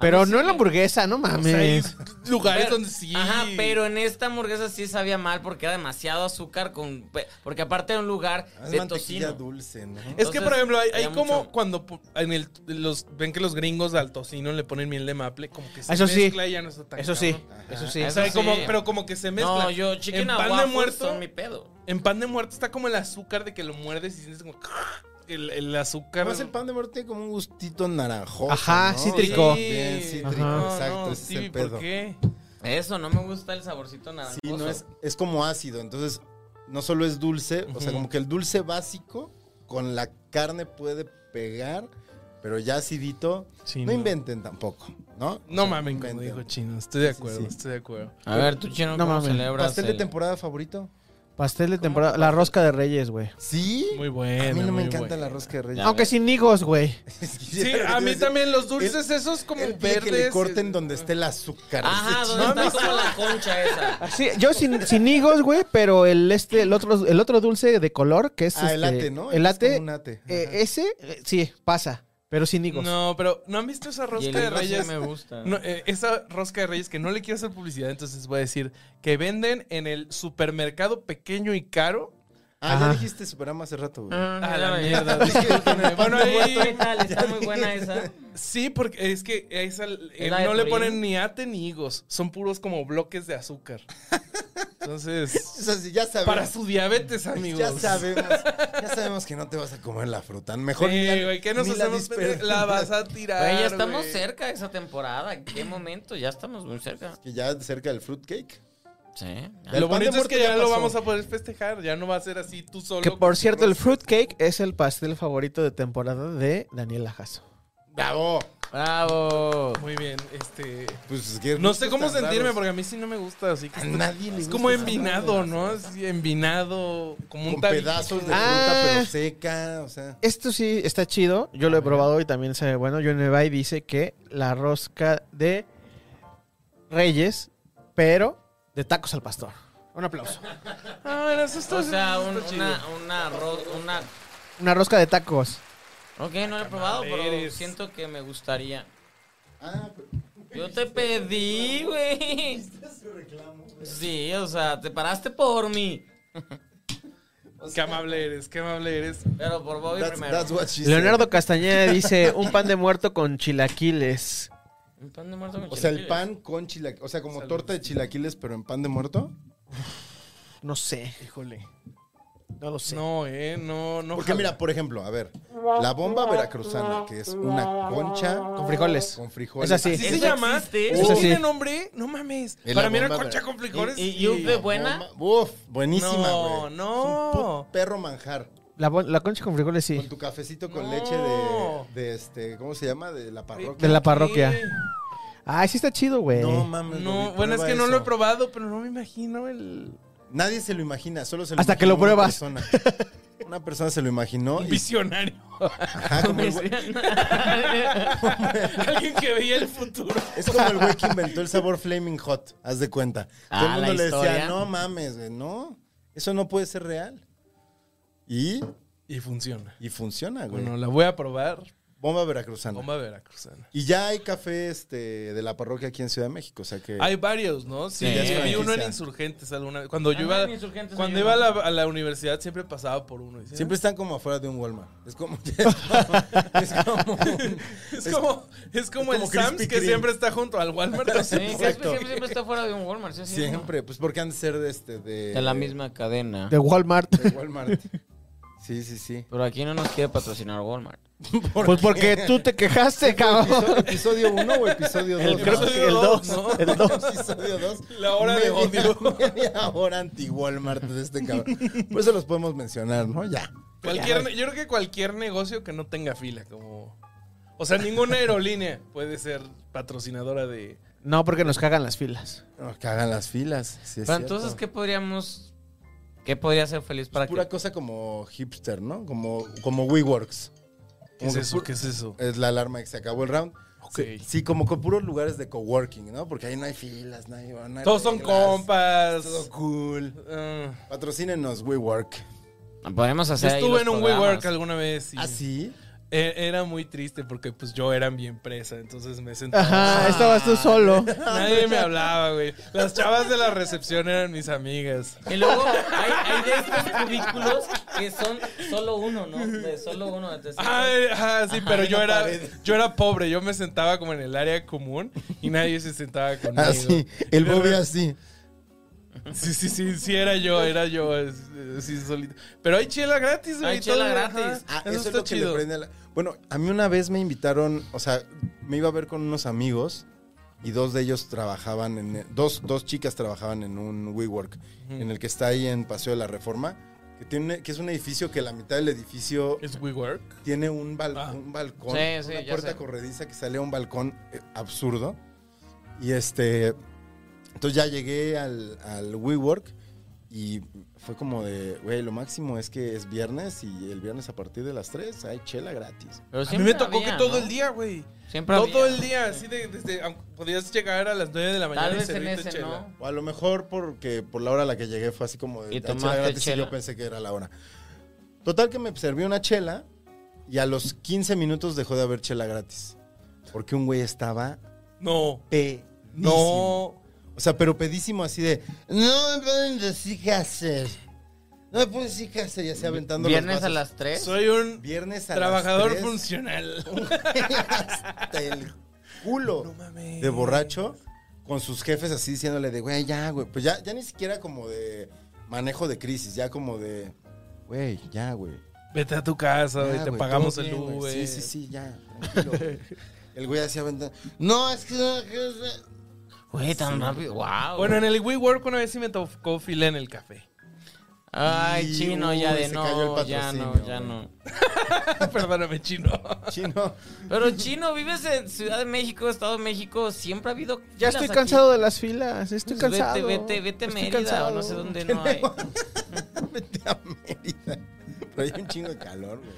S4: Pero
S1: sí
S4: no en
S1: me-
S4: la hamburguesa, no
S2: Pues
S3: O sea, hay
S4: mames.
S3: lugares
S1: Pero-
S3: donde sí.
S1: Ajá, pero en esta hamburguesa sí sabía mal porque era demasiado azúcar con pe- porque aparte era un lugar
S2: Ah, Es
S1: de
S2: mantequilla
S1: tocino.
S2: dulce, ¿no?
S3: Es que,
S1: Entonces,
S3: por ejemplo, hay, hay
S1: ya
S3: como
S1: mucho.
S3: cuando pu- en el, los, ven que los gringos al tocino le ponen miel de maple, como que se
S4: Eso sí.
S3: mezcla y ya no está tan
S4: Eso sí,
S3: cabrón.
S4: eso sí.
S3: O sea, hay
S1: Eso sí.
S3: como, pero como que se mezcla.
S1: No, yo chicken
S3: en
S1: and
S3: pan de
S1: waffles
S3: muerto,
S1: son mi pedo.
S3: En pan de muerto está como el azúcar de que lo muerdes y sientes como <laughs> el, el azúcar.
S2: Además, el pan de muerto tiene como un gustito naranjoso.
S4: Ajá,
S2: ¿no?
S4: cítrico.
S3: Sí.
S2: Bien, cítrico,
S4: Ajá.
S2: exacto.
S3: no,
S2: ese es
S3: Stevie,
S2: el pedo.
S3: ¿por qué?
S1: Eso no me gusta el saborcito naranjoso.
S2: Sí, no es, es como ácido. Entonces, no solo es dulce, o sea,
S3: Ujú.
S2: como que el dulce básico con la carne puede pegar, pero ya acidito,
S3: Sí,
S2: no,
S3: no.
S2: inventen tampoco, ¿no?
S3: No
S2: O sea,
S3: mamen, como
S2: inventen.
S3: dijo Chino. Estoy de
S2: sí,
S3: acuerdo,
S2: sí.
S3: estoy de acuerdo.
S1: A ver, tú, chino,
S4: No
S1: ¿cómo
S4: mames.
S1: celebras?
S2: ¿Pastel de
S1: el-
S2: temporada favorito?
S4: Pastel de temporada. La rosca de reyes, güey.
S2: Sí.
S3: Muy buena,
S2: A mí no me
S3: muy
S2: encanta
S3: buena.
S2: la rosca de reyes. <laughs>
S1: Ya.
S4: Aunque sin higos, güey.
S3: Sí, a mí también los dulces esos como
S2: El
S3: verdes.
S2: que le corten donde esté el azúcar.
S1: Ajá,
S2: Ese
S1: ¿dónde
S2: chino.
S1: está como la concha esa?
S4: Así, yo sin, sin higos, güey, pero el este, el otro, el otro dulce de color, que es
S2: Ah, el
S4: este,
S2: ate, ¿no?
S4: El
S2: Es
S4: ate,
S2: como un ate.
S4: eh,
S2: Ajá.
S4: ese, eh, sí, pasa, pero sin higos.
S3: No, pero ¿no han visto esa
S1: Y
S3: rosca
S1: el
S3: de
S1: higo sí
S3: reyes?
S1: me gusta.
S3: No, eh, esa rosca de reyes que no le quiero hacer publicidad, entonces voy a decir que venden en el supermercado pequeño y caro.
S2: Ah,
S4: Ajá.
S2: ya dijiste Superama hace rato, güey.
S3: A la mierda.
S1: Ah, <laughs> Bueno,
S3: Bueno, ahí-
S1: está muy buena esa.
S3: Sí, porque es que a esa eh,
S1: ¿Es la de
S3: no le
S1: Turín?
S3: ponen ni ate ni higos, son puros como bloques de azúcar. Entonces,
S2: <laughs> O sea, sí, ya sabemos.
S3: para su diabetes, amigos.
S2: Ya sabemos.
S3: <laughs>
S2: Ya sabemos que no te vas a comer la fruta. Mejor ni
S3: Sí,
S2: la-
S3: güey, ¿qué nos
S2: ni la
S3: hacemos? <laughs>
S2: disper-
S3: La, vas a tirar.
S1: Güey, ya estamos
S3: güey.
S1: cerca de esa temporada. ¿En qué momento? Ya estamos muy cerca.
S2: <laughs> Que ya cerca del fruitcake.
S1: Sí.
S3: Lo
S1: ya.
S2: El pan de
S3: bonito es
S2: muerto
S3: que
S2: ya
S3: ya, lo
S2: pasó.
S3: vamos a poder festejar, ya no va a ser así tú solo.
S4: Que por cierto, el
S3: Rosca.
S4: fruitcake es el pastel favorito de temporada de Daniel Lajazo.
S2: ¡Bravo!
S1: ¡Bravo!
S3: Muy bien, este.
S2: Pues es que
S3: No sé cómo
S2: gustos tan
S3: sentirme
S2: raros. Ah,
S3: porque a mí sí no me gusta, así que.
S2: A nadie le
S3: Es como
S2: gusta
S3: envinado,
S1: "Ah,
S3: ¿no?
S2: nada.
S3: Es envinado, como un
S2: Con
S3: tabique.
S2: pedazos de
S4: Ah.
S2: fruta, pero seca, o sea.
S4: Esto sí está chido, yo lo he probado y también sabe bueno. Johnny Bay dice que la rosca de reyes, pero de tacos al pastor. Un aplauso.
S3: Ah, bueno, eso está,
S1: O sea, un-
S3: eso está
S1: una,
S3: chido.
S1: una, ro- una...
S4: Una rosca de tacos.
S1: Ok, no lo he probado, pero
S3: Camaleres.
S1: siento que me gustaría.
S2: Ah, pero-
S1: Yo te pedí, güey. Sí, o sea, te paraste por mí.
S3: Qué amable eres, qué amable eres.
S1: Pero por Bobby
S2: that's,
S1: primero.
S2: that's what she said.
S4: Leonardo Castañeda dice un pan de muerto con chilaquiles.
S1: Un pan de muerto con
S2: O sea, el
S1: chilaquiles.
S2: pan con chilaquiles. O sea, como torta de chilaquiles, pero en pan de muerto.
S4: No sé,
S2: Híjole.
S4: no lo sé.
S3: No, eh, no, no.
S2: Porque
S3: jala.
S2: mira, por ejemplo, a ver, la bomba veracruzana, que es una concha
S4: Con frijoles.
S2: con frijoles.
S4: Es así.
S3: ¿Así se
S1: ¿Eso
S3: llama?
S1: existe?
S3: ¿Eso
S4: Eso sí.
S3: tiene nombre? No mames.
S2: Es la
S3: Para mí era
S2: bomba,
S3: concha
S2: ¿verdad?
S3: con frijoles.
S1: ¿Y- y- y un bebé? ¿Buena?
S2: Bomba- Uf, buenísima,
S3: No,
S2: güey.
S3: no.
S2: Es un put- perro manjar.
S4: La, bon- la concha con frijoles sí.
S2: Con tu cafecito con
S3: No.
S2: leche de, de este, ¿cómo se llama? De la parroquia.
S4: De la eh. parroquia.
S3: Sí.
S4: Ay, sí está chido, güey.
S2: No mames.
S3: No,
S2: Bobby,
S3: bueno, es
S2: prueba
S3: que no lo he
S2: eso.
S3: probado, pero no me imagino el
S2: Nadie se lo imagina, solo se lo
S4: Hasta que
S2: imagina
S4: lo pruebas.
S2: Una
S4: <laughs>
S2: persona. Una persona se lo imaginó. y-
S3: visionario. <laughs>
S2: Ajá, como el güey-
S3: Alguien que veía el futuro.
S2: es como el güey que inventó el sabor Flaming Hot, haz de cuenta.
S1: Ah,
S2: Todo el mundo
S1: la
S2: le decía,
S1: historia.
S2: no mames, güey, no, eso no puede ser real. Y,
S3: Y funciona.
S2: y funciona, güey.
S3: Bueno, la voy a probar.
S2: Bomba veracruzana.
S3: Bomba veracruzana.
S2: Y ya hay café este, de la parroquia aquí en Ciudad de México, o sea que...
S3: Hay varios, ¿no? Sí,
S1: Sí,
S3: yo
S1: es
S3: vi
S2: franquicia.
S3: uno en Insurgentes alguna vez. Cuando yo
S1: Ah,
S3: iba,
S1: en Insurgentes
S3: cuando
S1: hay
S3: iba a
S1: uno.
S3: la, a la universidad siempre pasaba por uno. y decía,
S2: Siempre están como afuera de un Walmart. Es como... <laughs> es <laughs> como... un-
S3: "Ah, <laughs> es, como, es como
S2: es
S3: el Sam's
S2: como Krispy
S3: que
S2: Kreme.
S3: siempre está junto al Walmart.
S1: <laughs> Sí,
S3: Entonces,
S1: siempre, siempre, siempre está fuera de un Walmart. sí, sí,
S2: Siempre, pues porque han de ser de este... De,
S1: ¿no? De la misma cadena.
S2: <laughs>
S4: De Walmart.
S2: de Walmart. Sí, sí, sí.
S1: Pero aquí no nos quiere patrocinar Walmart.
S4: pues porque
S2: <laughs>
S4: tú te
S2: Episo-
S4: quejaste, cabrón.
S2: ¿Episodio 1 o episodio 2?
S4: creo que
S3: Episodio
S4: el
S3: dos,
S4: 2.
S2: <laughs>
S3: ¿no?
S4: El 2.
S2: Episodio 2.
S3: La hora de odio.
S2: <laughs> Media hora anti-Walmart de este cabrón. Por eso los podemos mencionar, ¿no? Ya.
S3: cualquier, yo creo que cualquier negocio que no tenga fila, como. O sea, ninguna aerolínea puede ser patrocinadora de.
S4: No, porque nos cagan las filas.
S2: Nos cagan las filas. Sí, es
S1: Pero
S2: cierto.
S1: entonces, ¿qué podríamos... ¿Qué podría ser feliz para
S2: Pura
S1: que...
S2: cosa como hipster, ¿no? Como, como WeWorks.
S3: ¿Qué es
S2: Como
S3: eso?
S2: pu-
S3: ¿Qué es eso?
S2: Es la alarma que se acabó el round.
S3: Ok.
S2: Sí, sí, como con puros lugares de coworking, ¿no? Porque ahí no hay filas, no hay, no hay
S3: Todos son
S2: reglas.
S3: compas.
S2: Todo cool.
S3: Ah,
S2: Patrocínenos WeWork.
S1: Podemos
S3: yo
S1: hacer ahí
S3: estuve
S1: los
S3: en un
S1: programas.
S3: WeWork alguna vez. Y
S2: ¿Ah, sí?
S3: e- Era muy triste porque pues yo era mi empresa, entonces me sentaba.
S4: Ajá, estabas tú solo.
S3: Nadie me hablaba, güey. Las chavas de la recepción eran mis amigas. <laughs>
S1: Y luego hay, hay de estos cubículos que son solo uno, ¿no? De solo uno. entonces-
S3: Ay, ajá, sí,
S1: Ajá,
S3: pero
S1: en
S3: yo
S1: la
S3: era,
S1: pared.
S3: yo era pobre, yo me sentaba como en el área común y nadie se sentaba
S2: Ah,
S3: conmigo.
S2: Así. El Bobby ah, así.
S3: Sí, sí, sí, sí, era yo, era yo, es- es- sí, solito. Pero hay chela gratis, güey.
S1: Hay chela
S3: todo, ajá.
S1: gratis.
S2: Ah,
S3: eso,
S2: eso es
S3: está
S2: lo que le
S3: chido.
S2: prende a la- Bueno, a mí una vez me invitaron, o sea, me iba a ver con unos amigos y dos de ellos trabajaban e, en... Dos, dos chicas trabajaban en un WeWork, en el que está ahí en Paseo de la Reforma. que, tiene, que es un edificio que la mitad del edificio
S3: Es WeWork.
S2: tiene un, bal-
S3: Ah.
S2: un balcón,
S1: Sí, sí,
S2: una
S1: ya
S2: puerta
S1: sé.
S2: corrediza que sale a un balcón eh, absurdo. Y este, entonces ya llegué al, al WeWork y fue como de, güey, lo máximo es que es viernes y el viernes a partir de las 3 hay chela gratis.
S1: Pero
S3: A mí me
S1: siempre
S3: tocó
S1: había,
S3: que todo
S1: ¿no?
S3: el día, güey.
S1: Siempre
S3: Todo
S1: había.
S3: el día, así de, desde, aunque podías llegar a las 9 de la mañana
S1: Tal
S3: y
S1: vez en
S3: servirte
S1: ese,
S3: chela.
S1: ¿no?
S2: O a lo mejor porque por la hora a la que llegué fue así como de
S1: Y
S2: "Hay
S1: tomaste chela".
S2: yo pensé que era la hora. Total que me serví una chela y a los 15 minutos dejó de haber chela gratis. Porque un güey estaba
S3: No,
S2: pedísimo.
S3: no.
S2: O sea, pero pedísimo así de no me pueden decir qué hacer. No me pueden decir qué hacer, ya sea aventando los
S1: Viernes a
S2: vasos.
S1: las 3.
S3: Soy un
S2: Viernes a
S3: trabajador
S2: las 3,
S3: funcional.
S2: <laughs> hasta el culo.
S3: No mames.
S2: de borracho con sus jefes así diciéndole de, güey, ya, güey. Pues ya, ya ni siquiera como de manejo de crisis, ya como de, güey, ya, güey.
S3: Vete a tu casa,
S2: Ya,
S3: güey, te
S2: Ah, güey,
S3: pagamos
S2: todo
S3: el
S2: bien, güey.
S3: Uber.
S2: Sí, sí, sí, ya. tranquilo, güey. El güey hacía ventana. No, es que. no, que-
S1: Güey, tan rápido. Wow.
S3: Bueno, en el WeWork una vez sí me tocó fila en el café. <laughs>
S1: Ay, chino, ya
S2: Uy,
S1: de
S2: se cayó el
S1: no, ya no,
S2: patrocinio,
S1: ya
S2: güey.
S1: no.
S3: Perdóname, chino.
S2: Chino.
S1: Pero chino, vives en Ciudad de México, Estado de México, siempre ha habido.
S4: Ya
S1: filas
S4: estoy
S1: aquí.
S4: cansado de las filas, estoy
S1: Pues vete,
S4: cansado.
S1: Vete, vete, a
S4: Estoy
S1: Mérida o no
S4: cansado.
S1: sé dónde no hay.
S2: <laughs> Vete a Mérida. Pero hay un chingo de calor, güey.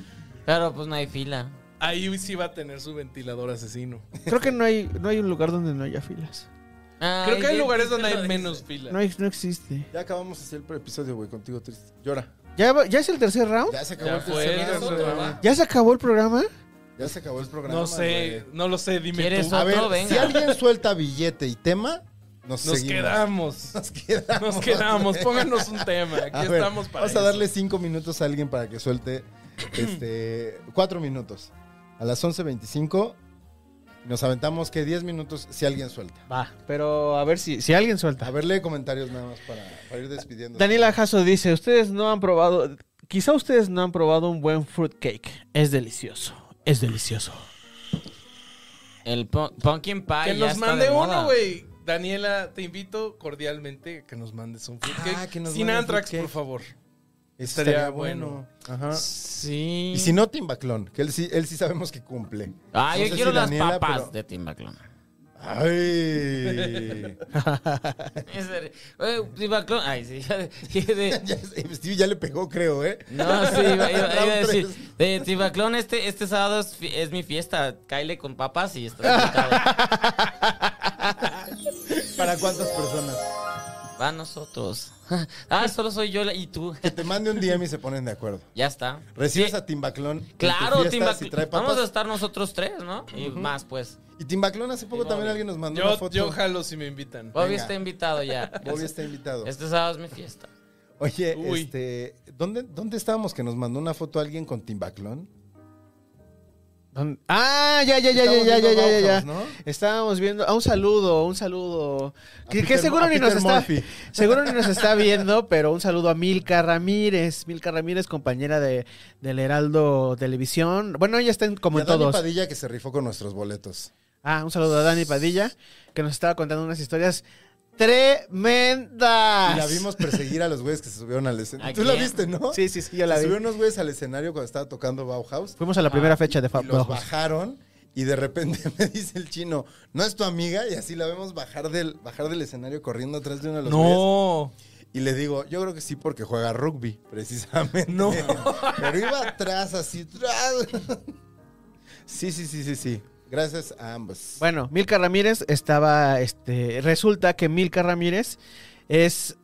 S1: Claro, pues no hay fila.
S3: Ahí sí va a tener su ventilador asesino.
S4: Creo que no hay, no hay un lugar donde no haya filas.
S3: Creo
S1: Ay,
S3: que hay
S1: ya
S3: lugares donde
S1: lo
S3: hay
S1: dije.
S3: menos fila.
S4: No, hay- no existe.
S2: Ya acabamos de hacer el episodio, güey, contigo triste. Llora.
S4: ¿Ya, va- ¿Ya es el tercer round?
S2: Ya se acabó
S3: Ya
S2: el
S3: fue,
S2: tercer
S3: ya
S2: round,
S3: fue.
S2: güey.
S4: ¿Ya se acabó el programa?
S2: Ya se acabó el programa.
S3: No sé,
S2: güey.
S3: no lo sé, dime
S1: ¿Quieres
S3: tú. Ah,
S2: A ver,
S1: Otro, venga.
S2: si alguien suelta billete y tema, nos,
S3: Nos
S2: seguimos.
S3: quedamos.
S2: <laughs> Nos quedamos.
S3: Nos
S1: <laughs>
S3: quedamos. Pónganos un tema. Aquí
S2: A ver,
S3: estamos para.
S2: Vamos a
S3: eso.
S2: darle cinco minutos a alguien para
S3: <clears throat>
S2: que suelte este, cuatro minutos. A las 11.25 nos aventamos que 10 minutos si alguien suelta.
S4: Va. Pero a ver si, si alguien
S2: A
S4: suelta.
S2: ver, lee comentarios nada más para, para ir despidiendo.
S4: Daniela Jasso dice, ustedes no han probado, quizá ustedes no han probado un buen fruitcake. Es delicioso, es delicioso.
S1: El pu- pumpkin pie.
S3: Que
S1: Ah, ya
S3: nos
S1: está
S3: mande
S1: de moda.
S3: uno, güey. Daniela, te invito cordialmente a que nos mandes un fruitcake.
S2: Ah, que nos
S3: Sin
S2: mande
S3: Antrax, por
S2: fruitcake.
S3: favor.
S2: Eso
S3: Estaría bueno.
S2: Ajá.
S1: Sí.
S2: Y si no, Timbaclón, que él sí, él sí sabemos que cumple.
S1: Ah,
S2: No
S1: yo
S2: sé
S1: quiero
S2: si
S1: las
S2: Daniela,
S1: papas
S2: pero-
S1: de Timbaclón. <laughs>
S2: ¡Ay! <laughs>
S1: En serio. Eh, Timbaclón. Ay, sí. ya de- <laughs> ya de-
S2: ya, Steve ya le pegó, creo, ¿eh?
S1: No, sí, iba, iba- iba a
S2: Round
S1: decir. De Timbaclón, este, este sábado es, fi- es mi fiesta. Cáile con papas y
S2: <laughs>
S1: está invitado.
S2: ¿Para cuántas personas?
S1: Va nosotros. <laughs> Ah, solo soy yo y tú.
S2: Que te mande un DM y se ponen de acuerdo.
S1: Ya está.
S2: Recibes
S1: Sí,
S2: a Timbaclón. en tu
S1: Claro,
S2: fiesta,
S1: Timbaclón.
S2: si trae papas.
S1: Vamos a estar nosotros tres, ¿no? Y más, pues.
S2: Y Timbaclón hace poco también alguien nos mandó una
S3: Yo,
S2: foto.
S3: yo jalo si me invitan.
S1: Bobby
S2: Venga.
S1: está invitado ya.
S2: <laughs> Bobby está invitado.
S1: Este sábado es mi fiesta.
S2: Oye,
S3: Uy.
S2: este, ¿dónde, ¿dónde estábamos que nos mandó una foto alguien con Timbaclón?
S4: ¿Dónde- Ah, ya, ya, ya, ya,
S2: Estamos
S4: ya, ya,
S2: viendo
S4: ya, ya, ya.
S2: Bauhaus, ¿no?
S4: Estábamos viendo, ah, un saludo, un saludo.
S2: A
S4: Que, que
S2: Peter-
S4: seguro
S2: a
S4: ni nos
S2: Peter
S4: está,
S2: Murphy.
S4: seguro ni nos está viendo, pero un saludo a Milka Ramírez, Milka Ramírez, compañera de del Heraldo Televisión. Bueno, ella está en- como
S2: Y a
S4: en
S2: Dani
S4: todos.
S2: Padilla que se rifó con nuestros boletos.
S4: Ah, un saludo a Dani Padilla, que nos estaba contando unas historias tremendas.
S2: Y la vimos perseguir a los güeyes que se subieron al escenario.
S1: ¿A
S2: Tú la
S1: quién?
S2: viste, ¿no?
S4: Sí, sí, sí, yo la
S2: se
S4: vi.
S2: subieron unos güeyes al escenario cuando estaba tocando Bauhaus.
S4: Fuimos a la primera fecha de
S2: Ah, Y los
S4: Fabio.
S2: bajaron y de repente <laughs> me dice el chino, ¿no es tu amiga? Y así la vemos bajar del, bajar del escenario corriendo atrás de uno de los güeyes.
S3: No.
S2: Y le digo, yo creo que sí porque juega rugby, precisamente.
S3: No.
S2: <laughs> Pero iba atrás, así. tras. Sí, sí, sí, sí, sí. Gracias a ambos.
S4: Bueno, Milka Ramírez estaba, este, resulta que Milka Ramírez es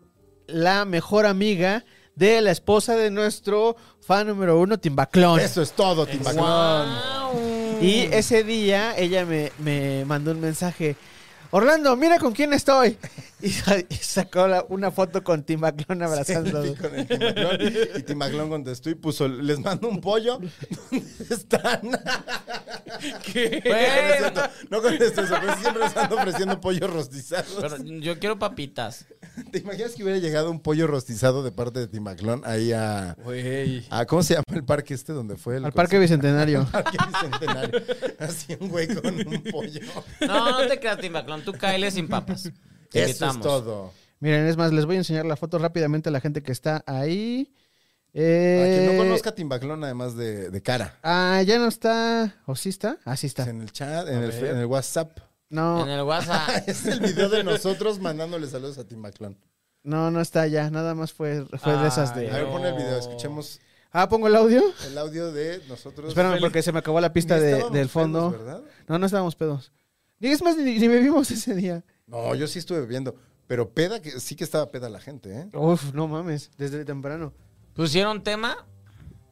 S4: la mejor amiga de la esposa de nuestro fan número uno, Timbaclón.
S2: Eso es todo, Timbaclón.
S1: ¡Guau!
S4: Y ese día ella me, me mandó un mensaje. Orlando, mira con quién estoy. <laughs> Y, sa- y sacó la- una foto con Timbaclón abrazándolo.
S2: Selfie con el Timbaclón. Y Timbaclón contestó y puso, les mando un pollo. <laughs> ¿Dónde
S1: <laughs>
S2: están?
S3: ¿Qué?
S2: No es
S1: Bueno,
S2: cierto, no contestó eso, pero siempre les ando ofreciendo pollos rostizados.
S1: pero yo quiero papitas.
S2: ¿Te imaginas que hubiera llegado un pollo rostizado de parte de Timbaclón ahí a,
S3: Güey.
S2: a- ¿Cómo se llama el parque este donde fue? el
S4: Al Parque Bicentenario.
S2: Parque Bicentenario. Así un güey con un pollo.
S1: No, no te creas, Timbaclón. Tú cáele sin papas. Te
S2: Eso es
S1: invitamos.
S2: todo.
S4: Miren, es más, les voy a enseñar la foto rápidamente a la gente que está ahí.
S2: Para quien
S4: Eh,
S2: no conozca Timbaclón, además de, de cara.
S4: Ah, ya no está. ¿O sí está? Ah, sí está.
S2: En el chat, en el,
S3: ver.
S2: en el WhatsApp.
S1: En
S4: No,
S1: el
S2: <laughs>
S1: WhatsApp.
S2: Es el video de nosotros mandándole saludos a Timbaclón.
S4: no, no está ya. Nada más fue, fue de esas
S2: A ver,
S4: de.
S3: Ay.
S2: pon el video, escuchemos
S4: Ah, pongo el audio.
S2: el audio de nosotros.
S4: Espérame,
S3: Feliz-
S4: porque se me acabó la pista
S2: Pues Ni
S4: de-
S2: estábamos
S4: del fondo.
S2: pedos, ¿verdad?
S4: no, no estábamos pedos. Y es más, ni, ni bebimos ese día.
S2: No, yo sí estuve viendo. Pero peda, que sí que estaba peda la gente, ¿eh?
S4: Uf, no mames, desde temprano.
S1: ¿Pusieron tema?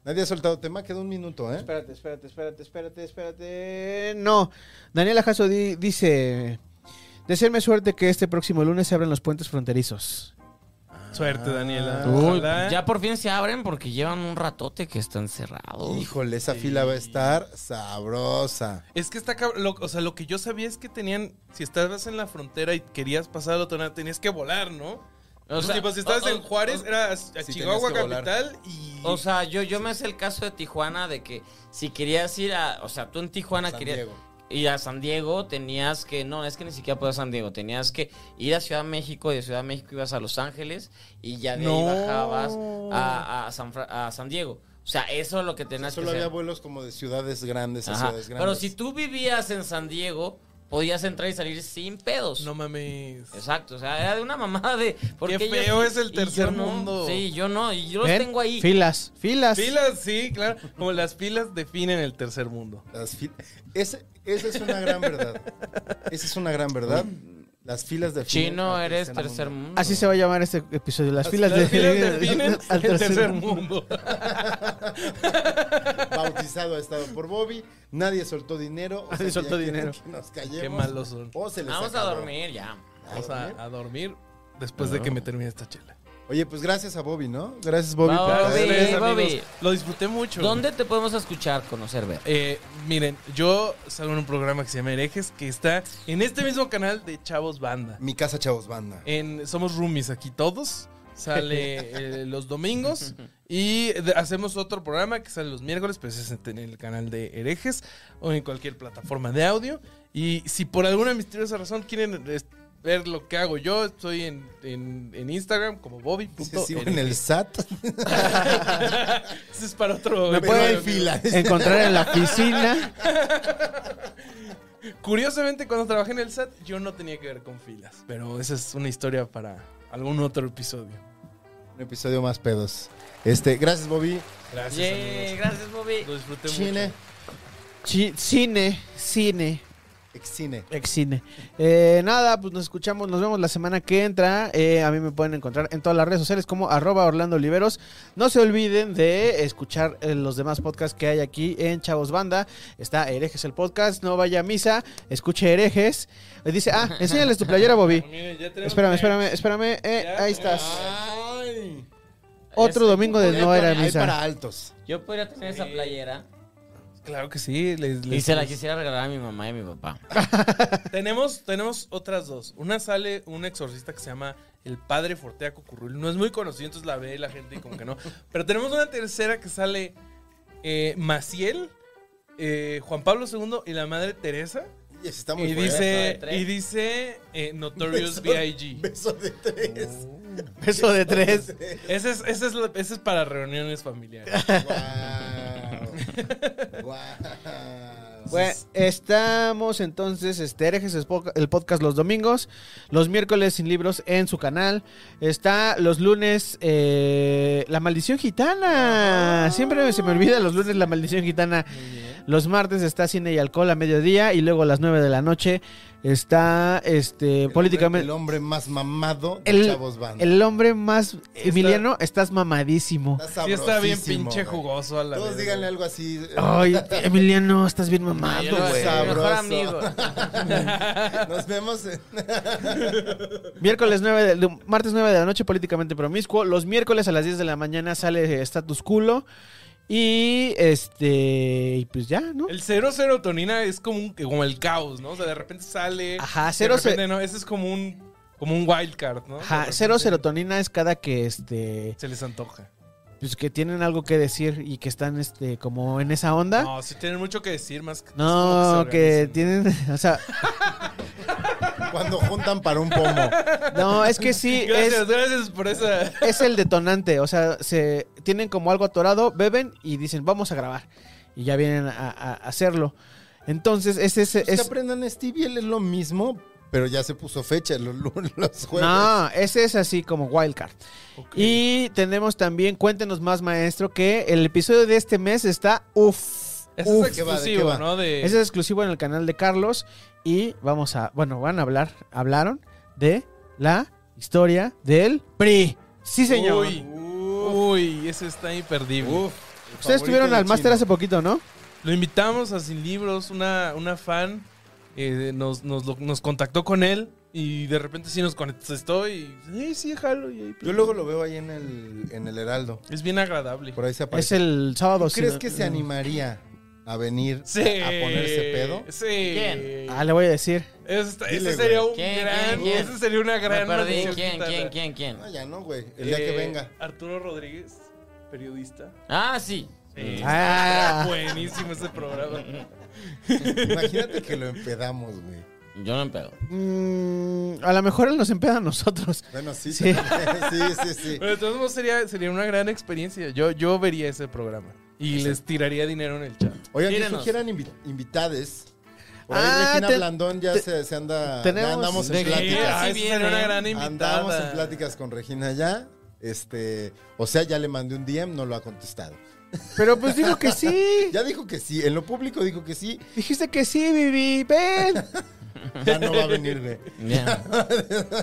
S2: Nadie ha soltado tema, queda un minuto, ¿eh?
S4: Espérate, espérate, espérate, espérate, espérate. No, Daniel Ajazo di- dice: Desearme suerte que este próximo lunes se abran los puentes fronterizos.
S3: Suerte, Daniela.
S2: Uy,
S3: Ojalá.
S1: Ya por fin se abren porque llevan un ratote que están cerrados.
S2: Híjole, esa fila va a estar sabrosa.
S3: Es que está cab- lo- o sea, lo que yo sabía es que tenían, si estabas en la frontera y querías pasar al otro lado, tenías que volar, ¿no? O sea, tipo, si estabas
S1: o-
S3: en Juárez,
S1: o-
S3: era a, a Chihuahua
S2: tenías que volar.
S3: capital y...
S1: O sea, yo, yo me sé el caso de Tijuana de que si querías ir a. O sea, tú en Tijuana
S2: San
S1: querías
S2: Diego.
S1: ir a San Diego, tenías que. No, es que ni siquiera podías a San Diego. Tenías que ir a Ciudad de México y de Ciudad de México ibas a Los Ángeles y ya de ahí
S3: No.
S1: bajabas a, a San, Fra- a San Diego. O sea, eso es lo que tenías
S2: Solo
S1: que
S2: había
S1: hacer.
S2: vuelos como de ciudades grandes a
S1: Ajá.
S2: ciudades grandes.
S1: Pero si tú vivías en San Diego, podías entrar y salir sin pedos.
S3: No mames.
S1: Exacto, o sea, era de una mamada de. porque
S3: Qué
S1: ellos-
S3: feo es el
S1: y yo
S3: tercer
S1: no.
S3: mundo.
S1: Sí, yo no, y yo los
S4: ¿Ven?
S1: tengo ahí.
S4: Filas, filas.
S3: Filas, sí, claro. Como las filas definen el tercer mundo.
S2: Las fil- Ese- esa es una gran verdad. Esa es una gran
S1: <laughs>
S2: verdad. Las filas de
S1: Chino, eres tercer mundo.
S4: Así se va a llamar este episodio: Las, filas,
S3: Las
S4: de,
S3: filas
S4: <laughs>
S3: definen
S4: al
S3: el
S4: tercer
S3: tercer
S4: mundo.
S3: mundo.
S2: Bautizado ha estado por Bobby. Nadie soltó dinero. o
S4: Nadie
S2: sea que ya
S4: soltó
S2: quieren
S4: dinero.
S2: que nos callemos.
S3: Qué malos son.
S2: O se les
S1: Vamos a
S2: acabó.
S1: dormir ya.
S3: Vamos a, a dormir después de que me termine esta chela.
S2: Oye, pues gracias a Bobby, ¿no? Gracias, Bobby.
S1: Bobby.
S2: por
S3: Gracias,
S2: traer-
S3: amigos.
S1: Bobby.
S3: Lo disfruté mucho.
S1: ¿Dónde te podemos escuchar, conocer, ver?
S3: Eh, miren, yo salgo en un programa que se llama Herejes, que está en este mismo canal de Chavos Banda.
S2: Mi casa, chavos, banda.
S3: En, somos roomies aquí todos. Sale eh, los domingos y de- hacemos otro programa que sale los miércoles, pero ese es en el canal de herejes o en cualquier plataforma de audio. Y si por alguna misteriosa razón quieren es, ver lo que hago yo, estoy en, en- en Instagram como Bobby.
S2: Sí, sí, en el <laughs> SAT.
S3: <laughs> Ese es para otro.
S2: Me
S3: episodio.
S2: pueden fila.
S4: Encontrar en la piscina.
S3: Curiosamente, cuando trabajé en el SAT, yo no tenía que ver con filas, pero esa es una historia para algún otro episodio.
S2: Un episodio más pedos. Este, gracias, Bobby.
S3: Gracias.
S1: Yeah,
S3: amigos.
S1: gracias, Bobby.
S3: Lo disfruté
S2: Chine.
S3: mucho.
S4: Chi- cine, cine.
S2: Excine.
S4: Excine. Eh, nada, pues nos escuchamos, nos vemos la semana que entra. Eh, a mí me pueden encontrar en todas las redes sociales como arroba Orlando Oliveros. No se olviden de escuchar eh, los demás podcasts que hay aquí en Chavos Banda. Está Herejes el podcast, no vaya a misa, escuche Herejes. Eh, dice, ah, enséñales tu playera, Bobby.
S3: Miren, ya tenemos-
S4: Espérame, espérame, espérame. Eh, ahí estás.
S2: Ay.
S4: Otro domingo
S2: Pues
S4: de no era
S2: Hay para
S4: misa.
S2: altos.
S1: Yo podría tener esa playera.
S3: Claro que sí. les-
S1: Y
S3: les-
S1: se la quisiera regalar a mi mamá y a mi papá.
S3: Tenemos, tenemos otras dos. Una sale un exorcista que se llama El Padre Forteaco Currul. No es muy conocido, entonces la ve la gente y como
S1: <laughs>
S3: que no. Pero tenemos una tercera que sale eh, Maciel, eh, Juan Pablo II y la Madre Teresa.
S2: Y está muy
S3: Y
S2: fuerte.
S3: dice,
S1: Beso de tres.
S3: y dice
S2: <laughs>
S3: eh, Notorious
S2: Beso-
S3: B.I.G.
S2: Beso de tres.
S4: Beso de tres.
S3: Ese es, ese es la- ese es para reuniones familiares.
S2: Guau. Guau.
S4: Bueno, estamos entonces, este, Herejes es poca- el podcast los domingos, los miércoles sin libros en su canal, está los lunes eh, La Maldición
S2: Ah.
S4: Gitana, siempre se me olvida los lunes La Maldición Gitana, los martes está Cine y Alcohol a mediodía y luego a las 9 de la noche está este,
S2: El hombre-
S4: políticamente...
S2: El hombre más mamado de
S4: El,
S2: Chavos Banda.
S4: el hombre más... Emiliano, estás mamadísimo.
S3: Sí está bien
S2: sabrosísimo,
S3: pinche
S2: güey.
S3: jugoso a la
S2: Todos
S3: verga.
S2: díganle algo así. eh,
S4: Ay, Emiliano, estás bien mamado,
S1: Yo-
S2: güey.
S1: mi mejor
S2: Sabroso.
S1: amigo.
S2: <laughs> Nos vemos en
S4: Miércoles 9, de, martes 9 de la noche, políticamente promiscuo. Los miércoles a las 10 de la mañana sale Status Culo. Y este. Y pues ya, ¿no?
S3: El cero serotonina es como, un- como el caos, ¿no? O sea, de repente sale.
S4: Ajá,
S3: de
S4: cero se-
S3: repente no. Ese es como un, como un wild card, ¿no? De
S4: Ajá,
S3: repente
S4: cero serotonina es cada que este.
S3: Se les antoja.
S4: Pues que tienen algo que decir y que están este como en esa onda.
S3: No, sí tienen mucho que decir más que.
S4: No,
S3: es como
S4: que
S3: se organizan.
S4: tienen. <laughs> O sea,
S2: <laughs> cuando juntan para un pomo.
S4: no, es que sí.
S3: <laughs>
S4: es,
S3: Gracias, gracias por esa.
S4: es el detonante. O sea, se tienen como algo atorado, beben y dicen, vamos a grabar. Y ya vienen a, a- a hacerlo. Entonces, ese es...
S2: Pues que
S4: es
S2: aprendan Stevie, él es lo mismo, pero ya se puso fecha los, lunes, los jueves.
S4: no, ese es así como wildcard.
S3: Ok.
S4: Y tenemos también, cuéntenos más, maestro, que el episodio de este mes está uff.
S3: Ese
S2: Uf,
S3: es
S2: ¿qué va, de qué
S3: exclusivo,
S2: va?
S3: ¿no? De...
S4: Ese es exclusivo en el canal de Carlos. Y vamos a, bueno, van a hablar, hablaron de la historia del PRI. Sí, señor.
S3: Uy, uy, ese está imperdible.
S2: Uf,
S4: Ustedes estuvieron al máster hace poquito, ¿no?
S3: Lo invitamos a Sin Libros, una, una fan eh, nos, nos, lo- nos contactó con él y de repente sí nos conectó y sí, sí, jalo. y ahí pues,
S2: Yo luego lo veo ahí en el, en el Heraldo.
S3: Es bien agradable.
S2: Por ahí se
S4: Es
S2: aparece.
S4: el sábado.
S2: ¿Tú
S4: sí,
S2: crees
S4: no-
S2: que se animaría a venir
S3: Sí.
S2: a ponerse pedo?
S3: Sí.
S1: ¿Quién?
S4: Ah, le voy a decir.
S3: Ese está- ese
S2: Dile, güey.
S3: sería un
S1: ¿Quién,
S3: gran,
S1: quién, quién?
S3: ese sería una gran
S1: Me perdí.
S3: noticia
S1: ¿Quién,
S3: gitana.
S1: quién, quién, quién?
S2: No, ya no, güey. El día
S3: Eh,
S2: que venga.
S3: Arturo Rodríguez, periodista.
S1: Ah, sí.
S3: Sí.
S4: Ah.
S3: Era Buenísimo ese
S1: <laughs>
S3: programa.
S2: Imagínate que lo empedamos, güey.
S1: Yo no <laughs> empego.
S4: Mm, a lo mejor él nos empeda a nosotros.
S2: Bueno, sí,
S4: Sí.
S2: sí, <laughs> sí, sí. sí.
S3: Pero de todos modos sería, sería una gran experiencia. Yo, yo vería ese programa. Y les tiraría dinero en el chat.
S2: Oigan, que
S1: Tírenos.
S2: sugieran invi- invitades. Por ahí
S4: Ah,
S2: Regina
S4: te-
S2: Blandón ya
S4: te-
S2: se, se anda.
S4: tenemos-
S2: ya andamos en
S1: Sí,
S2: pláticas.
S1: sí
S3: Ah, esa
S1: viene.
S3: sería una gran invitada.
S2: Andamos en pláticas con Regina ya. Este, o sea, ya le mandé un DM, no lo ha contestado.
S4: Pero pues digo que sí.
S2: <laughs> Ya dijo que sí, en lo público dijo que sí,
S4: Dijiste que sí,
S2: <laughs>
S4: Vivi. Ven.
S2: ya no va a venir, güey.
S1: Ya.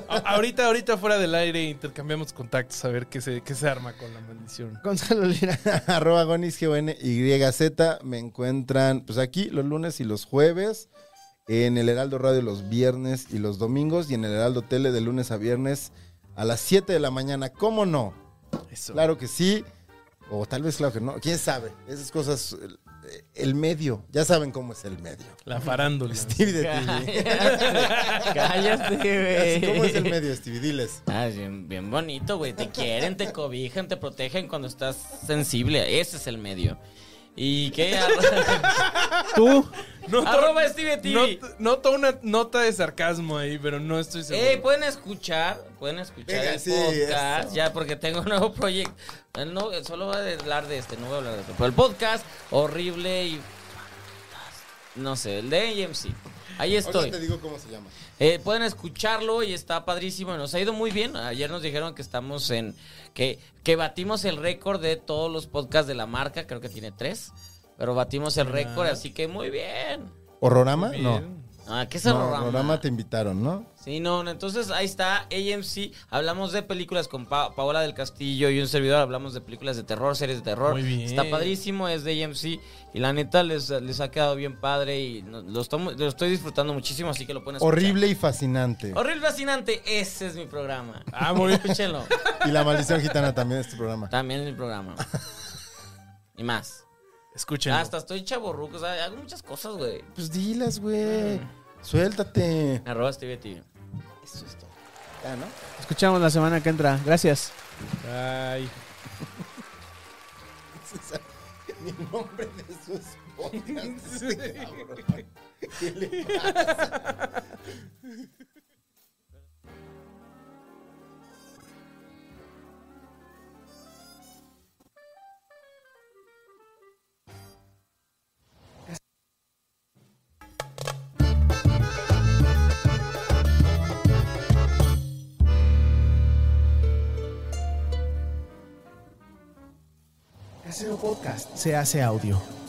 S3: A- ahorita, ahorita fuera del aire intercambiamos contactos a ver qué se, qué se arma con la maldición.
S4: Gonzalo Lira.
S2: <laughs> Arroba Gonis, G-O-N-Y-Z. Me encuentran, pues aquí, los lunes y los jueves. En el Heraldo Radio los viernes y los domingos. Y en el Heraldo Tele de lunes a viernes a las 7 de la mañana. ¿Cómo no?
S3: Eso.
S2: Claro que sí. O tal vez claro que no. ¿Quién sabe? Esas cosas. El, el medio. Ya saben cómo es el medio.
S3: La farándula.
S2: Stevie de TV.
S1: <laughs> Cállate,
S2: Así,
S1: güey.
S2: ¿Cómo es el medio, Stevie? Diles.
S1: Ah, es bien, bien bonito, güey. Te quieren, te cobijan, te protegen cuando estás sensible. Ese es el medio. ¿Y <laughs> qué? Arro-
S4: Tú.
S3: Nota-
S1: Arroba Steve TV.
S3: not- nota una nota de sarcasmo ahí, pero no estoy seguro.
S1: Ey, pues. pueden escuchar, pueden escuchar
S2: Venga,
S1: el
S2: sí,
S1: podcast,
S2: eso.
S1: ya porque tengo un nuevo proyecto. Eh, No, solo voy a hablar de este, no voy a hablar de otro. Pero el podcast, horrible y. No sé, el de AMC. Ahí <laughs>
S2: Ahora
S1: estoy.
S2: te digo cómo se llama.
S1: Eh, pueden escucharlo y está padrísimo. Nos ha ido muy bien. Ayer nos dijeron que estamos en. que, que batimos el récord de todos los podcasts de la marca. Creo que tiene tres. Pero batimos
S2: Ah.
S1: el récord, así que muy bien.
S2: ¿Horrorama?
S3: Bien.
S2: No.
S1: Ah, ¿qué es el
S2: No,
S1: programa?
S2: Horrorama te invitaron, ¿no?
S1: Sí, no, no, entonces ahí está AMC. Hablamos de películas con Pa- Paola del Castillo y un servidor. Hablamos de películas de terror, series de terror.
S3: Muy bien.
S1: Está padrísimo, es de AMC. Y la neta les, les ha quedado bien padre y no- lo, estamos- lo estoy disfrutando muchísimo, así que lo pueden escuchar.
S2: Horrible y fascinante.
S1: Horrible fascinante, ese es mi programa.
S3: Ah, muy bien.
S1: Escúchenlo.
S2: Y La Maldición Gitana también es tu programa.
S1: También es
S3: <laughs>
S1: mi programa. Y más.
S3: Escuchen.
S1: Hasta estoy chaborruco, o sea, hago muchas cosas, güey.
S2: Pues dilas, güey. Suéltate.
S1: Arroba Stevie TV.
S2: Eso es todo. Ya, ¿no?
S4: Escuchamos la semana que entra. Gracias.
S3: Ay.
S2: Mi nombre de sus podcasts. este cabrón.
S4: Casero Podcast se hace audio.